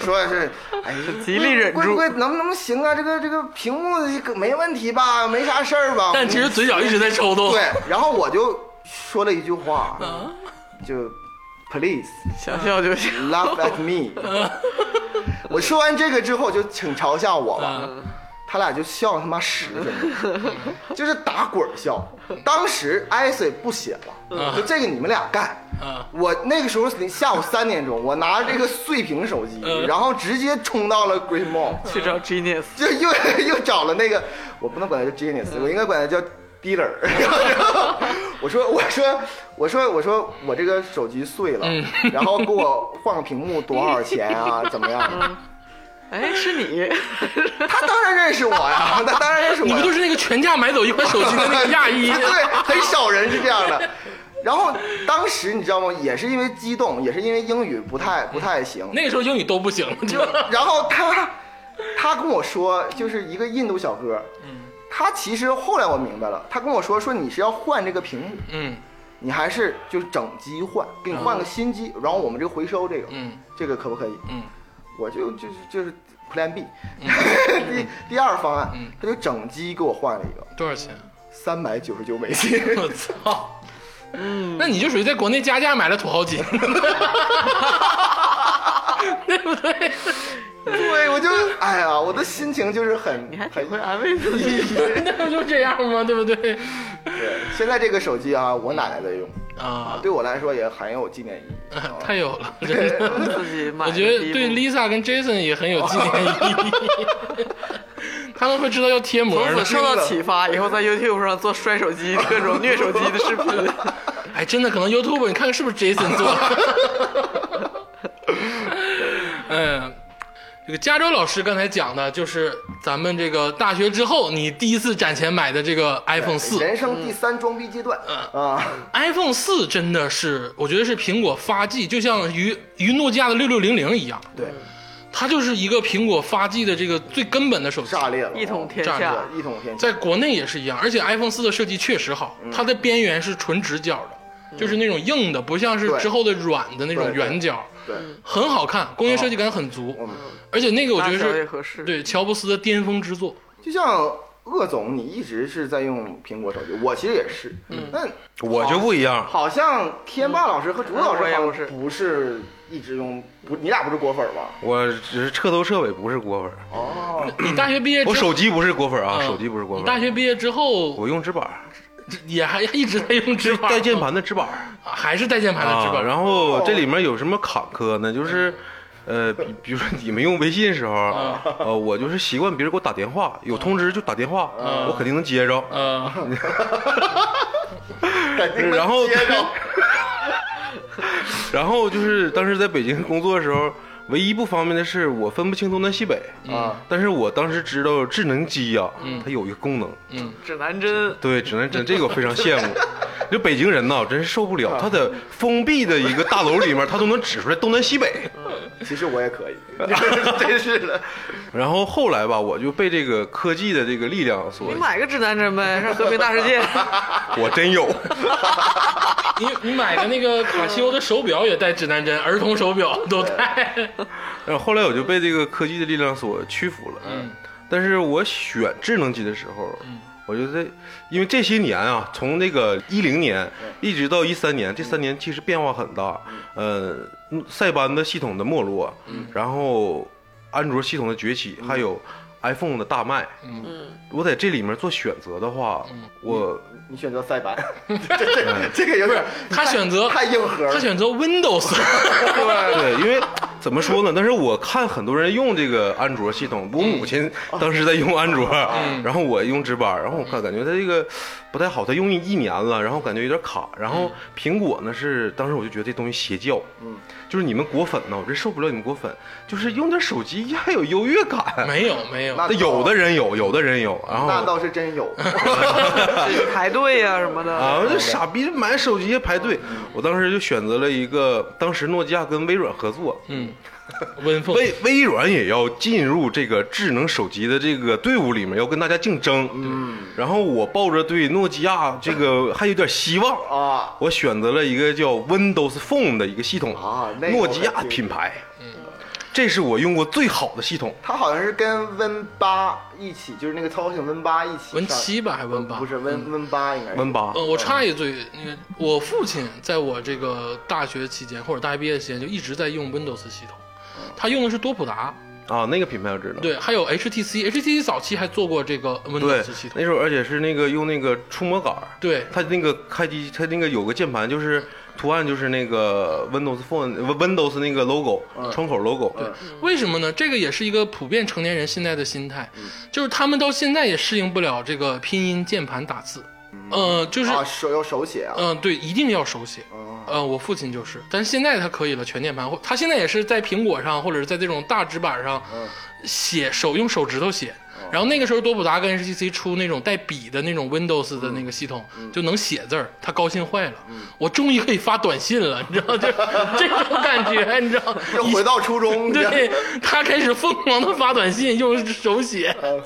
Speaker 4: 说是哎，
Speaker 2: 极力忍住
Speaker 4: 乖乖，能不能行啊？这个这个屏幕这个没问题吧？没啥事儿吧？嗯
Speaker 1: 但其实嘴角一直在抽动。
Speaker 4: 对，然后我就说了一句话，
Speaker 1: 嗯
Speaker 4: 就 please
Speaker 2: 想笑就行。
Speaker 4: laugh at me。我说完这个之后就请嘲笑我吧。
Speaker 1: 嗯
Speaker 4: 他俩就笑他妈十分钟，就是打滚儿笑。当时艾森不写了，就这个你们俩干。
Speaker 1: 嗯
Speaker 4: 我那个时候下午三点钟，我拿着这个碎屏手机，
Speaker 1: 嗯
Speaker 4: 然后直接冲到了 Great Mall， (laughs)
Speaker 2: 去找 Genius，
Speaker 4: 就又又找了那个，我不能管他叫 Genius，我应该管他叫 dealer。然 (laughs) 后我说我说我说我说我这个手机碎了，
Speaker 1: 嗯
Speaker 4: 然后给我换个屏幕多少钱啊？怎么样？
Speaker 1: 嗯
Speaker 2: 哎，是你，
Speaker 4: 他当然认识我呀， (laughs) 他当然认识我
Speaker 1: 你
Speaker 4: 呀。
Speaker 1: 不就是那个全价买走一款手机的那个亚裔？
Speaker 4: (laughs) 对，很少人是这样的。然后当时你知道吗？也是因为激动，也是因为英语不太不太行。
Speaker 1: 那个时候英语都不
Speaker 2: (laughs)
Speaker 4: (laughs)
Speaker 1: 行，就
Speaker 2: 嗯
Speaker 4: 然后他他跟我说，就是一个印度小哥，他其实后来我明白了，他跟我说说你是要换这个屏幕，
Speaker 1: 嗯
Speaker 4: 你还是就是整机换，给你换个新机，
Speaker 2: 嗯
Speaker 4: 然后我们这个回收这个，
Speaker 1: 嗯
Speaker 4: 这个可不可以？
Speaker 1: 嗯
Speaker 4: 我就就就是 Plan B，、第
Speaker 2: 嗯
Speaker 4: (laughs) 第二方案，他就整机给我换了一个
Speaker 1: 多少钱？
Speaker 4: 三百九十九
Speaker 2: (laughs)
Speaker 4: 美金，
Speaker 1: 我操！嗯，那你就属于在国内加价买了土豪金，对不对？
Speaker 4: 对我就哎呀，我的心情就是很
Speaker 2: 你还
Speaker 4: 很
Speaker 2: 挺会安慰自己。
Speaker 4: (laughs)
Speaker 1: 那不就这样吗？对不对？
Speaker 4: 对。现在这个手机啊，我奶奶在用，
Speaker 1: 啊，
Speaker 4: 对我来说也很有纪念意义。啊
Speaker 1: 太有了，真的。
Speaker 2: 自己买
Speaker 1: 我
Speaker 2: 的
Speaker 1: 觉
Speaker 2: 第
Speaker 1: 得
Speaker 2: 一
Speaker 1: 对
Speaker 2: 部
Speaker 1: Lisa 跟 Jason 也很有纪念意义，
Speaker 2: (laughs)
Speaker 1: 他们会知道要贴膜
Speaker 2: 从
Speaker 1: 的
Speaker 2: 此。受到启发，以后在 YouTube 上做摔手机、各种虐手机的视频。
Speaker 1: 哎，真的，可能 YouTube 你看看是不是 Jason 做的？ (laughs) 嗯，这个加州老师刚才讲的就是咱们这个大学之后，你第一次攒钱买的这个 iPhone 四。
Speaker 4: 人生第三装逼阶段啊，
Speaker 1: iPhone 四真的是，我觉得是苹果发迹，就像与与诺基亚的六六零零一样，
Speaker 4: 对，
Speaker 1: 它就是一个苹果发迹的这个最根本的手机。
Speaker 4: 炸裂了，
Speaker 2: 一统天
Speaker 1: 这样
Speaker 2: 下，
Speaker 4: 对一统天下。
Speaker 1: 在国内也是一样，而且 iPhone 四的设计确实好，
Speaker 2: 嗯
Speaker 1: 它的边缘是纯直角的，就是那种硬的，不像是
Speaker 4: 对
Speaker 1: 之后的软的那种
Speaker 4: 对对
Speaker 1: 圆角，
Speaker 4: 对，
Speaker 1: 很好看，工业设计感很足，
Speaker 4: 嗯，
Speaker 1: 而且那个我觉
Speaker 2: 哦大
Speaker 1: 得
Speaker 2: 小也
Speaker 1: 是
Speaker 2: 合适。
Speaker 1: 对乔布斯的巅峰之作。
Speaker 4: 就像鄂总，你一直是在用苹果手机，我其实也是，但
Speaker 3: 我就不一样，
Speaker 4: 好像天霸老师和竹子老师
Speaker 2: 我也不
Speaker 4: 好像
Speaker 2: 是
Speaker 4: 不是一直用，不，你俩不是果粉吧？
Speaker 3: 我只是彻头彻尾不是果粉儿，
Speaker 4: (laughs) 哦，
Speaker 1: 你大学毕业之
Speaker 3: 我
Speaker 1: 后，
Speaker 3: 手机不是果粉儿啊，
Speaker 1: 嗯
Speaker 3: 手机不是果
Speaker 1: 你
Speaker 3: 粉
Speaker 1: 大
Speaker 3: 儿，
Speaker 1: 学毕业之后
Speaker 3: 我用直板儿，
Speaker 1: 也还一直在用直板，
Speaker 3: (laughs) 带键，盘的直板儿。
Speaker 1: 还是带键盘的直
Speaker 3: 啊，
Speaker 1: 板。
Speaker 3: 然后这里面有什么坎坷呢？就是，呃，比比如说你们用微信时候，
Speaker 4: 啊
Speaker 3: 呃，我就是习惯别人给我打电话，有通知就打电话，
Speaker 4: 啊
Speaker 3: 我肯定能接着。
Speaker 1: 呃，
Speaker 3: 然后
Speaker 4: (laughs) 接
Speaker 3: (laughs)
Speaker 4: 着，
Speaker 3: 然后就是当时在北京工作的时候，唯一不方便的是我分不清东南西北。
Speaker 4: 啊，
Speaker 3: 但是我当时知道智能机呀、
Speaker 4: 嗯
Speaker 3: 它有一个功能，
Speaker 1: 嗯
Speaker 2: 指南针，
Speaker 3: 对，指南针这个我非常羡
Speaker 4: (laughs)
Speaker 3: 慕。就北京人呐，我真是受不
Speaker 4: 啊
Speaker 3: 了，他在封闭的一个大楼里面，他都能指出来东南西北。
Speaker 4: 其实我也可以， (laughs) 真是的，
Speaker 3: 然后后来吧，我就被这个科技的这个力量所
Speaker 2: 你，买个指南针呗，上和平大世
Speaker 1: (laughs)
Speaker 2: 界。
Speaker 3: 我真有，
Speaker 1: 你你买的那个卡西欧的手表也带指南针，儿童手表都带。
Speaker 3: 然后后来我就被这个科技的力量所屈服了。
Speaker 1: 嗯，
Speaker 3: 但是我选智能机的时候，我觉得，因为这些年啊，从那个一零年一直到一三年，这三年其实变化很大。呃，
Speaker 1: 嗯
Speaker 3: 塞班的系统的没落，然后安卓系统的崛起，还有 iPhone 的大卖。
Speaker 1: 嗯，
Speaker 3: 我在这里面做选择的话，我
Speaker 4: 你选择塞班，这这这个有
Speaker 1: 不是
Speaker 4: 点，
Speaker 1: 他选择
Speaker 4: 太硬核
Speaker 1: (laughs) 他
Speaker 4: 了，
Speaker 1: 选择 Windows。 (laughs)
Speaker 3: 对，因为怎么说呢？但是我看很多人用这个安卓系统，我母亲
Speaker 4: 嗯
Speaker 3: 当时在用安卓，然后我用直板，然后我看感觉它这个不太好，它用一年了，然后感觉有点卡。
Speaker 4: 嗯
Speaker 3: 然后苹果呢是当时我就觉得这东西邪教，嗯，就是你们果粉呢，我真受不了你们果粉，就是用点手机还有优越感。
Speaker 1: (laughs) 没有没有，
Speaker 4: 那
Speaker 3: 那有的人有，有的人有，然后
Speaker 4: 嗯那倒是真有，
Speaker 2: 排队呀、什么的。
Speaker 3: 啊，这傻逼买手机还排队，
Speaker 4: 嗯
Speaker 3: 我当时就选择了一个，当时诺基亚跟微软合作，
Speaker 1: 嗯，温凤
Speaker 3: 微微软也要进入这个智能手机的这个队伍里面，要跟大家竞争。嗯，然后我抱着对诺基亚这个还有点希望
Speaker 4: 啊，
Speaker 3: 我选择了一个叫 Windows Phone 的一个系统
Speaker 4: 啊那个
Speaker 3: 诺基
Speaker 4: 我
Speaker 3: 亚
Speaker 4: 也
Speaker 3: 品牌。嗯，这是我用过最好的系统。
Speaker 4: 他好像是跟 Win 八一起，就是那个操作系统 Win 八一起，
Speaker 1: 文七吧，还文八？
Speaker 4: 不是 Win Win 八应该是
Speaker 3: Win 八
Speaker 1: 呃，我插一嘴，那个我父亲在我这个大学期间或者大学毕业期间就一直在用 Windows 系统，他用的是多普达，
Speaker 3: 啊，那个品牌我知道。
Speaker 1: 对，还有 HTC，HTC 早期还做过这个
Speaker 3: 对
Speaker 1: Windows 系，统
Speaker 3: 那，时候而且是那个用那个触摸杆儿。
Speaker 1: 对
Speaker 3: 它那个开机，它那个有个键盘，就是图案就是那个 Windows Phone Windows 那个 logo
Speaker 1: 嗯
Speaker 3: 窗口 logo。对。
Speaker 1: 为什么呢？这个也是一个普遍成年人现在的心态，
Speaker 4: 嗯
Speaker 1: 就是他们到现在也适应不了这个拼音键盘打字，呃，就是
Speaker 4: 啊，手要手写啊，
Speaker 1: 嗯、对，一定要手写。
Speaker 4: 哦
Speaker 1: 呃，我父亲就是，但是现在他可以了，全键盘，或他现在也是在苹果上或者是在这种大纸板上
Speaker 4: 嗯哦
Speaker 1: 写手用手指头写，然后那个时候多普达跟 HTC 出那种带笔的那种 Windows
Speaker 4: 嗯
Speaker 1: 的那个系统，就能写字儿，他高兴坏了，我终于可以发短信了，你知
Speaker 4: (laughs)
Speaker 1: 道，就这种感觉，你知道，
Speaker 4: 又回到初中，这
Speaker 1: (laughs)
Speaker 4: 样
Speaker 1: 对他开始疯狂的发短信，用手写，
Speaker 4: 嗯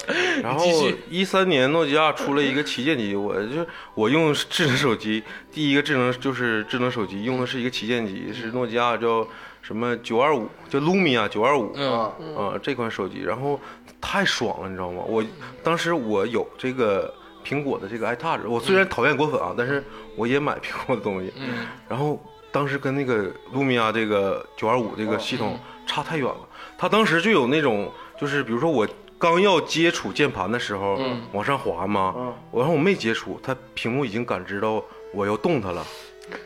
Speaker 3: 然后
Speaker 1: 继续
Speaker 3: 一三年诺基亚出了一个旗舰机，我就我用智能手机，第一个智能就是智能手机用的是一个旗舰机，是诺基亚叫什么九二五，叫 Lumia 九二五
Speaker 4: 哦
Speaker 1: 嗯，嗯
Speaker 3: 啊这款手机，然后太爽了，你知道吗？我当时我有这个苹果的这个 iTouch，我虽
Speaker 1: 嗯
Speaker 3: 然讨厌果粉啊，但是我也买苹果的东西， (laughs) 然后当时跟那个路米亚这个九二五这
Speaker 1: 哦
Speaker 3: 个系统
Speaker 1: 嗯
Speaker 3: 差太远了，它当时就有那种就是比如说我刚要接触键盘的时候，
Speaker 1: 嗯
Speaker 3: 往上滑嘛，
Speaker 4: 嗯
Speaker 3: 我然后我没接触，它屏幕已经感知到我要动它了，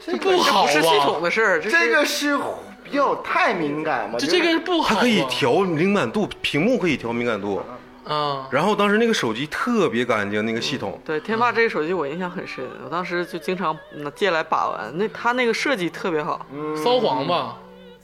Speaker 4: 这
Speaker 1: 不
Speaker 4: 个
Speaker 1: 好
Speaker 2: 不是系统
Speaker 1: 啊，
Speaker 2: 的事儿，这
Speaker 4: 这
Speaker 2: 是
Speaker 4: 个是比较太敏感嘛，
Speaker 1: 就
Speaker 4: 就是
Speaker 1: 这个不好
Speaker 3: 它
Speaker 1: 啊，
Speaker 3: 可以调敏感度，屏幕可以调敏感度。
Speaker 1: 啊，
Speaker 3: 然后当时那个手机特别干净，那个系统，
Speaker 2: 对天霸这个手机我印象很深，我当时就经常拿借来把玩。那它那个设计特别好，
Speaker 3: 嗯
Speaker 4: 嗯
Speaker 1: 骚黄吧，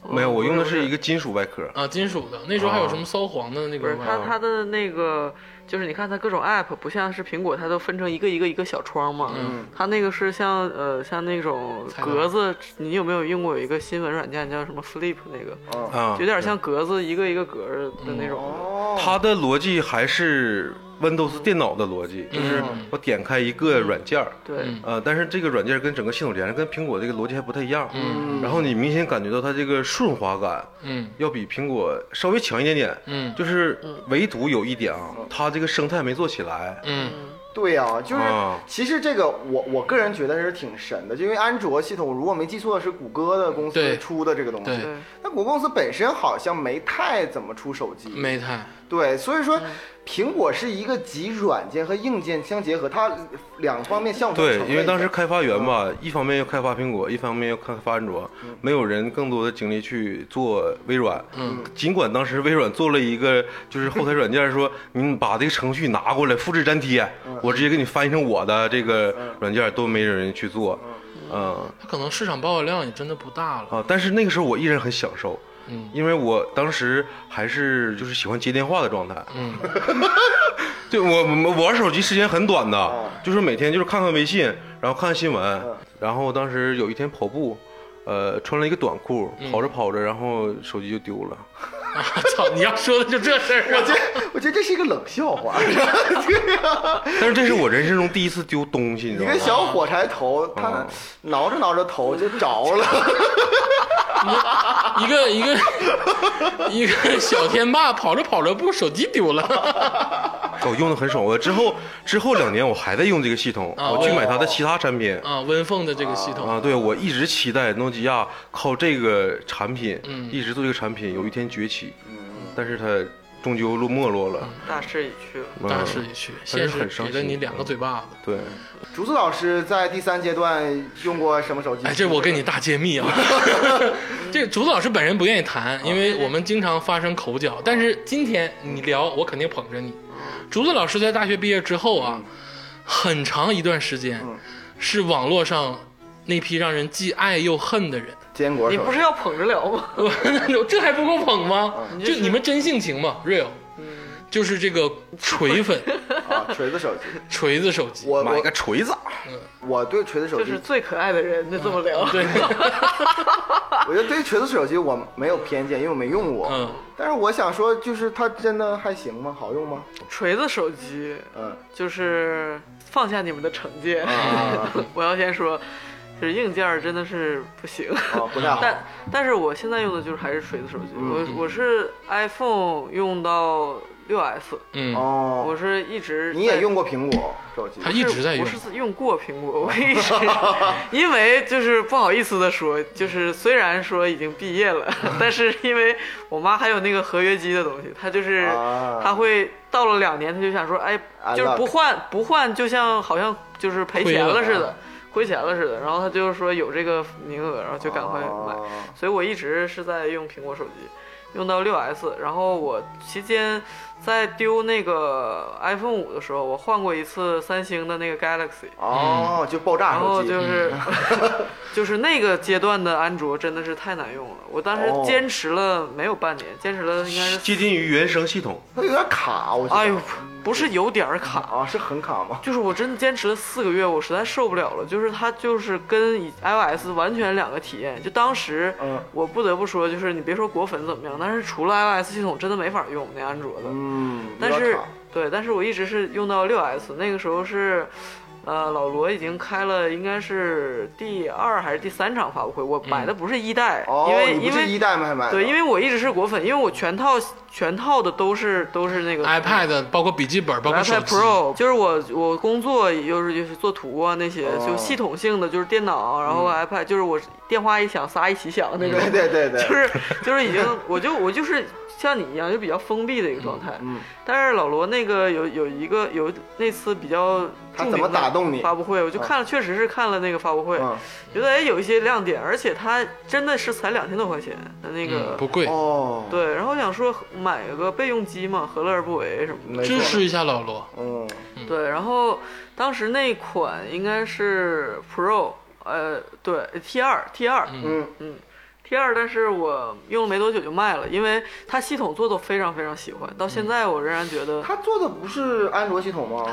Speaker 3: 没有，我用的是一个金属外壳。
Speaker 1: 啊，金属的，那时候还有什
Speaker 3: 哦
Speaker 1: 么骚黄的那
Speaker 2: 不
Speaker 1: 个
Speaker 2: 是
Speaker 1: 玩意
Speaker 2: 它
Speaker 1: 儿，
Speaker 2: 它的那个就是你看它各种 app 不像是苹果，它都分成一个一个一个小窗嘛。
Speaker 1: 嗯
Speaker 2: 它那个是像呃像那种
Speaker 1: 菜单
Speaker 2: 格子，你有没有用过有一个新闻软件叫什么 Flip 那个？
Speaker 4: 嗯
Speaker 3: 啊，
Speaker 2: 有点像格子一个一个格儿的那种。
Speaker 4: 哦，
Speaker 3: 它的逻辑还是 Windows 电脑的逻辑，就是我点开一个软件儿，
Speaker 2: 对，
Speaker 1: 嗯
Speaker 3: 呃，但是这个软件跟整个系统连上，跟苹果这个逻辑还不太一样。嗯，然后你明显感觉到它这个顺滑感
Speaker 1: 嗯
Speaker 3: 要比苹果稍微强一点点。
Speaker 1: 嗯
Speaker 3: 就是唯独有一点啊，它这个生态没做起来。
Speaker 1: 嗯
Speaker 4: 对呀、就是、
Speaker 3: 啊
Speaker 4: 其实这个我我个人觉得是挺神的，就因为安卓系统，如果没记错是谷歌的公司
Speaker 1: 对
Speaker 4: 出的这个东西
Speaker 1: 对，
Speaker 2: 对
Speaker 4: 但谷歌公司本身好像没太怎么出手机，
Speaker 1: 没太，
Speaker 4: 对，所以说
Speaker 2: 嗯
Speaker 4: 苹果是一个集软件和硬件相结合，它两方面相辅
Speaker 3: 对
Speaker 4: 成，
Speaker 3: 因为
Speaker 4: 类
Speaker 3: 当
Speaker 4: 的
Speaker 3: 时开发源吧，一方面要开发苹果，一方面要开发安卓，没有人更多的精力去做微软。
Speaker 1: 嗯，
Speaker 3: 尽管当时微软做了一个就是后台软件说，你把这个程序拿过来复制粘贴，我直接给你翻译成我的这个软件，都没有人去做。嗯
Speaker 1: 它可能市场报有量也真的不大了， (laughs)
Speaker 3: 啊，但是那个时候我依然很享受。
Speaker 1: 嗯
Speaker 3: 因为我当时还是就是喜欢接电话的状态， (laughs)
Speaker 1: 嗯，
Speaker 3: 对我我我玩手机时间很短的，就是每天就是看看微信，然后看看新闻，然后当时有一天跑步，呃，穿了一个短裤，
Speaker 1: 嗯
Speaker 3: 跑着跑着，然后手机就丢了。
Speaker 1: 啊操，你要说的就这事儿
Speaker 4: 我觉
Speaker 1: 啊，
Speaker 4: 得我觉得这是一个冷笑话，
Speaker 3: 但是这是我人生中第一次丢东西，你知道
Speaker 4: 一
Speaker 3: 吗
Speaker 4: 个？小火柴头，他挠着挠着头就着了，
Speaker 1: 一个一个一个小天霸跑着跑着步手机丢了， (laughs)
Speaker 3: 我用的很爽，我之后之后两年我还在用这个系统，
Speaker 1: 啊
Speaker 3: 我去买它的其他产品。
Speaker 1: 啊，温凤的这个系统，
Speaker 3: 啊，对，我一直期待诺基亚靠这个产品，
Speaker 1: 嗯
Speaker 3: 一直做这个产品，有一天崛起，但是它终究落没落了。
Speaker 2: 大势已去了。
Speaker 3: 嗯
Speaker 1: 大势已去，
Speaker 3: 但
Speaker 1: 现
Speaker 3: 是
Speaker 1: 实
Speaker 3: 很伤
Speaker 1: 给了你
Speaker 3: 心嗯
Speaker 1: 两个嘴巴子。
Speaker 3: 对，
Speaker 4: (laughs) 竹子老师在第三阶段用过什么手机？
Speaker 1: 哎，这我跟你大揭秘啊！
Speaker 2: (laughs)
Speaker 1: 这竹子老师本人不愿意谈，因为我们经常发生口角。但是今天你聊，我肯定捧着你。
Speaker 2: 嗯
Speaker 1: 竹子老师在大学毕业之后啊，很长一段时间
Speaker 2: 嗯
Speaker 1: 是网络上那批让人既爱又恨
Speaker 2: (laughs)
Speaker 1: 的人。
Speaker 4: 坚果手
Speaker 2: 你
Speaker 4: 机
Speaker 2: 不是要捧着聊吗？
Speaker 1: 我这还不够捧吗？
Speaker 2: 嗯
Speaker 1: 就你们真性情嘛，real，就是这个锤
Speaker 2: (laughs)
Speaker 1: 粉
Speaker 4: 啊，锤子手机，
Speaker 1: 锤子手机。
Speaker 4: 我
Speaker 3: 买
Speaker 4: 我
Speaker 3: 个锤子。
Speaker 4: 我对锤子手
Speaker 2: 就
Speaker 4: 机
Speaker 2: 是，最可爱的人，就这么聊。
Speaker 1: 嗯对，
Speaker 4: 我觉得对于锤子手机我没有偏见，因为我没用过。
Speaker 1: 嗯，
Speaker 4: 但是我想说，就是它真的还行吗？好用吗？
Speaker 2: (laughs) 锤子手机
Speaker 4: 嗯，
Speaker 2: 就是放下你们的成见，
Speaker 4: 啊
Speaker 2: (laughs) 我要先说，就是硬件儿真的是不行。
Speaker 4: 哦，不太好。
Speaker 2: 但但是我现在用的就是还是锤子手机，
Speaker 4: 嗯
Speaker 2: 我我是 iPhone 用到六 S，
Speaker 1: 嗯，
Speaker 4: 哦，
Speaker 2: 我是一直
Speaker 4: 你也
Speaker 2: 在
Speaker 4: 用过苹果手机
Speaker 1: 他？一直在用
Speaker 2: 我。是用过苹果，
Speaker 4: (laughs)
Speaker 2: 我一直，因为就是不好意思的说，就是虽然说已经毕业
Speaker 4: (laughs)
Speaker 2: 了，但是因为我妈还有那个合约机的东西，她就是、
Speaker 4: 啊
Speaker 2: 她会到了两年，她就想说，哎
Speaker 4: I，
Speaker 2: 就是
Speaker 4: love
Speaker 2: 不换不换，就像好像就是赔钱
Speaker 1: 亏
Speaker 2: 了
Speaker 1: 了
Speaker 2: 似的，亏钱了似的。然后她就是说有这个名额，然后就赶快买。
Speaker 4: 哦
Speaker 2: 所以我一直是在用苹果手机。用到六 S，然后我期间在丢那个 iPhone 五的时候，我换过一次三星的那个 Galaxy，
Speaker 4: 哦，就爆炸
Speaker 2: 嗯然后
Speaker 4: 手机，嗯
Speaker 2: 就是、 (laughs) 就是那个阶段的安卓真的是太难用了，我当时
Speaker 4: 哦
Speaker 2: 坚持了没有半年，坚持了应该是，
Speaker 3: 接近于原生系统，
Speaker 4: 它有点卡，我觉得。
Speaker 2: 哎呦，不是有点儿卡，
Speaker 4: 啊，是很卡吗？
Speaker 2: 就是我真的坚持了四个月，我实在受不了了。就是它就是跟以 iOS 完全两个体验。就当时，
Speaker 4: 嗯
Speaker 2: 我不得不说，就是你别说果粉怎么样，但是除了 iOS 系统，真的没法用那安卓的。
Speaker 4: 嗯，
Speaker 2: 但
Speaker 4: 有点
Speaker 2: 是
Speaker 4: 卡
Speaker 2: 对，但是我一直是用到六 S，那个时候是，呃，老罗已经开了，应该是第二还是第三场发布会。我买的不是一代，
Speaker 4: 哦
Speaker 2: 因，为
Speaker 4: 你不
Speaker 2: 因
Speaker 4: 是一
Speaker 2: 为
Speaker 4: 代吗？还买的
Speaker 2: 对，因为我一直是果粉，因为我全套全套的都是都是那个
Speaker 1: iPad 包括笔记本，包括手
Speaker 2: iPad
Speaker 1: 机，
Speaker 2: Pro 就是我我工作就是就是做图啊那些，
Speaker 4: 哦
Speaker 2: 就系统性的就是电脑，然
Speaker 4: 嗯
Speaker 2: 后 iPad 就是我电话一响仨一起响那种，
Speaker 4: (laughs) 对对对对，
Speaker 2: (laughs) 就是就是已经我就我就是像你一样就比较封闭的一个状态。
Speaker 4: 嗯，
Speaker 2: 但是老罗那个有有一个有那次比较
Speaker 4: 他
Speaker 2: 著
Speaker 4: 怎么
Speaker 2: 名的
Speaker 4: 打动你
Speaker 2: 发布会，我就看了，确实是看了那个发布会，
Speaker 4: 嗯
Speaker 2: 觉得哎有一些亮点，而且它真的是才两千多块钱的那
Speaker 1: 嗯，
Speaker 2: 个。
Speaker 1: 不贵，
Speaker 4: 哦，，
Speaker 2: 对，然后想说买个备用机嘛，何乐而不为什么的。
Speaker 1: 支持一下老罗。
Speaker 4: 嗯，
Speaker 2: 对，然后当时那款应该是 Pro，呃，对，T 二 T 二，
Speaker 4: 嗯
Speaker 2: 嗯，T 二，但是我用了没多久就卖了，因为它系统做的非常非常喜欢，到现在我仍然觉得，
Speaker 4: 他做的不是安卓系统吗？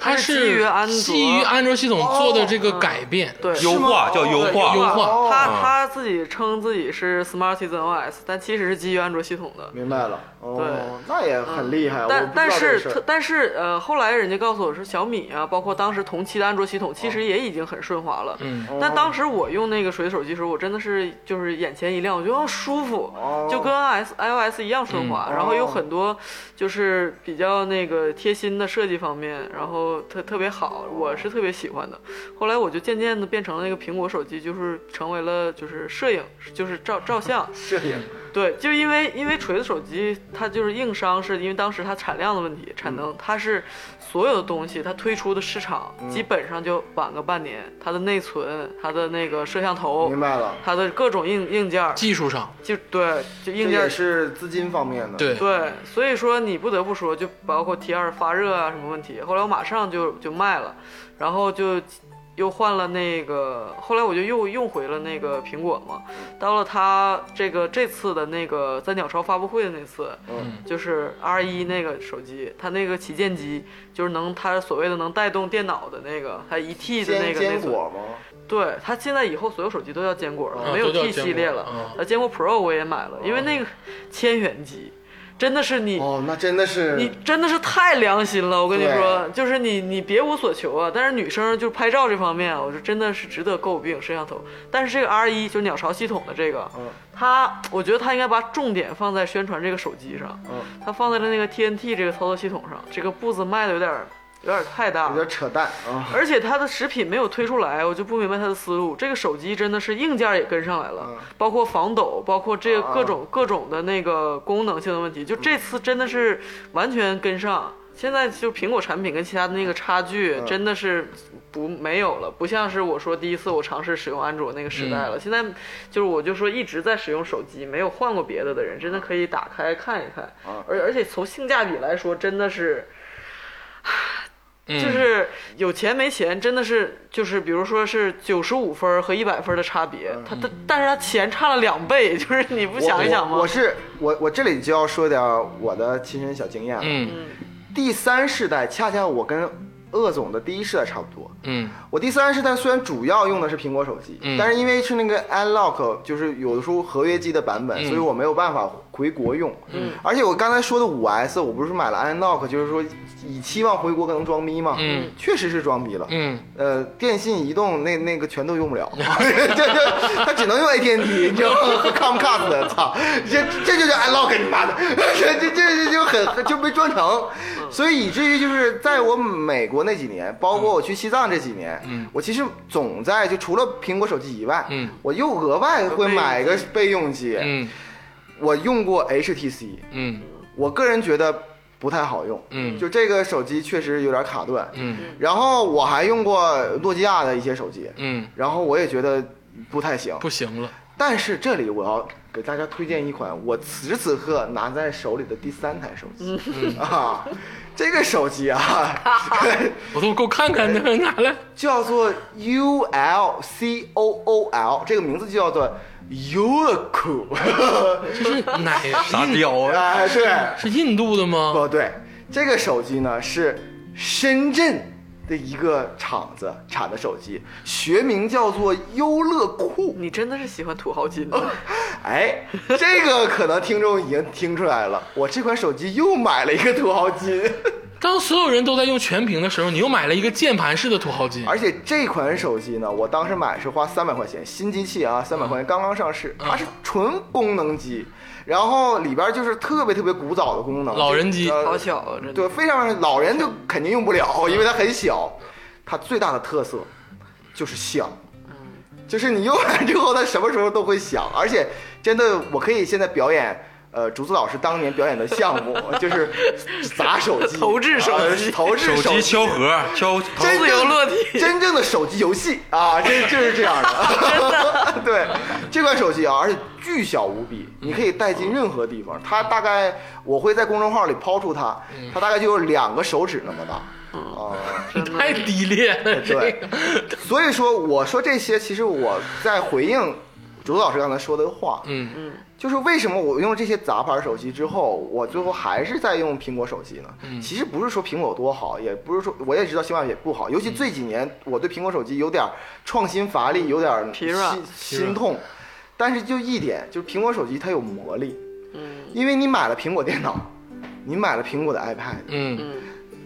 Speaker 1: 它
Speaker 2: 是基于安卓哦嗯
Speaker 1: 基于安卓系统做的这个改变，
Speaker 2: 对，
Speaker 3: 优
Speaker 4: 是吗
Speaker 3: 化
Speaker 4: 哦
Speaker 3: 叫优化
Speaker 1: 优化
Speaker 4: 哦
Speaker 2: 它它自己称自己是 Smart Citizen OS，但其实是基于安卓系统的。
Speaker 4: 明白了，哦，那也很厉害。我
Speaker 2: 嗯但
Speaker 4: 不知道
Speaker 2: 但
Speaker 4: 这个
Speaker 2: 是
Speaker 4: 事儿
Speaker 2: 它但是呃，后来人家告诉我说小米啊，包括当时同期的安卓系统，其实也已经很顺滑了。
Speaker 1: 嗯，
Speaker 2: 但当时我用那个水手机的时候，我真的是就是眼前一亮，我觉得哦舒服，
Speaker 4: 哦
Speaker 2: 就跟 S iOS 一样顺滑，
Speaker 4: 嗯
Speaker 2: 然后有很多就是比较那个贴心的设计方面，然后特特别好，我是特别喜欢的。后来我就渐渐的变成了那个苹果手机，就是成为了就是摄影，就是照照相，
Speaker 4: 摄影
Speaker 2: 对，就因为因为锤子手机它就是硬伤，是因为当时它产量的问题，产
Speaker 4: 嗯
Speaker 2: 能它是所有的东西它推出的市场、基本上就晚个半年，它的内存、它的那个摄像头
Speaker 4: 明、白了，
Speaker 2: 它的各种硬硬件儿，
Speaker 1: 技术上，
Speaker 2: 就对，就
Speaker 4: 这
Speaker 2: 硬件
Speaker 4: 也
Speaker 2: 儿
Speaker 4: 是资金方面的。，
Speaker 1: 对，
Speaker 2: 对，所以说你不得不说，就包括 T 二发热啊什么问题，后来我马上就就卖了，然后就又换了那个，后来我就又用回了那个苹果嘛。到了它这个这次的那个在鸟巢发布会的那次，
Speaker 4: 嗯
Speaker 2: 就是 R 一那个手机，它那个旗舰机就是能它所谓的能带动电脑的那个，它一 T 的那
Speaker 4: 坚
Speaker 2: 个内
Speaker 4: 坚
Speaker 2: 存。
Speaker 4: 果吗？
Speaker 2: 对，它现在以后所有手机都叫坚果了，
Speaker 1: 嗯
Speaker 2: 没有
Speaker 1: 都叫
Speaker 2: T
Speaker 1: 坚
Speaker 2: 系列
Speaker 1: 果啊
Speaker 2: 了
Speaker 1: 嗯。
Speaker 2: 呃，坚果 Pro 我也买了，因为那个千元机真的是你。
Speaker 4: (laughs) 哦，那真的是
Speaker 2: 你真的是太良心了，我跟你说，
Speaker 4: 对
Speaker 2: 就是你你别无所求啊。但是女生就是拍照这方面啊，我就真的是值得诟病摄像头。但是这个 R 一就是鸟巢系统的这个，
Speaker 4: 嗯
Speaker 2: 它我觉得它应该把重点放在宣传这个手机上，
Speaker 4: 嗯
Speaker 2: 它放在了那个 TNT 这个操作系统上，这个步子迈的有点儿有点儿太大了，
Speaker 4: 有点扯淡啊。
Speaker 2: 而且它的食品没有推出来，我就不明白它的思路。这个手机真的是硬件也跟上来了，
Speaker 4: 嗯
Speaker 2: 包括防抖，包括这
Speaker 4: 啊嗯
Speaker 2: 各种、各种的那个功能性的问题，就这次真的是完全跟上。现在就苹果产品跟其他的那个差
Speaker 4: 嗯
Speaker 2: 距真的是不没有了，不像是我说第一次我尝试使用安卓那个时代了。现在就是我就说一直在使用手机，没有换过别的的人，
Speaker 4: 嗯
Speaker 2: 真的可以打开看一看。
Speaker 4: 啊
Speaker 2: 而而且从性价比来说，真的是。
Speaker 1: 嗯
Speaker 2: 就是有钱没钱，真的是就是，比如说是九十五分儿和一百分儿的差别，他但但是他钱差了两倍， (laughs) 就是你不想一想吗？
Speaker 4: 我我我是我我这里就要说点我的亲身小经验了。啊
Speaker 1: 嗯
Speaker 4: 第三世代恰恰我跟鄂总的第一世代差不多。
Speaker 1: 嗯
Speaker 4: 我第三世代虽然主要用的是苹果手机，
Speaker 1: 嗯
Speaker 4: 但是因为是那个 Unlock，就是有的时候合约机的版本，
Speaker 1: 嗯
Speaker 4: 所以我没有办法回国用。而且我刚才说的五 S，我不是买了 Unlock，就是说以期望回国可能装逼嘛，
Speaker 1: 嗯
Speaker 4: 确实是装逼了。
Speaker 1: 嗯，
Speaker 4: 呃，电信、移动那那个全都用不了， (laughs) 这这他只能用 AT&T，你知道吗和？Comcast，操，这这就叫 unlock 你妈的，这这这这就很就没装成，所以以至于就是在我美国那几年，包括我去西藏这几年，我其实总在就除了苹果手机以外，
Speaker 1: 嗯
Speaker 4: 我又额外会买一个备用机，
Speaker 1: 嗯
Speaker 4: 我用过 HTC，
Speaker 1: 嗯
Speaker 4: 我个人觉得不太好用，
Speaker 1: 嗯
Speaker 4: 就这个手机确实有点卡顿，
Speaker 1: 嗯
Speaker 4: 然后我还用过诺基亚的一些手机，
Speaker 1: 嗯
Speaker 4: 然后我也觉得不太行。
Speaker 1: 不行了，
Speaker 4: 但是这里我要给大家推荐一款我此时此刻拿在手里的第三台手机、
Speaker 1: 嗯
Speaker 4: (laughs) 啊，这个手机啊 (laughs)
Speaker 1: 我都给我看看呢， (laughs) 拿来。
Speaker 4: 叫做 U L C O O L，这个名字就叫做 Ulco，
Speaker 1: (laughs) 这是哪？
Speaker 2: (laughs)
Speaker 3: 啥雕啊？
Speaker 4: 哎，对，
Speaker 1: 是印度的吗？
Speaker 4: 不哦对，这个手机呢是深圳的一个厂子产的手机，学名叫做优乐酷。
Speaker 2: 你真的是喜欢土豪金的，
Speaker 1: (laughs)
Speaker 4: 哎，这个可能听众已经听出来了，我这款手机又买了一个土豪金，
Speaker 1: 当所有人都在用全屏的时候，你又买了一个键盘式的土豪金。
Speaker 4: (laughs)
Speaker 2: 哎
Speaker 4: 而且这款手机呢，我当时买是花三百块钱，新机器
Speaker 1: 嗯
Speaker 4: 啊，三百块钱刚刚上市，它是纯功能机，然后里边就是特别特别古早的功能，
Speaker 1: 老人机
Speaker 4: 呃
Speaker 2: 好巧啊！真的。
Speaker 4: 对，非常老人就肯定用不了，因为它很小。它最大的特色就是响，
Speaker 2: 嗯
Speaker 4: 就是你用完之后，它什么时候都会响，而且真的，我可以现在表演。呃，竹子老师当年表演的项目就是 (laughs) 砸手机、
Speaker 2: 投掷手机
Speaker 4: 呃投
Speaker 3: 手
Speaker 4: 掷
Speaker 3: 机
Speaker 4: 机
Speaker 3: 敲盒，敲
Speaker 4: 真正
Speaker 2: 自由落体
Speaker 4: 真正的手机游戏啊，这就是这样的。 (laughs) 对，这款手机啊，而且巨小无比，
Speaker 2: 嗯
Speaker 4: 你可以带进任何地方。它大概我会在公众号里抛出它，
Speaker 2: 嗯
Speaker 4: 它大概就有两个手指那么大。啊、
Speaker 1: 太低劣
Speaker 2: 哎
Speaker 1: 了，这
Speaker 4: 对
Speaker 1: 个，
Speaker 4: 所以说我说这些，其实我在回应竹子老师刚才说的话，
Speaker 1: 嗯，
Speaker 4: 就是为什么我用这些杂牌手机之后，我最后还是在用苹果手机呢？
Speaker 2: 嗯
Speaker 4: 其实不是说苹果多好，也不是说我也知道星巴克也不
Speaker 2: 嗯
Speaker 4: 好，尤其这几年我对苹果手机有点创新乏力，有点
Speaker 2: 疲
Speaker 4: 心
Speaker 2: 软
Speaker 4: 心痛。但是就一点，就是苹果手机它有魔力，
Speaker 2: 嗯
Speaker 4: 因为你买了苹果电脑，你买了苹果的 iPad，
Speaker 1: 嗯
Speaker 2: 嗯，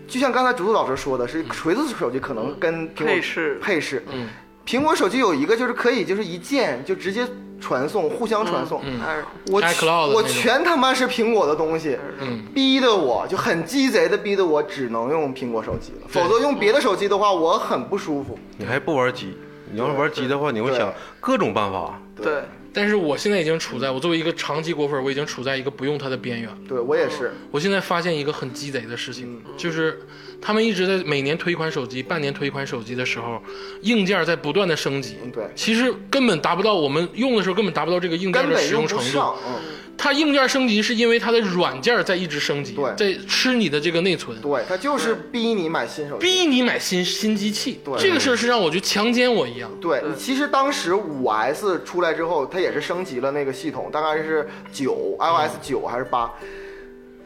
Speaker 4: 就像刚才竹子老师说的是，锤子手机可能跟苹
Speaker 2: 嗯
Speaker 4: 果
Speaker 2: 配饰
Speaker 4: 配饰，
Speaker 1: 嗯，
Speaker 4: 苹果手机有一个就是可以就是一键就直接传送，互相传送。
Speaker 2: 二
Speaker 4: 我
Speaker 1: iCloud
Speaker 4: 我
Speaker 1: 那种
Speaker 4: 全他妈是苹果的东西，
Speaker 1: 嗯
Speaker 4: 逼得我就很鸡贼的逼得我只能用苹果手机了，
Speaker 1: 对
Speaker 4: 否则用别的手机的话我很不舒服。
Speaker 3: 你还不玩鸡？你要是玩鸡的话，你会想
Speaker 4: 对
Speaker 3: 各种办法。
Speaker 2: 对，
Speaker 1: 但是我现在已经处在我作为一个长期果粉，我已经处在一个不用它的边缘。
Speaker 4: 对我也是，
Speaker 1: 我现在发现一个很鸡贼的事情，
Speaker 4: 嗯
Speaker 1: 就是他们一直在每年推一款手机、半年推一款手机的时候，硬件在不断的升级。
Speaker 4: 嗯对
Speaker 1: 其实根本达不到我们用的时候根本达不到这个硬件
Speaker 4: 根
Speaker 1: 的
Speaker 4: 本
Speaker 1: 使用
Speaker 4: 用不
Speaker 1: 程
Speaker 4: 上
Speaker 1: 度。。
Speaker 4: 嗯，
Speaker 1: 它硬件升级是因为它的软件在一直升级，
Speaker 4: 对
Speaker 1: 在吃你的这个内存。
Speaker 4: 对，它就是逼你买新手机。
Speaker 1: 逼你买新新机器，
Speaker 4: 对
Speaker 1: 这个事儿是让我觉得强奸我一样。
Speaker 4: 对，其实当时五 S 出来之后，它也是升级了那个系统，大概是
Speaker 1: 嗯
Speaker 4: 九 iOS 九还是八。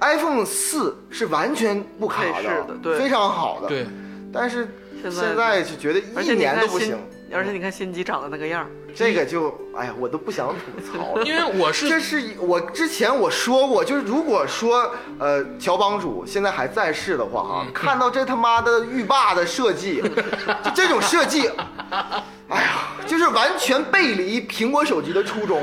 Speaker 4: iPhone 四是完全不卡
Speaker 2: 配饰的对
Speaker 4: 非常好的。
Speaker 1: 对，
Speaker 4: 但是
Speaker 2: 现在
Speaker 4: 现在就觉得
Speaker 2: 而
Speaker 4: 一
Speaker 2: 且你
Speaker 4: 年
Speaker 2: 看
Speaker 4: 都不
Speaker 2: 新
Speaker 4: 行，，
Speaker 2: 而且你看新机长得那个样儿，
Speaker 4: 这个就哎呀，我都不想吐槽了。
Speaker 1: 因为我
Speaker 4: 这
Speaker 1: 是
Speaker 4: 是一我之前我说过，就是如果说呃乔帮主现在还在世的话哈、
Speaker 1: 嗯
Speaker 4: 看到这他妈的浴霸的设计， (laughs) 就这种设计，哎呀，就是完全背离苹果手机的
Speaker 1: (laughs)
Speaker 4: 初衷，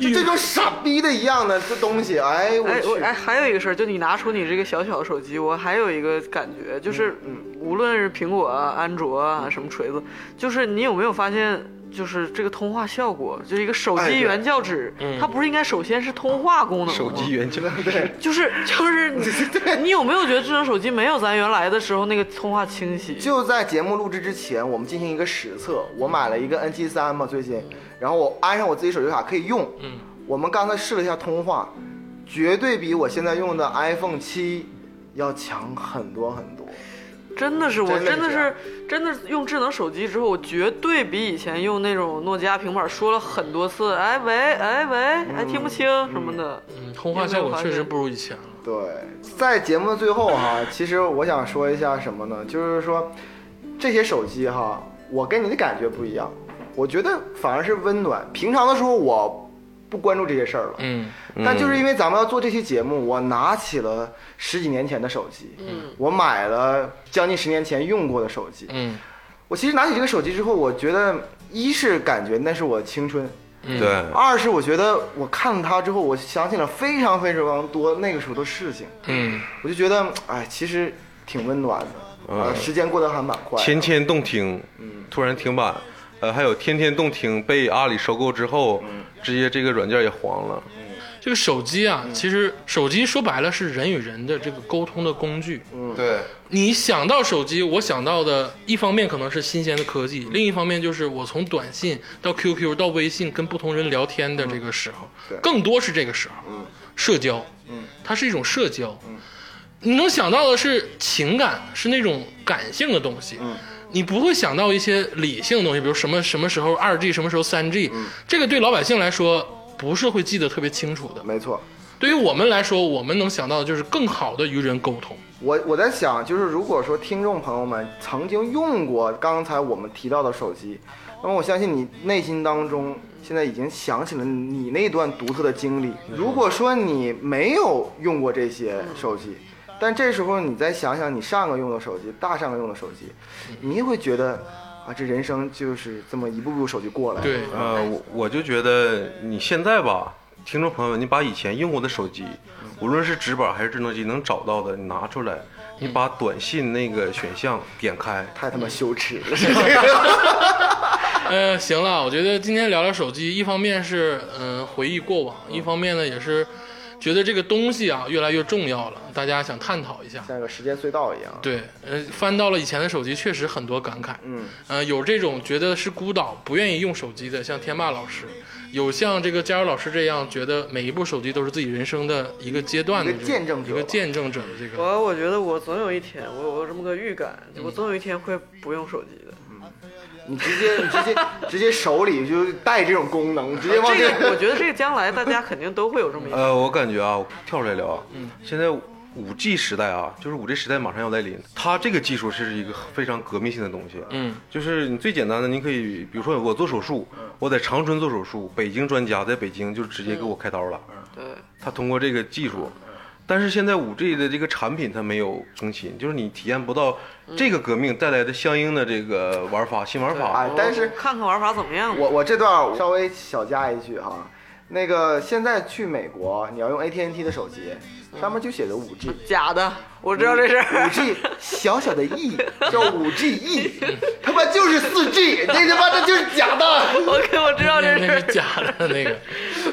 Speaker 4: 就这种傻逼的一样的这东西，哎我
Speaker 2: 哎，我
Speaker 4: 去，
Speaker 2: 哎，还有一个事儿，就你拿出你这个小小的手机，我还有一个感觉，就是
Speaker 4: 嗯
Speaker 2: 无论是苹果啊、安卓啊、什么锤子，就是你有没有发现，就是这个通话效果，就是一个手
Speaker 4: 哎对
Speaker 2: 机原教旨，它不是应该首先是通话功能吗？
Speaker 3: 手机原件，
Speaker 4: 对
Speaker 2: 就是就是
Speaker 4: (laughs)
Speaker 2: 你你有没有觉得智能手机没有咱原来的时候那个通话清晰？
Speaker 4: 就在节目录制之前，我们进行一个实测。我买了一个 N 7 3嘛，最近，然后我安上我自己手机卡可以用。嗯，我们刚才试了一下通话，绝对比我现在用的 iPhone 7要强很多很多。
Speaker 2: 真的是，我
Speaker 4: 真
Speaker 2: 真
Speaker 4: 的
Speaker 2: 的
Speaker 4: 是
Speaker 2: 是，真的是用智能手机之后，我绝对比以前用那种诺基亚平板说了很多次，哎喂，哎喂，哎听不清什么的。
Speaker 1: 嗯，通话效果确实不如以前了。
Speaker 4: 对，在节目的最后哈、其实我想说一下什么呢？就是说，这些手机哈、我跟你的感觉不一样，我觉得反而是温暖。平常的时候我不关注这些事儿了。
Speaker 1: 嗯，
Speaker 4: 但就是因为咱们要做这期节目，我拿起了十几年前的手机，嗯，我买了将近十年前用过的手机。
Speaker 1: 嗯，
Speaker 4: 我其实拿起这个手机之后，我觉得一是感觉那是我青春，
Speaker 3: 对，
Speaker 4: 二是我觉得我看它之后，我想起了非常非常多那个时候的事情，
Speaker 1: 嗯，
Speaker 4: 我就觉得哎，其实挺温暖的。呃，时间过得还蛮快的。
Speaker 3: 天天动听，突然停版，呃，还有天天动听被阿里收购之后，直接这个软件也黄了。
Speaker 1: 这个手机啊，其实手机说白了是人与人的这个沟通的工具。
Speaker 4: 嗯
Speaker 6: 对，
Speaker 1: 你想到手机，我想到的一方面可能是新鲜的科技，另一方面就是我从短信到 QQ 到微信跟不同人聊天的这个时候，
Speaker 4: 对
Speaker 1: 更多是这个时候，社交，它是一种社交，你能想到的是情感，是那种感性的东西，你不会想到一些理性的东西，比如什么什么时候二 G，什么时候三 G，、这个对老百姓来说不是会记得特别清楚的。
Speaker 4: 没错。
Speaker 1: 对于我们来说，我们能想到的就是更好的与人沟通。
Speaker 4: 我我在想，就是如果说听众朋友们曾经用过刚才我们提到的手机，那么我相信你内心当中现在已经想起了你那段独特的经历。如果说你没有用过这些手机，但这时候你再想想你上个用的手机、大上个用的手机，你会觉得啊，这人生就是这么一步步手机过来。
Speaker 1: 对，
Speaker 3: 呃，我我就觉得你现在吧，听众朋友们，你把以前用过的手机，无论是直板还是智能机，能找到的，你拿出来，你把短信那个选项点开，
Speaker 4: 太他妈羞耻了！
Speaker 1: 呃，行了，我觉得今天聊聊手机，一方面是嗯、呃回忆过往，一方面呢也是觉得这个东西啊越来越重要了，大家想探讨一下。
Speaker 4: 像个时间隧道一样。
Speaker 1: 对，呃，翻到了以前的手机，确实很多感慨。
Speaker 4: 嗯，
Speaker 1: 呃，有这种觉得是孤岛不愿意用手机的，像天霸老师；有像这个加油老师这样觉得每一部手机都是自己人生的一个阶段的
Speaker 4: 一个
Speaker 1: 这种
Speaker 4: 见证者
Speaker 1: 一个
Speaker 4: 吧
Speaker 1: 见证者的这个。
Speaker 2: 我我觉得我总有一天，我有这么个预感，我总有一天会不用手机的。
Speaker 4: 你直接你直接直接手里就带这种功能，直接往
Speaker 2: 啊这个我觉得这个将来大家肯定都会有这么一天。
Speaker 3: 呃，我感觉啊，我跳出来聊啊，现在五 G 时代啊，就是五 G 时代马上要来临，它这个技术是一个非常革命性的东西。啊
Speaker 1: 嗯，
Speaker 3: 就是你最简单的，你可以比如说我做手术，我在长春做手术，北京专家在北京就直接给我开刀了。
Speaker 2: 对，
Speaker 3: 它通过这个技术，但是现在五 G 的这个产品它没有更新，就是你体验不到这个革命带来的相应的这个玩法、新玩法。
Speaker 4: 哎，但是
Speaker 2: 看看玩法怎么样吧。
Speaker 4: 我我这段稍微小加一句哈，那个现在去美国，你要用 AT&T 的手机，上面就写着五 G，
Speaker 2: 假的，我知道这事
Speaker 4: 五
Speaker 2: 儿。
Speaker 4: G 小小的 E 叫五 G E，他妈就是四 G，这他妈的就是假的，
Speaker 2: 我我知道
Speaker 1: 那
Speaker 2: 这事
Speaker 1: 那
Speaker 2: 儿
Speaker 1: 是，假的那个，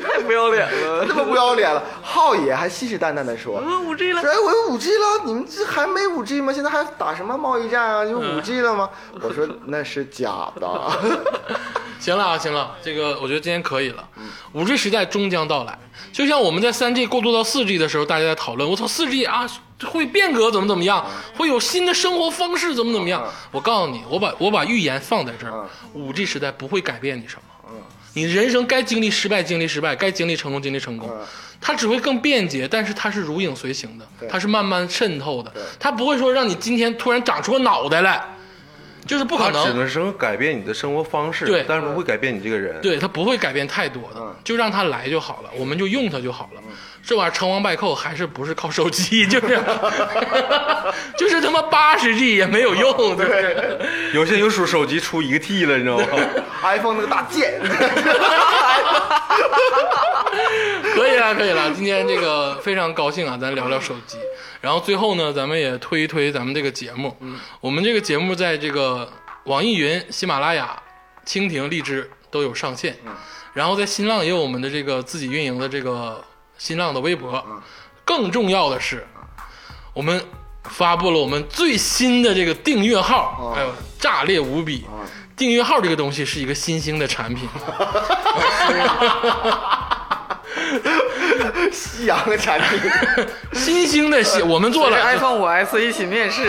Speaker 2: 太不要脸了。
Speaker 4: 这么不要脸了。浩爷还信誓旦旦的说。
Speaker 2: 我五 G 了
Speaker 4: 说，哎，我有五 G 了，你们这还没五 G 吗？现在还打什么贸易战啊？就五 G 了吗？我说那是假的。 (laughs)
Speaker 1: 行了啊，行了，这个我觉得今天可以了。
Speaker 3: 嗯
Speaker 1: 五 G 时代终将到来，就像我们在三 G 过渡到四 G 的时候，大家在讨论，我操，四 G 啊会变革怎么怎么
Speaker 3: 嗯
Speaker 1: 样，会有新的生活方式怎么怎么样。我告诉你，我把我把预言放在这
Speaker 3: 嗯
Speaker 1: 儿，五 G 时代不会改变你什么。你人生该经历失败，经历失败；该经历成功，经历成功。
Speaker 3: 嗯
Speaker 1: 它只会更便捷，但是它是如影随形的，它是慢慢渗透的，它不会说让你今天突然长出个脑袋来，就是不可
Speaker 3: 它
Speaker 1: 能。
Speaker 3: 只能是改变你的生活方式，
Speaker 1: 对
Speaker 3: 但是不会改变你这个人。
Speaker 1: 对，它不会改变太多的，就让它来就好了，我们就用它就好了。这玩意儿成王败寇还是不是靠手机，就是 (laughs) 就是他妈八十 G 也没有用，对不对？
Speaker 3: 有些有手手机出一个 T 了，你知道吗？
Speaker 4: iPhone 那个大剑， (laughs)
Speaker 1: (laughs) 可以了，可以了。今天这个非常高兴啊，咱聊聊手机。然后最后呢，咱们也推一推咱们这个节目。我们这个节目在这个网易云、喜马拉雅、蜻蜓、荔枝都有上线。然后在新浪也有我们的这个自己运营的这个新浪的微博。更重要的是，我们发布了我们最新的这个订阅号，哎呦，炸裂无比！订阅号这个东西是一个新兴的产品。
Speaker 4: 夕阳的产品。
Speaker 1: 新兴的新，我们做了啊
Speaker 2: 这 iPhone 五 S 一起面试，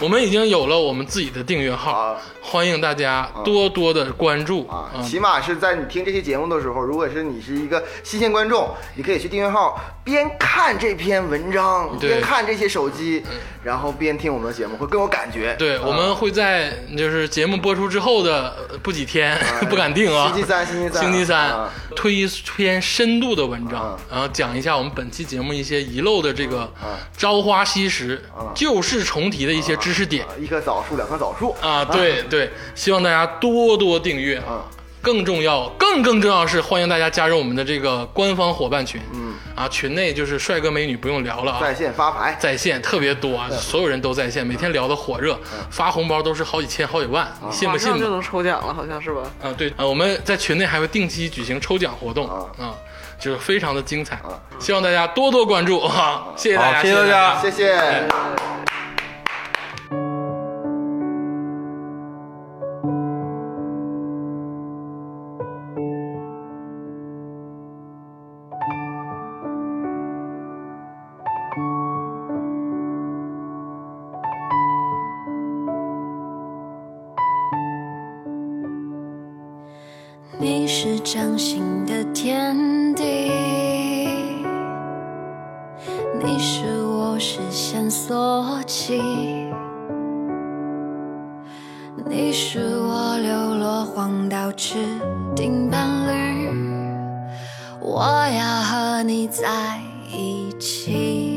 Speaker 1: 我们已经有了我们自己的订阅号
Speaker 4: 啊，
Speaker 1: 欢迎大家多多的关注
Speaker 4: 啊，
Speaker 1: 嗯
Speaker 4: 起码是在你听这期节目的时候，如果是你是一个新鲜观
Speaker 1: 嗯
Speaker 4: 众，你可以去订阅号边看这篇文章，
Speaker 1: 对嗯
Speaker 4: 边看这些手机，然后边听我啊们的节目，会更有感觉。
Speaker 1: 对，我们会在就是节目播出之后的呃不几天， (laughs) 不敢定啊。
Speaker 4: 哎星期三，星期三，
Speaker 1: 星期三
Speaker 4: 啊
Speaker 1: 推一篇深度的文章
Speaker 4: 啊，
Speaker 1: 然后讲一下我们本期节目一些遗漏的这个朝花夕拾、
Speaker 4: 啊
Speaker 1: 旧事重提的一些知识点啊
Speaker 4: 一棵枣树，两棵枣树。
Speaker 1: 啊。对对，希望大家多多订阅
Speaker 4: 啊，
Speaker 1: 更重要，更更重要的是，欢迎大家加入我们的这个官方伙伴群。嗯，啊，群内就是帅哥美女不用聊了啊，
Speaker 4: 在线发牌，
Speaker 1: 在线特别多啊，所有人都在线，每天聊的火热，发红包都是好几千、好几万，你信不
Speaker 2: 马
Speaker 1: 信
Speaker 2: 上就
Speaker 1: 呢？
Speaker 2: 能抽奖了，好像是吧？
Speaker 1: 啊，对啊，我们在群内还会定期举行抽奖活动
Speaker 4: 啊
Speaker 1: 啊，就是非常的精彩，希望大家多多关注啊！谢谢大家，
Speaker 3: 好谢谢大家
Speaker 4: 谢谢。
Speaker 5: 你是掌心的天地，你是我视线所及，你是我流落荒岛指定伴侣，我要和你在一起。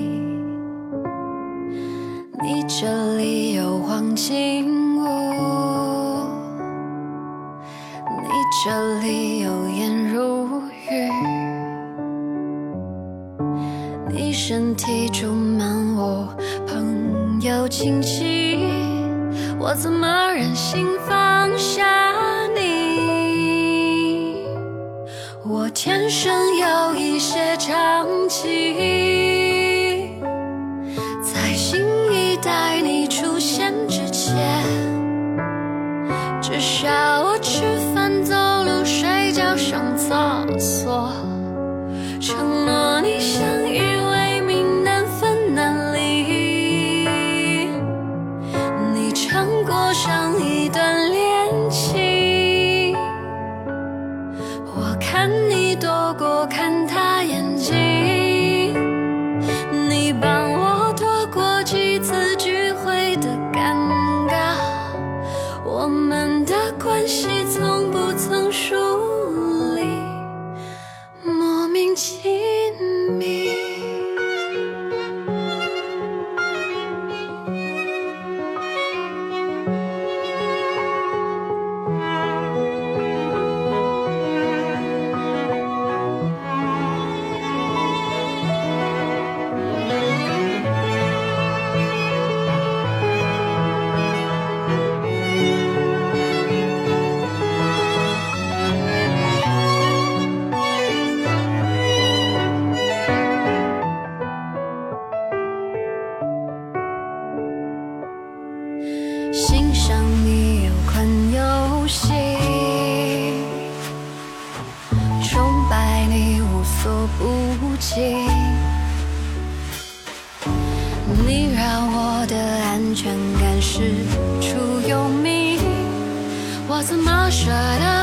Speaker 5: 你这里有黄金屋。你这里有颜如玉，你身体充满我朋友亲戚，我怎么忍心放下你？我天生有一些长情，在新一代你出现之前。至少我吃饭、走路、睡觉、上厕所，承诺你相依为命，难分难离。你尝过上一段恋情，我看你多过看他眼睛。你帮我躲过几次聚会的尴尬，我们的关系从不曾疏离，莫名亲密。欣赏你有款游戏，崇拜你无所不及。你让我的安全感师出有名，我怎么舍得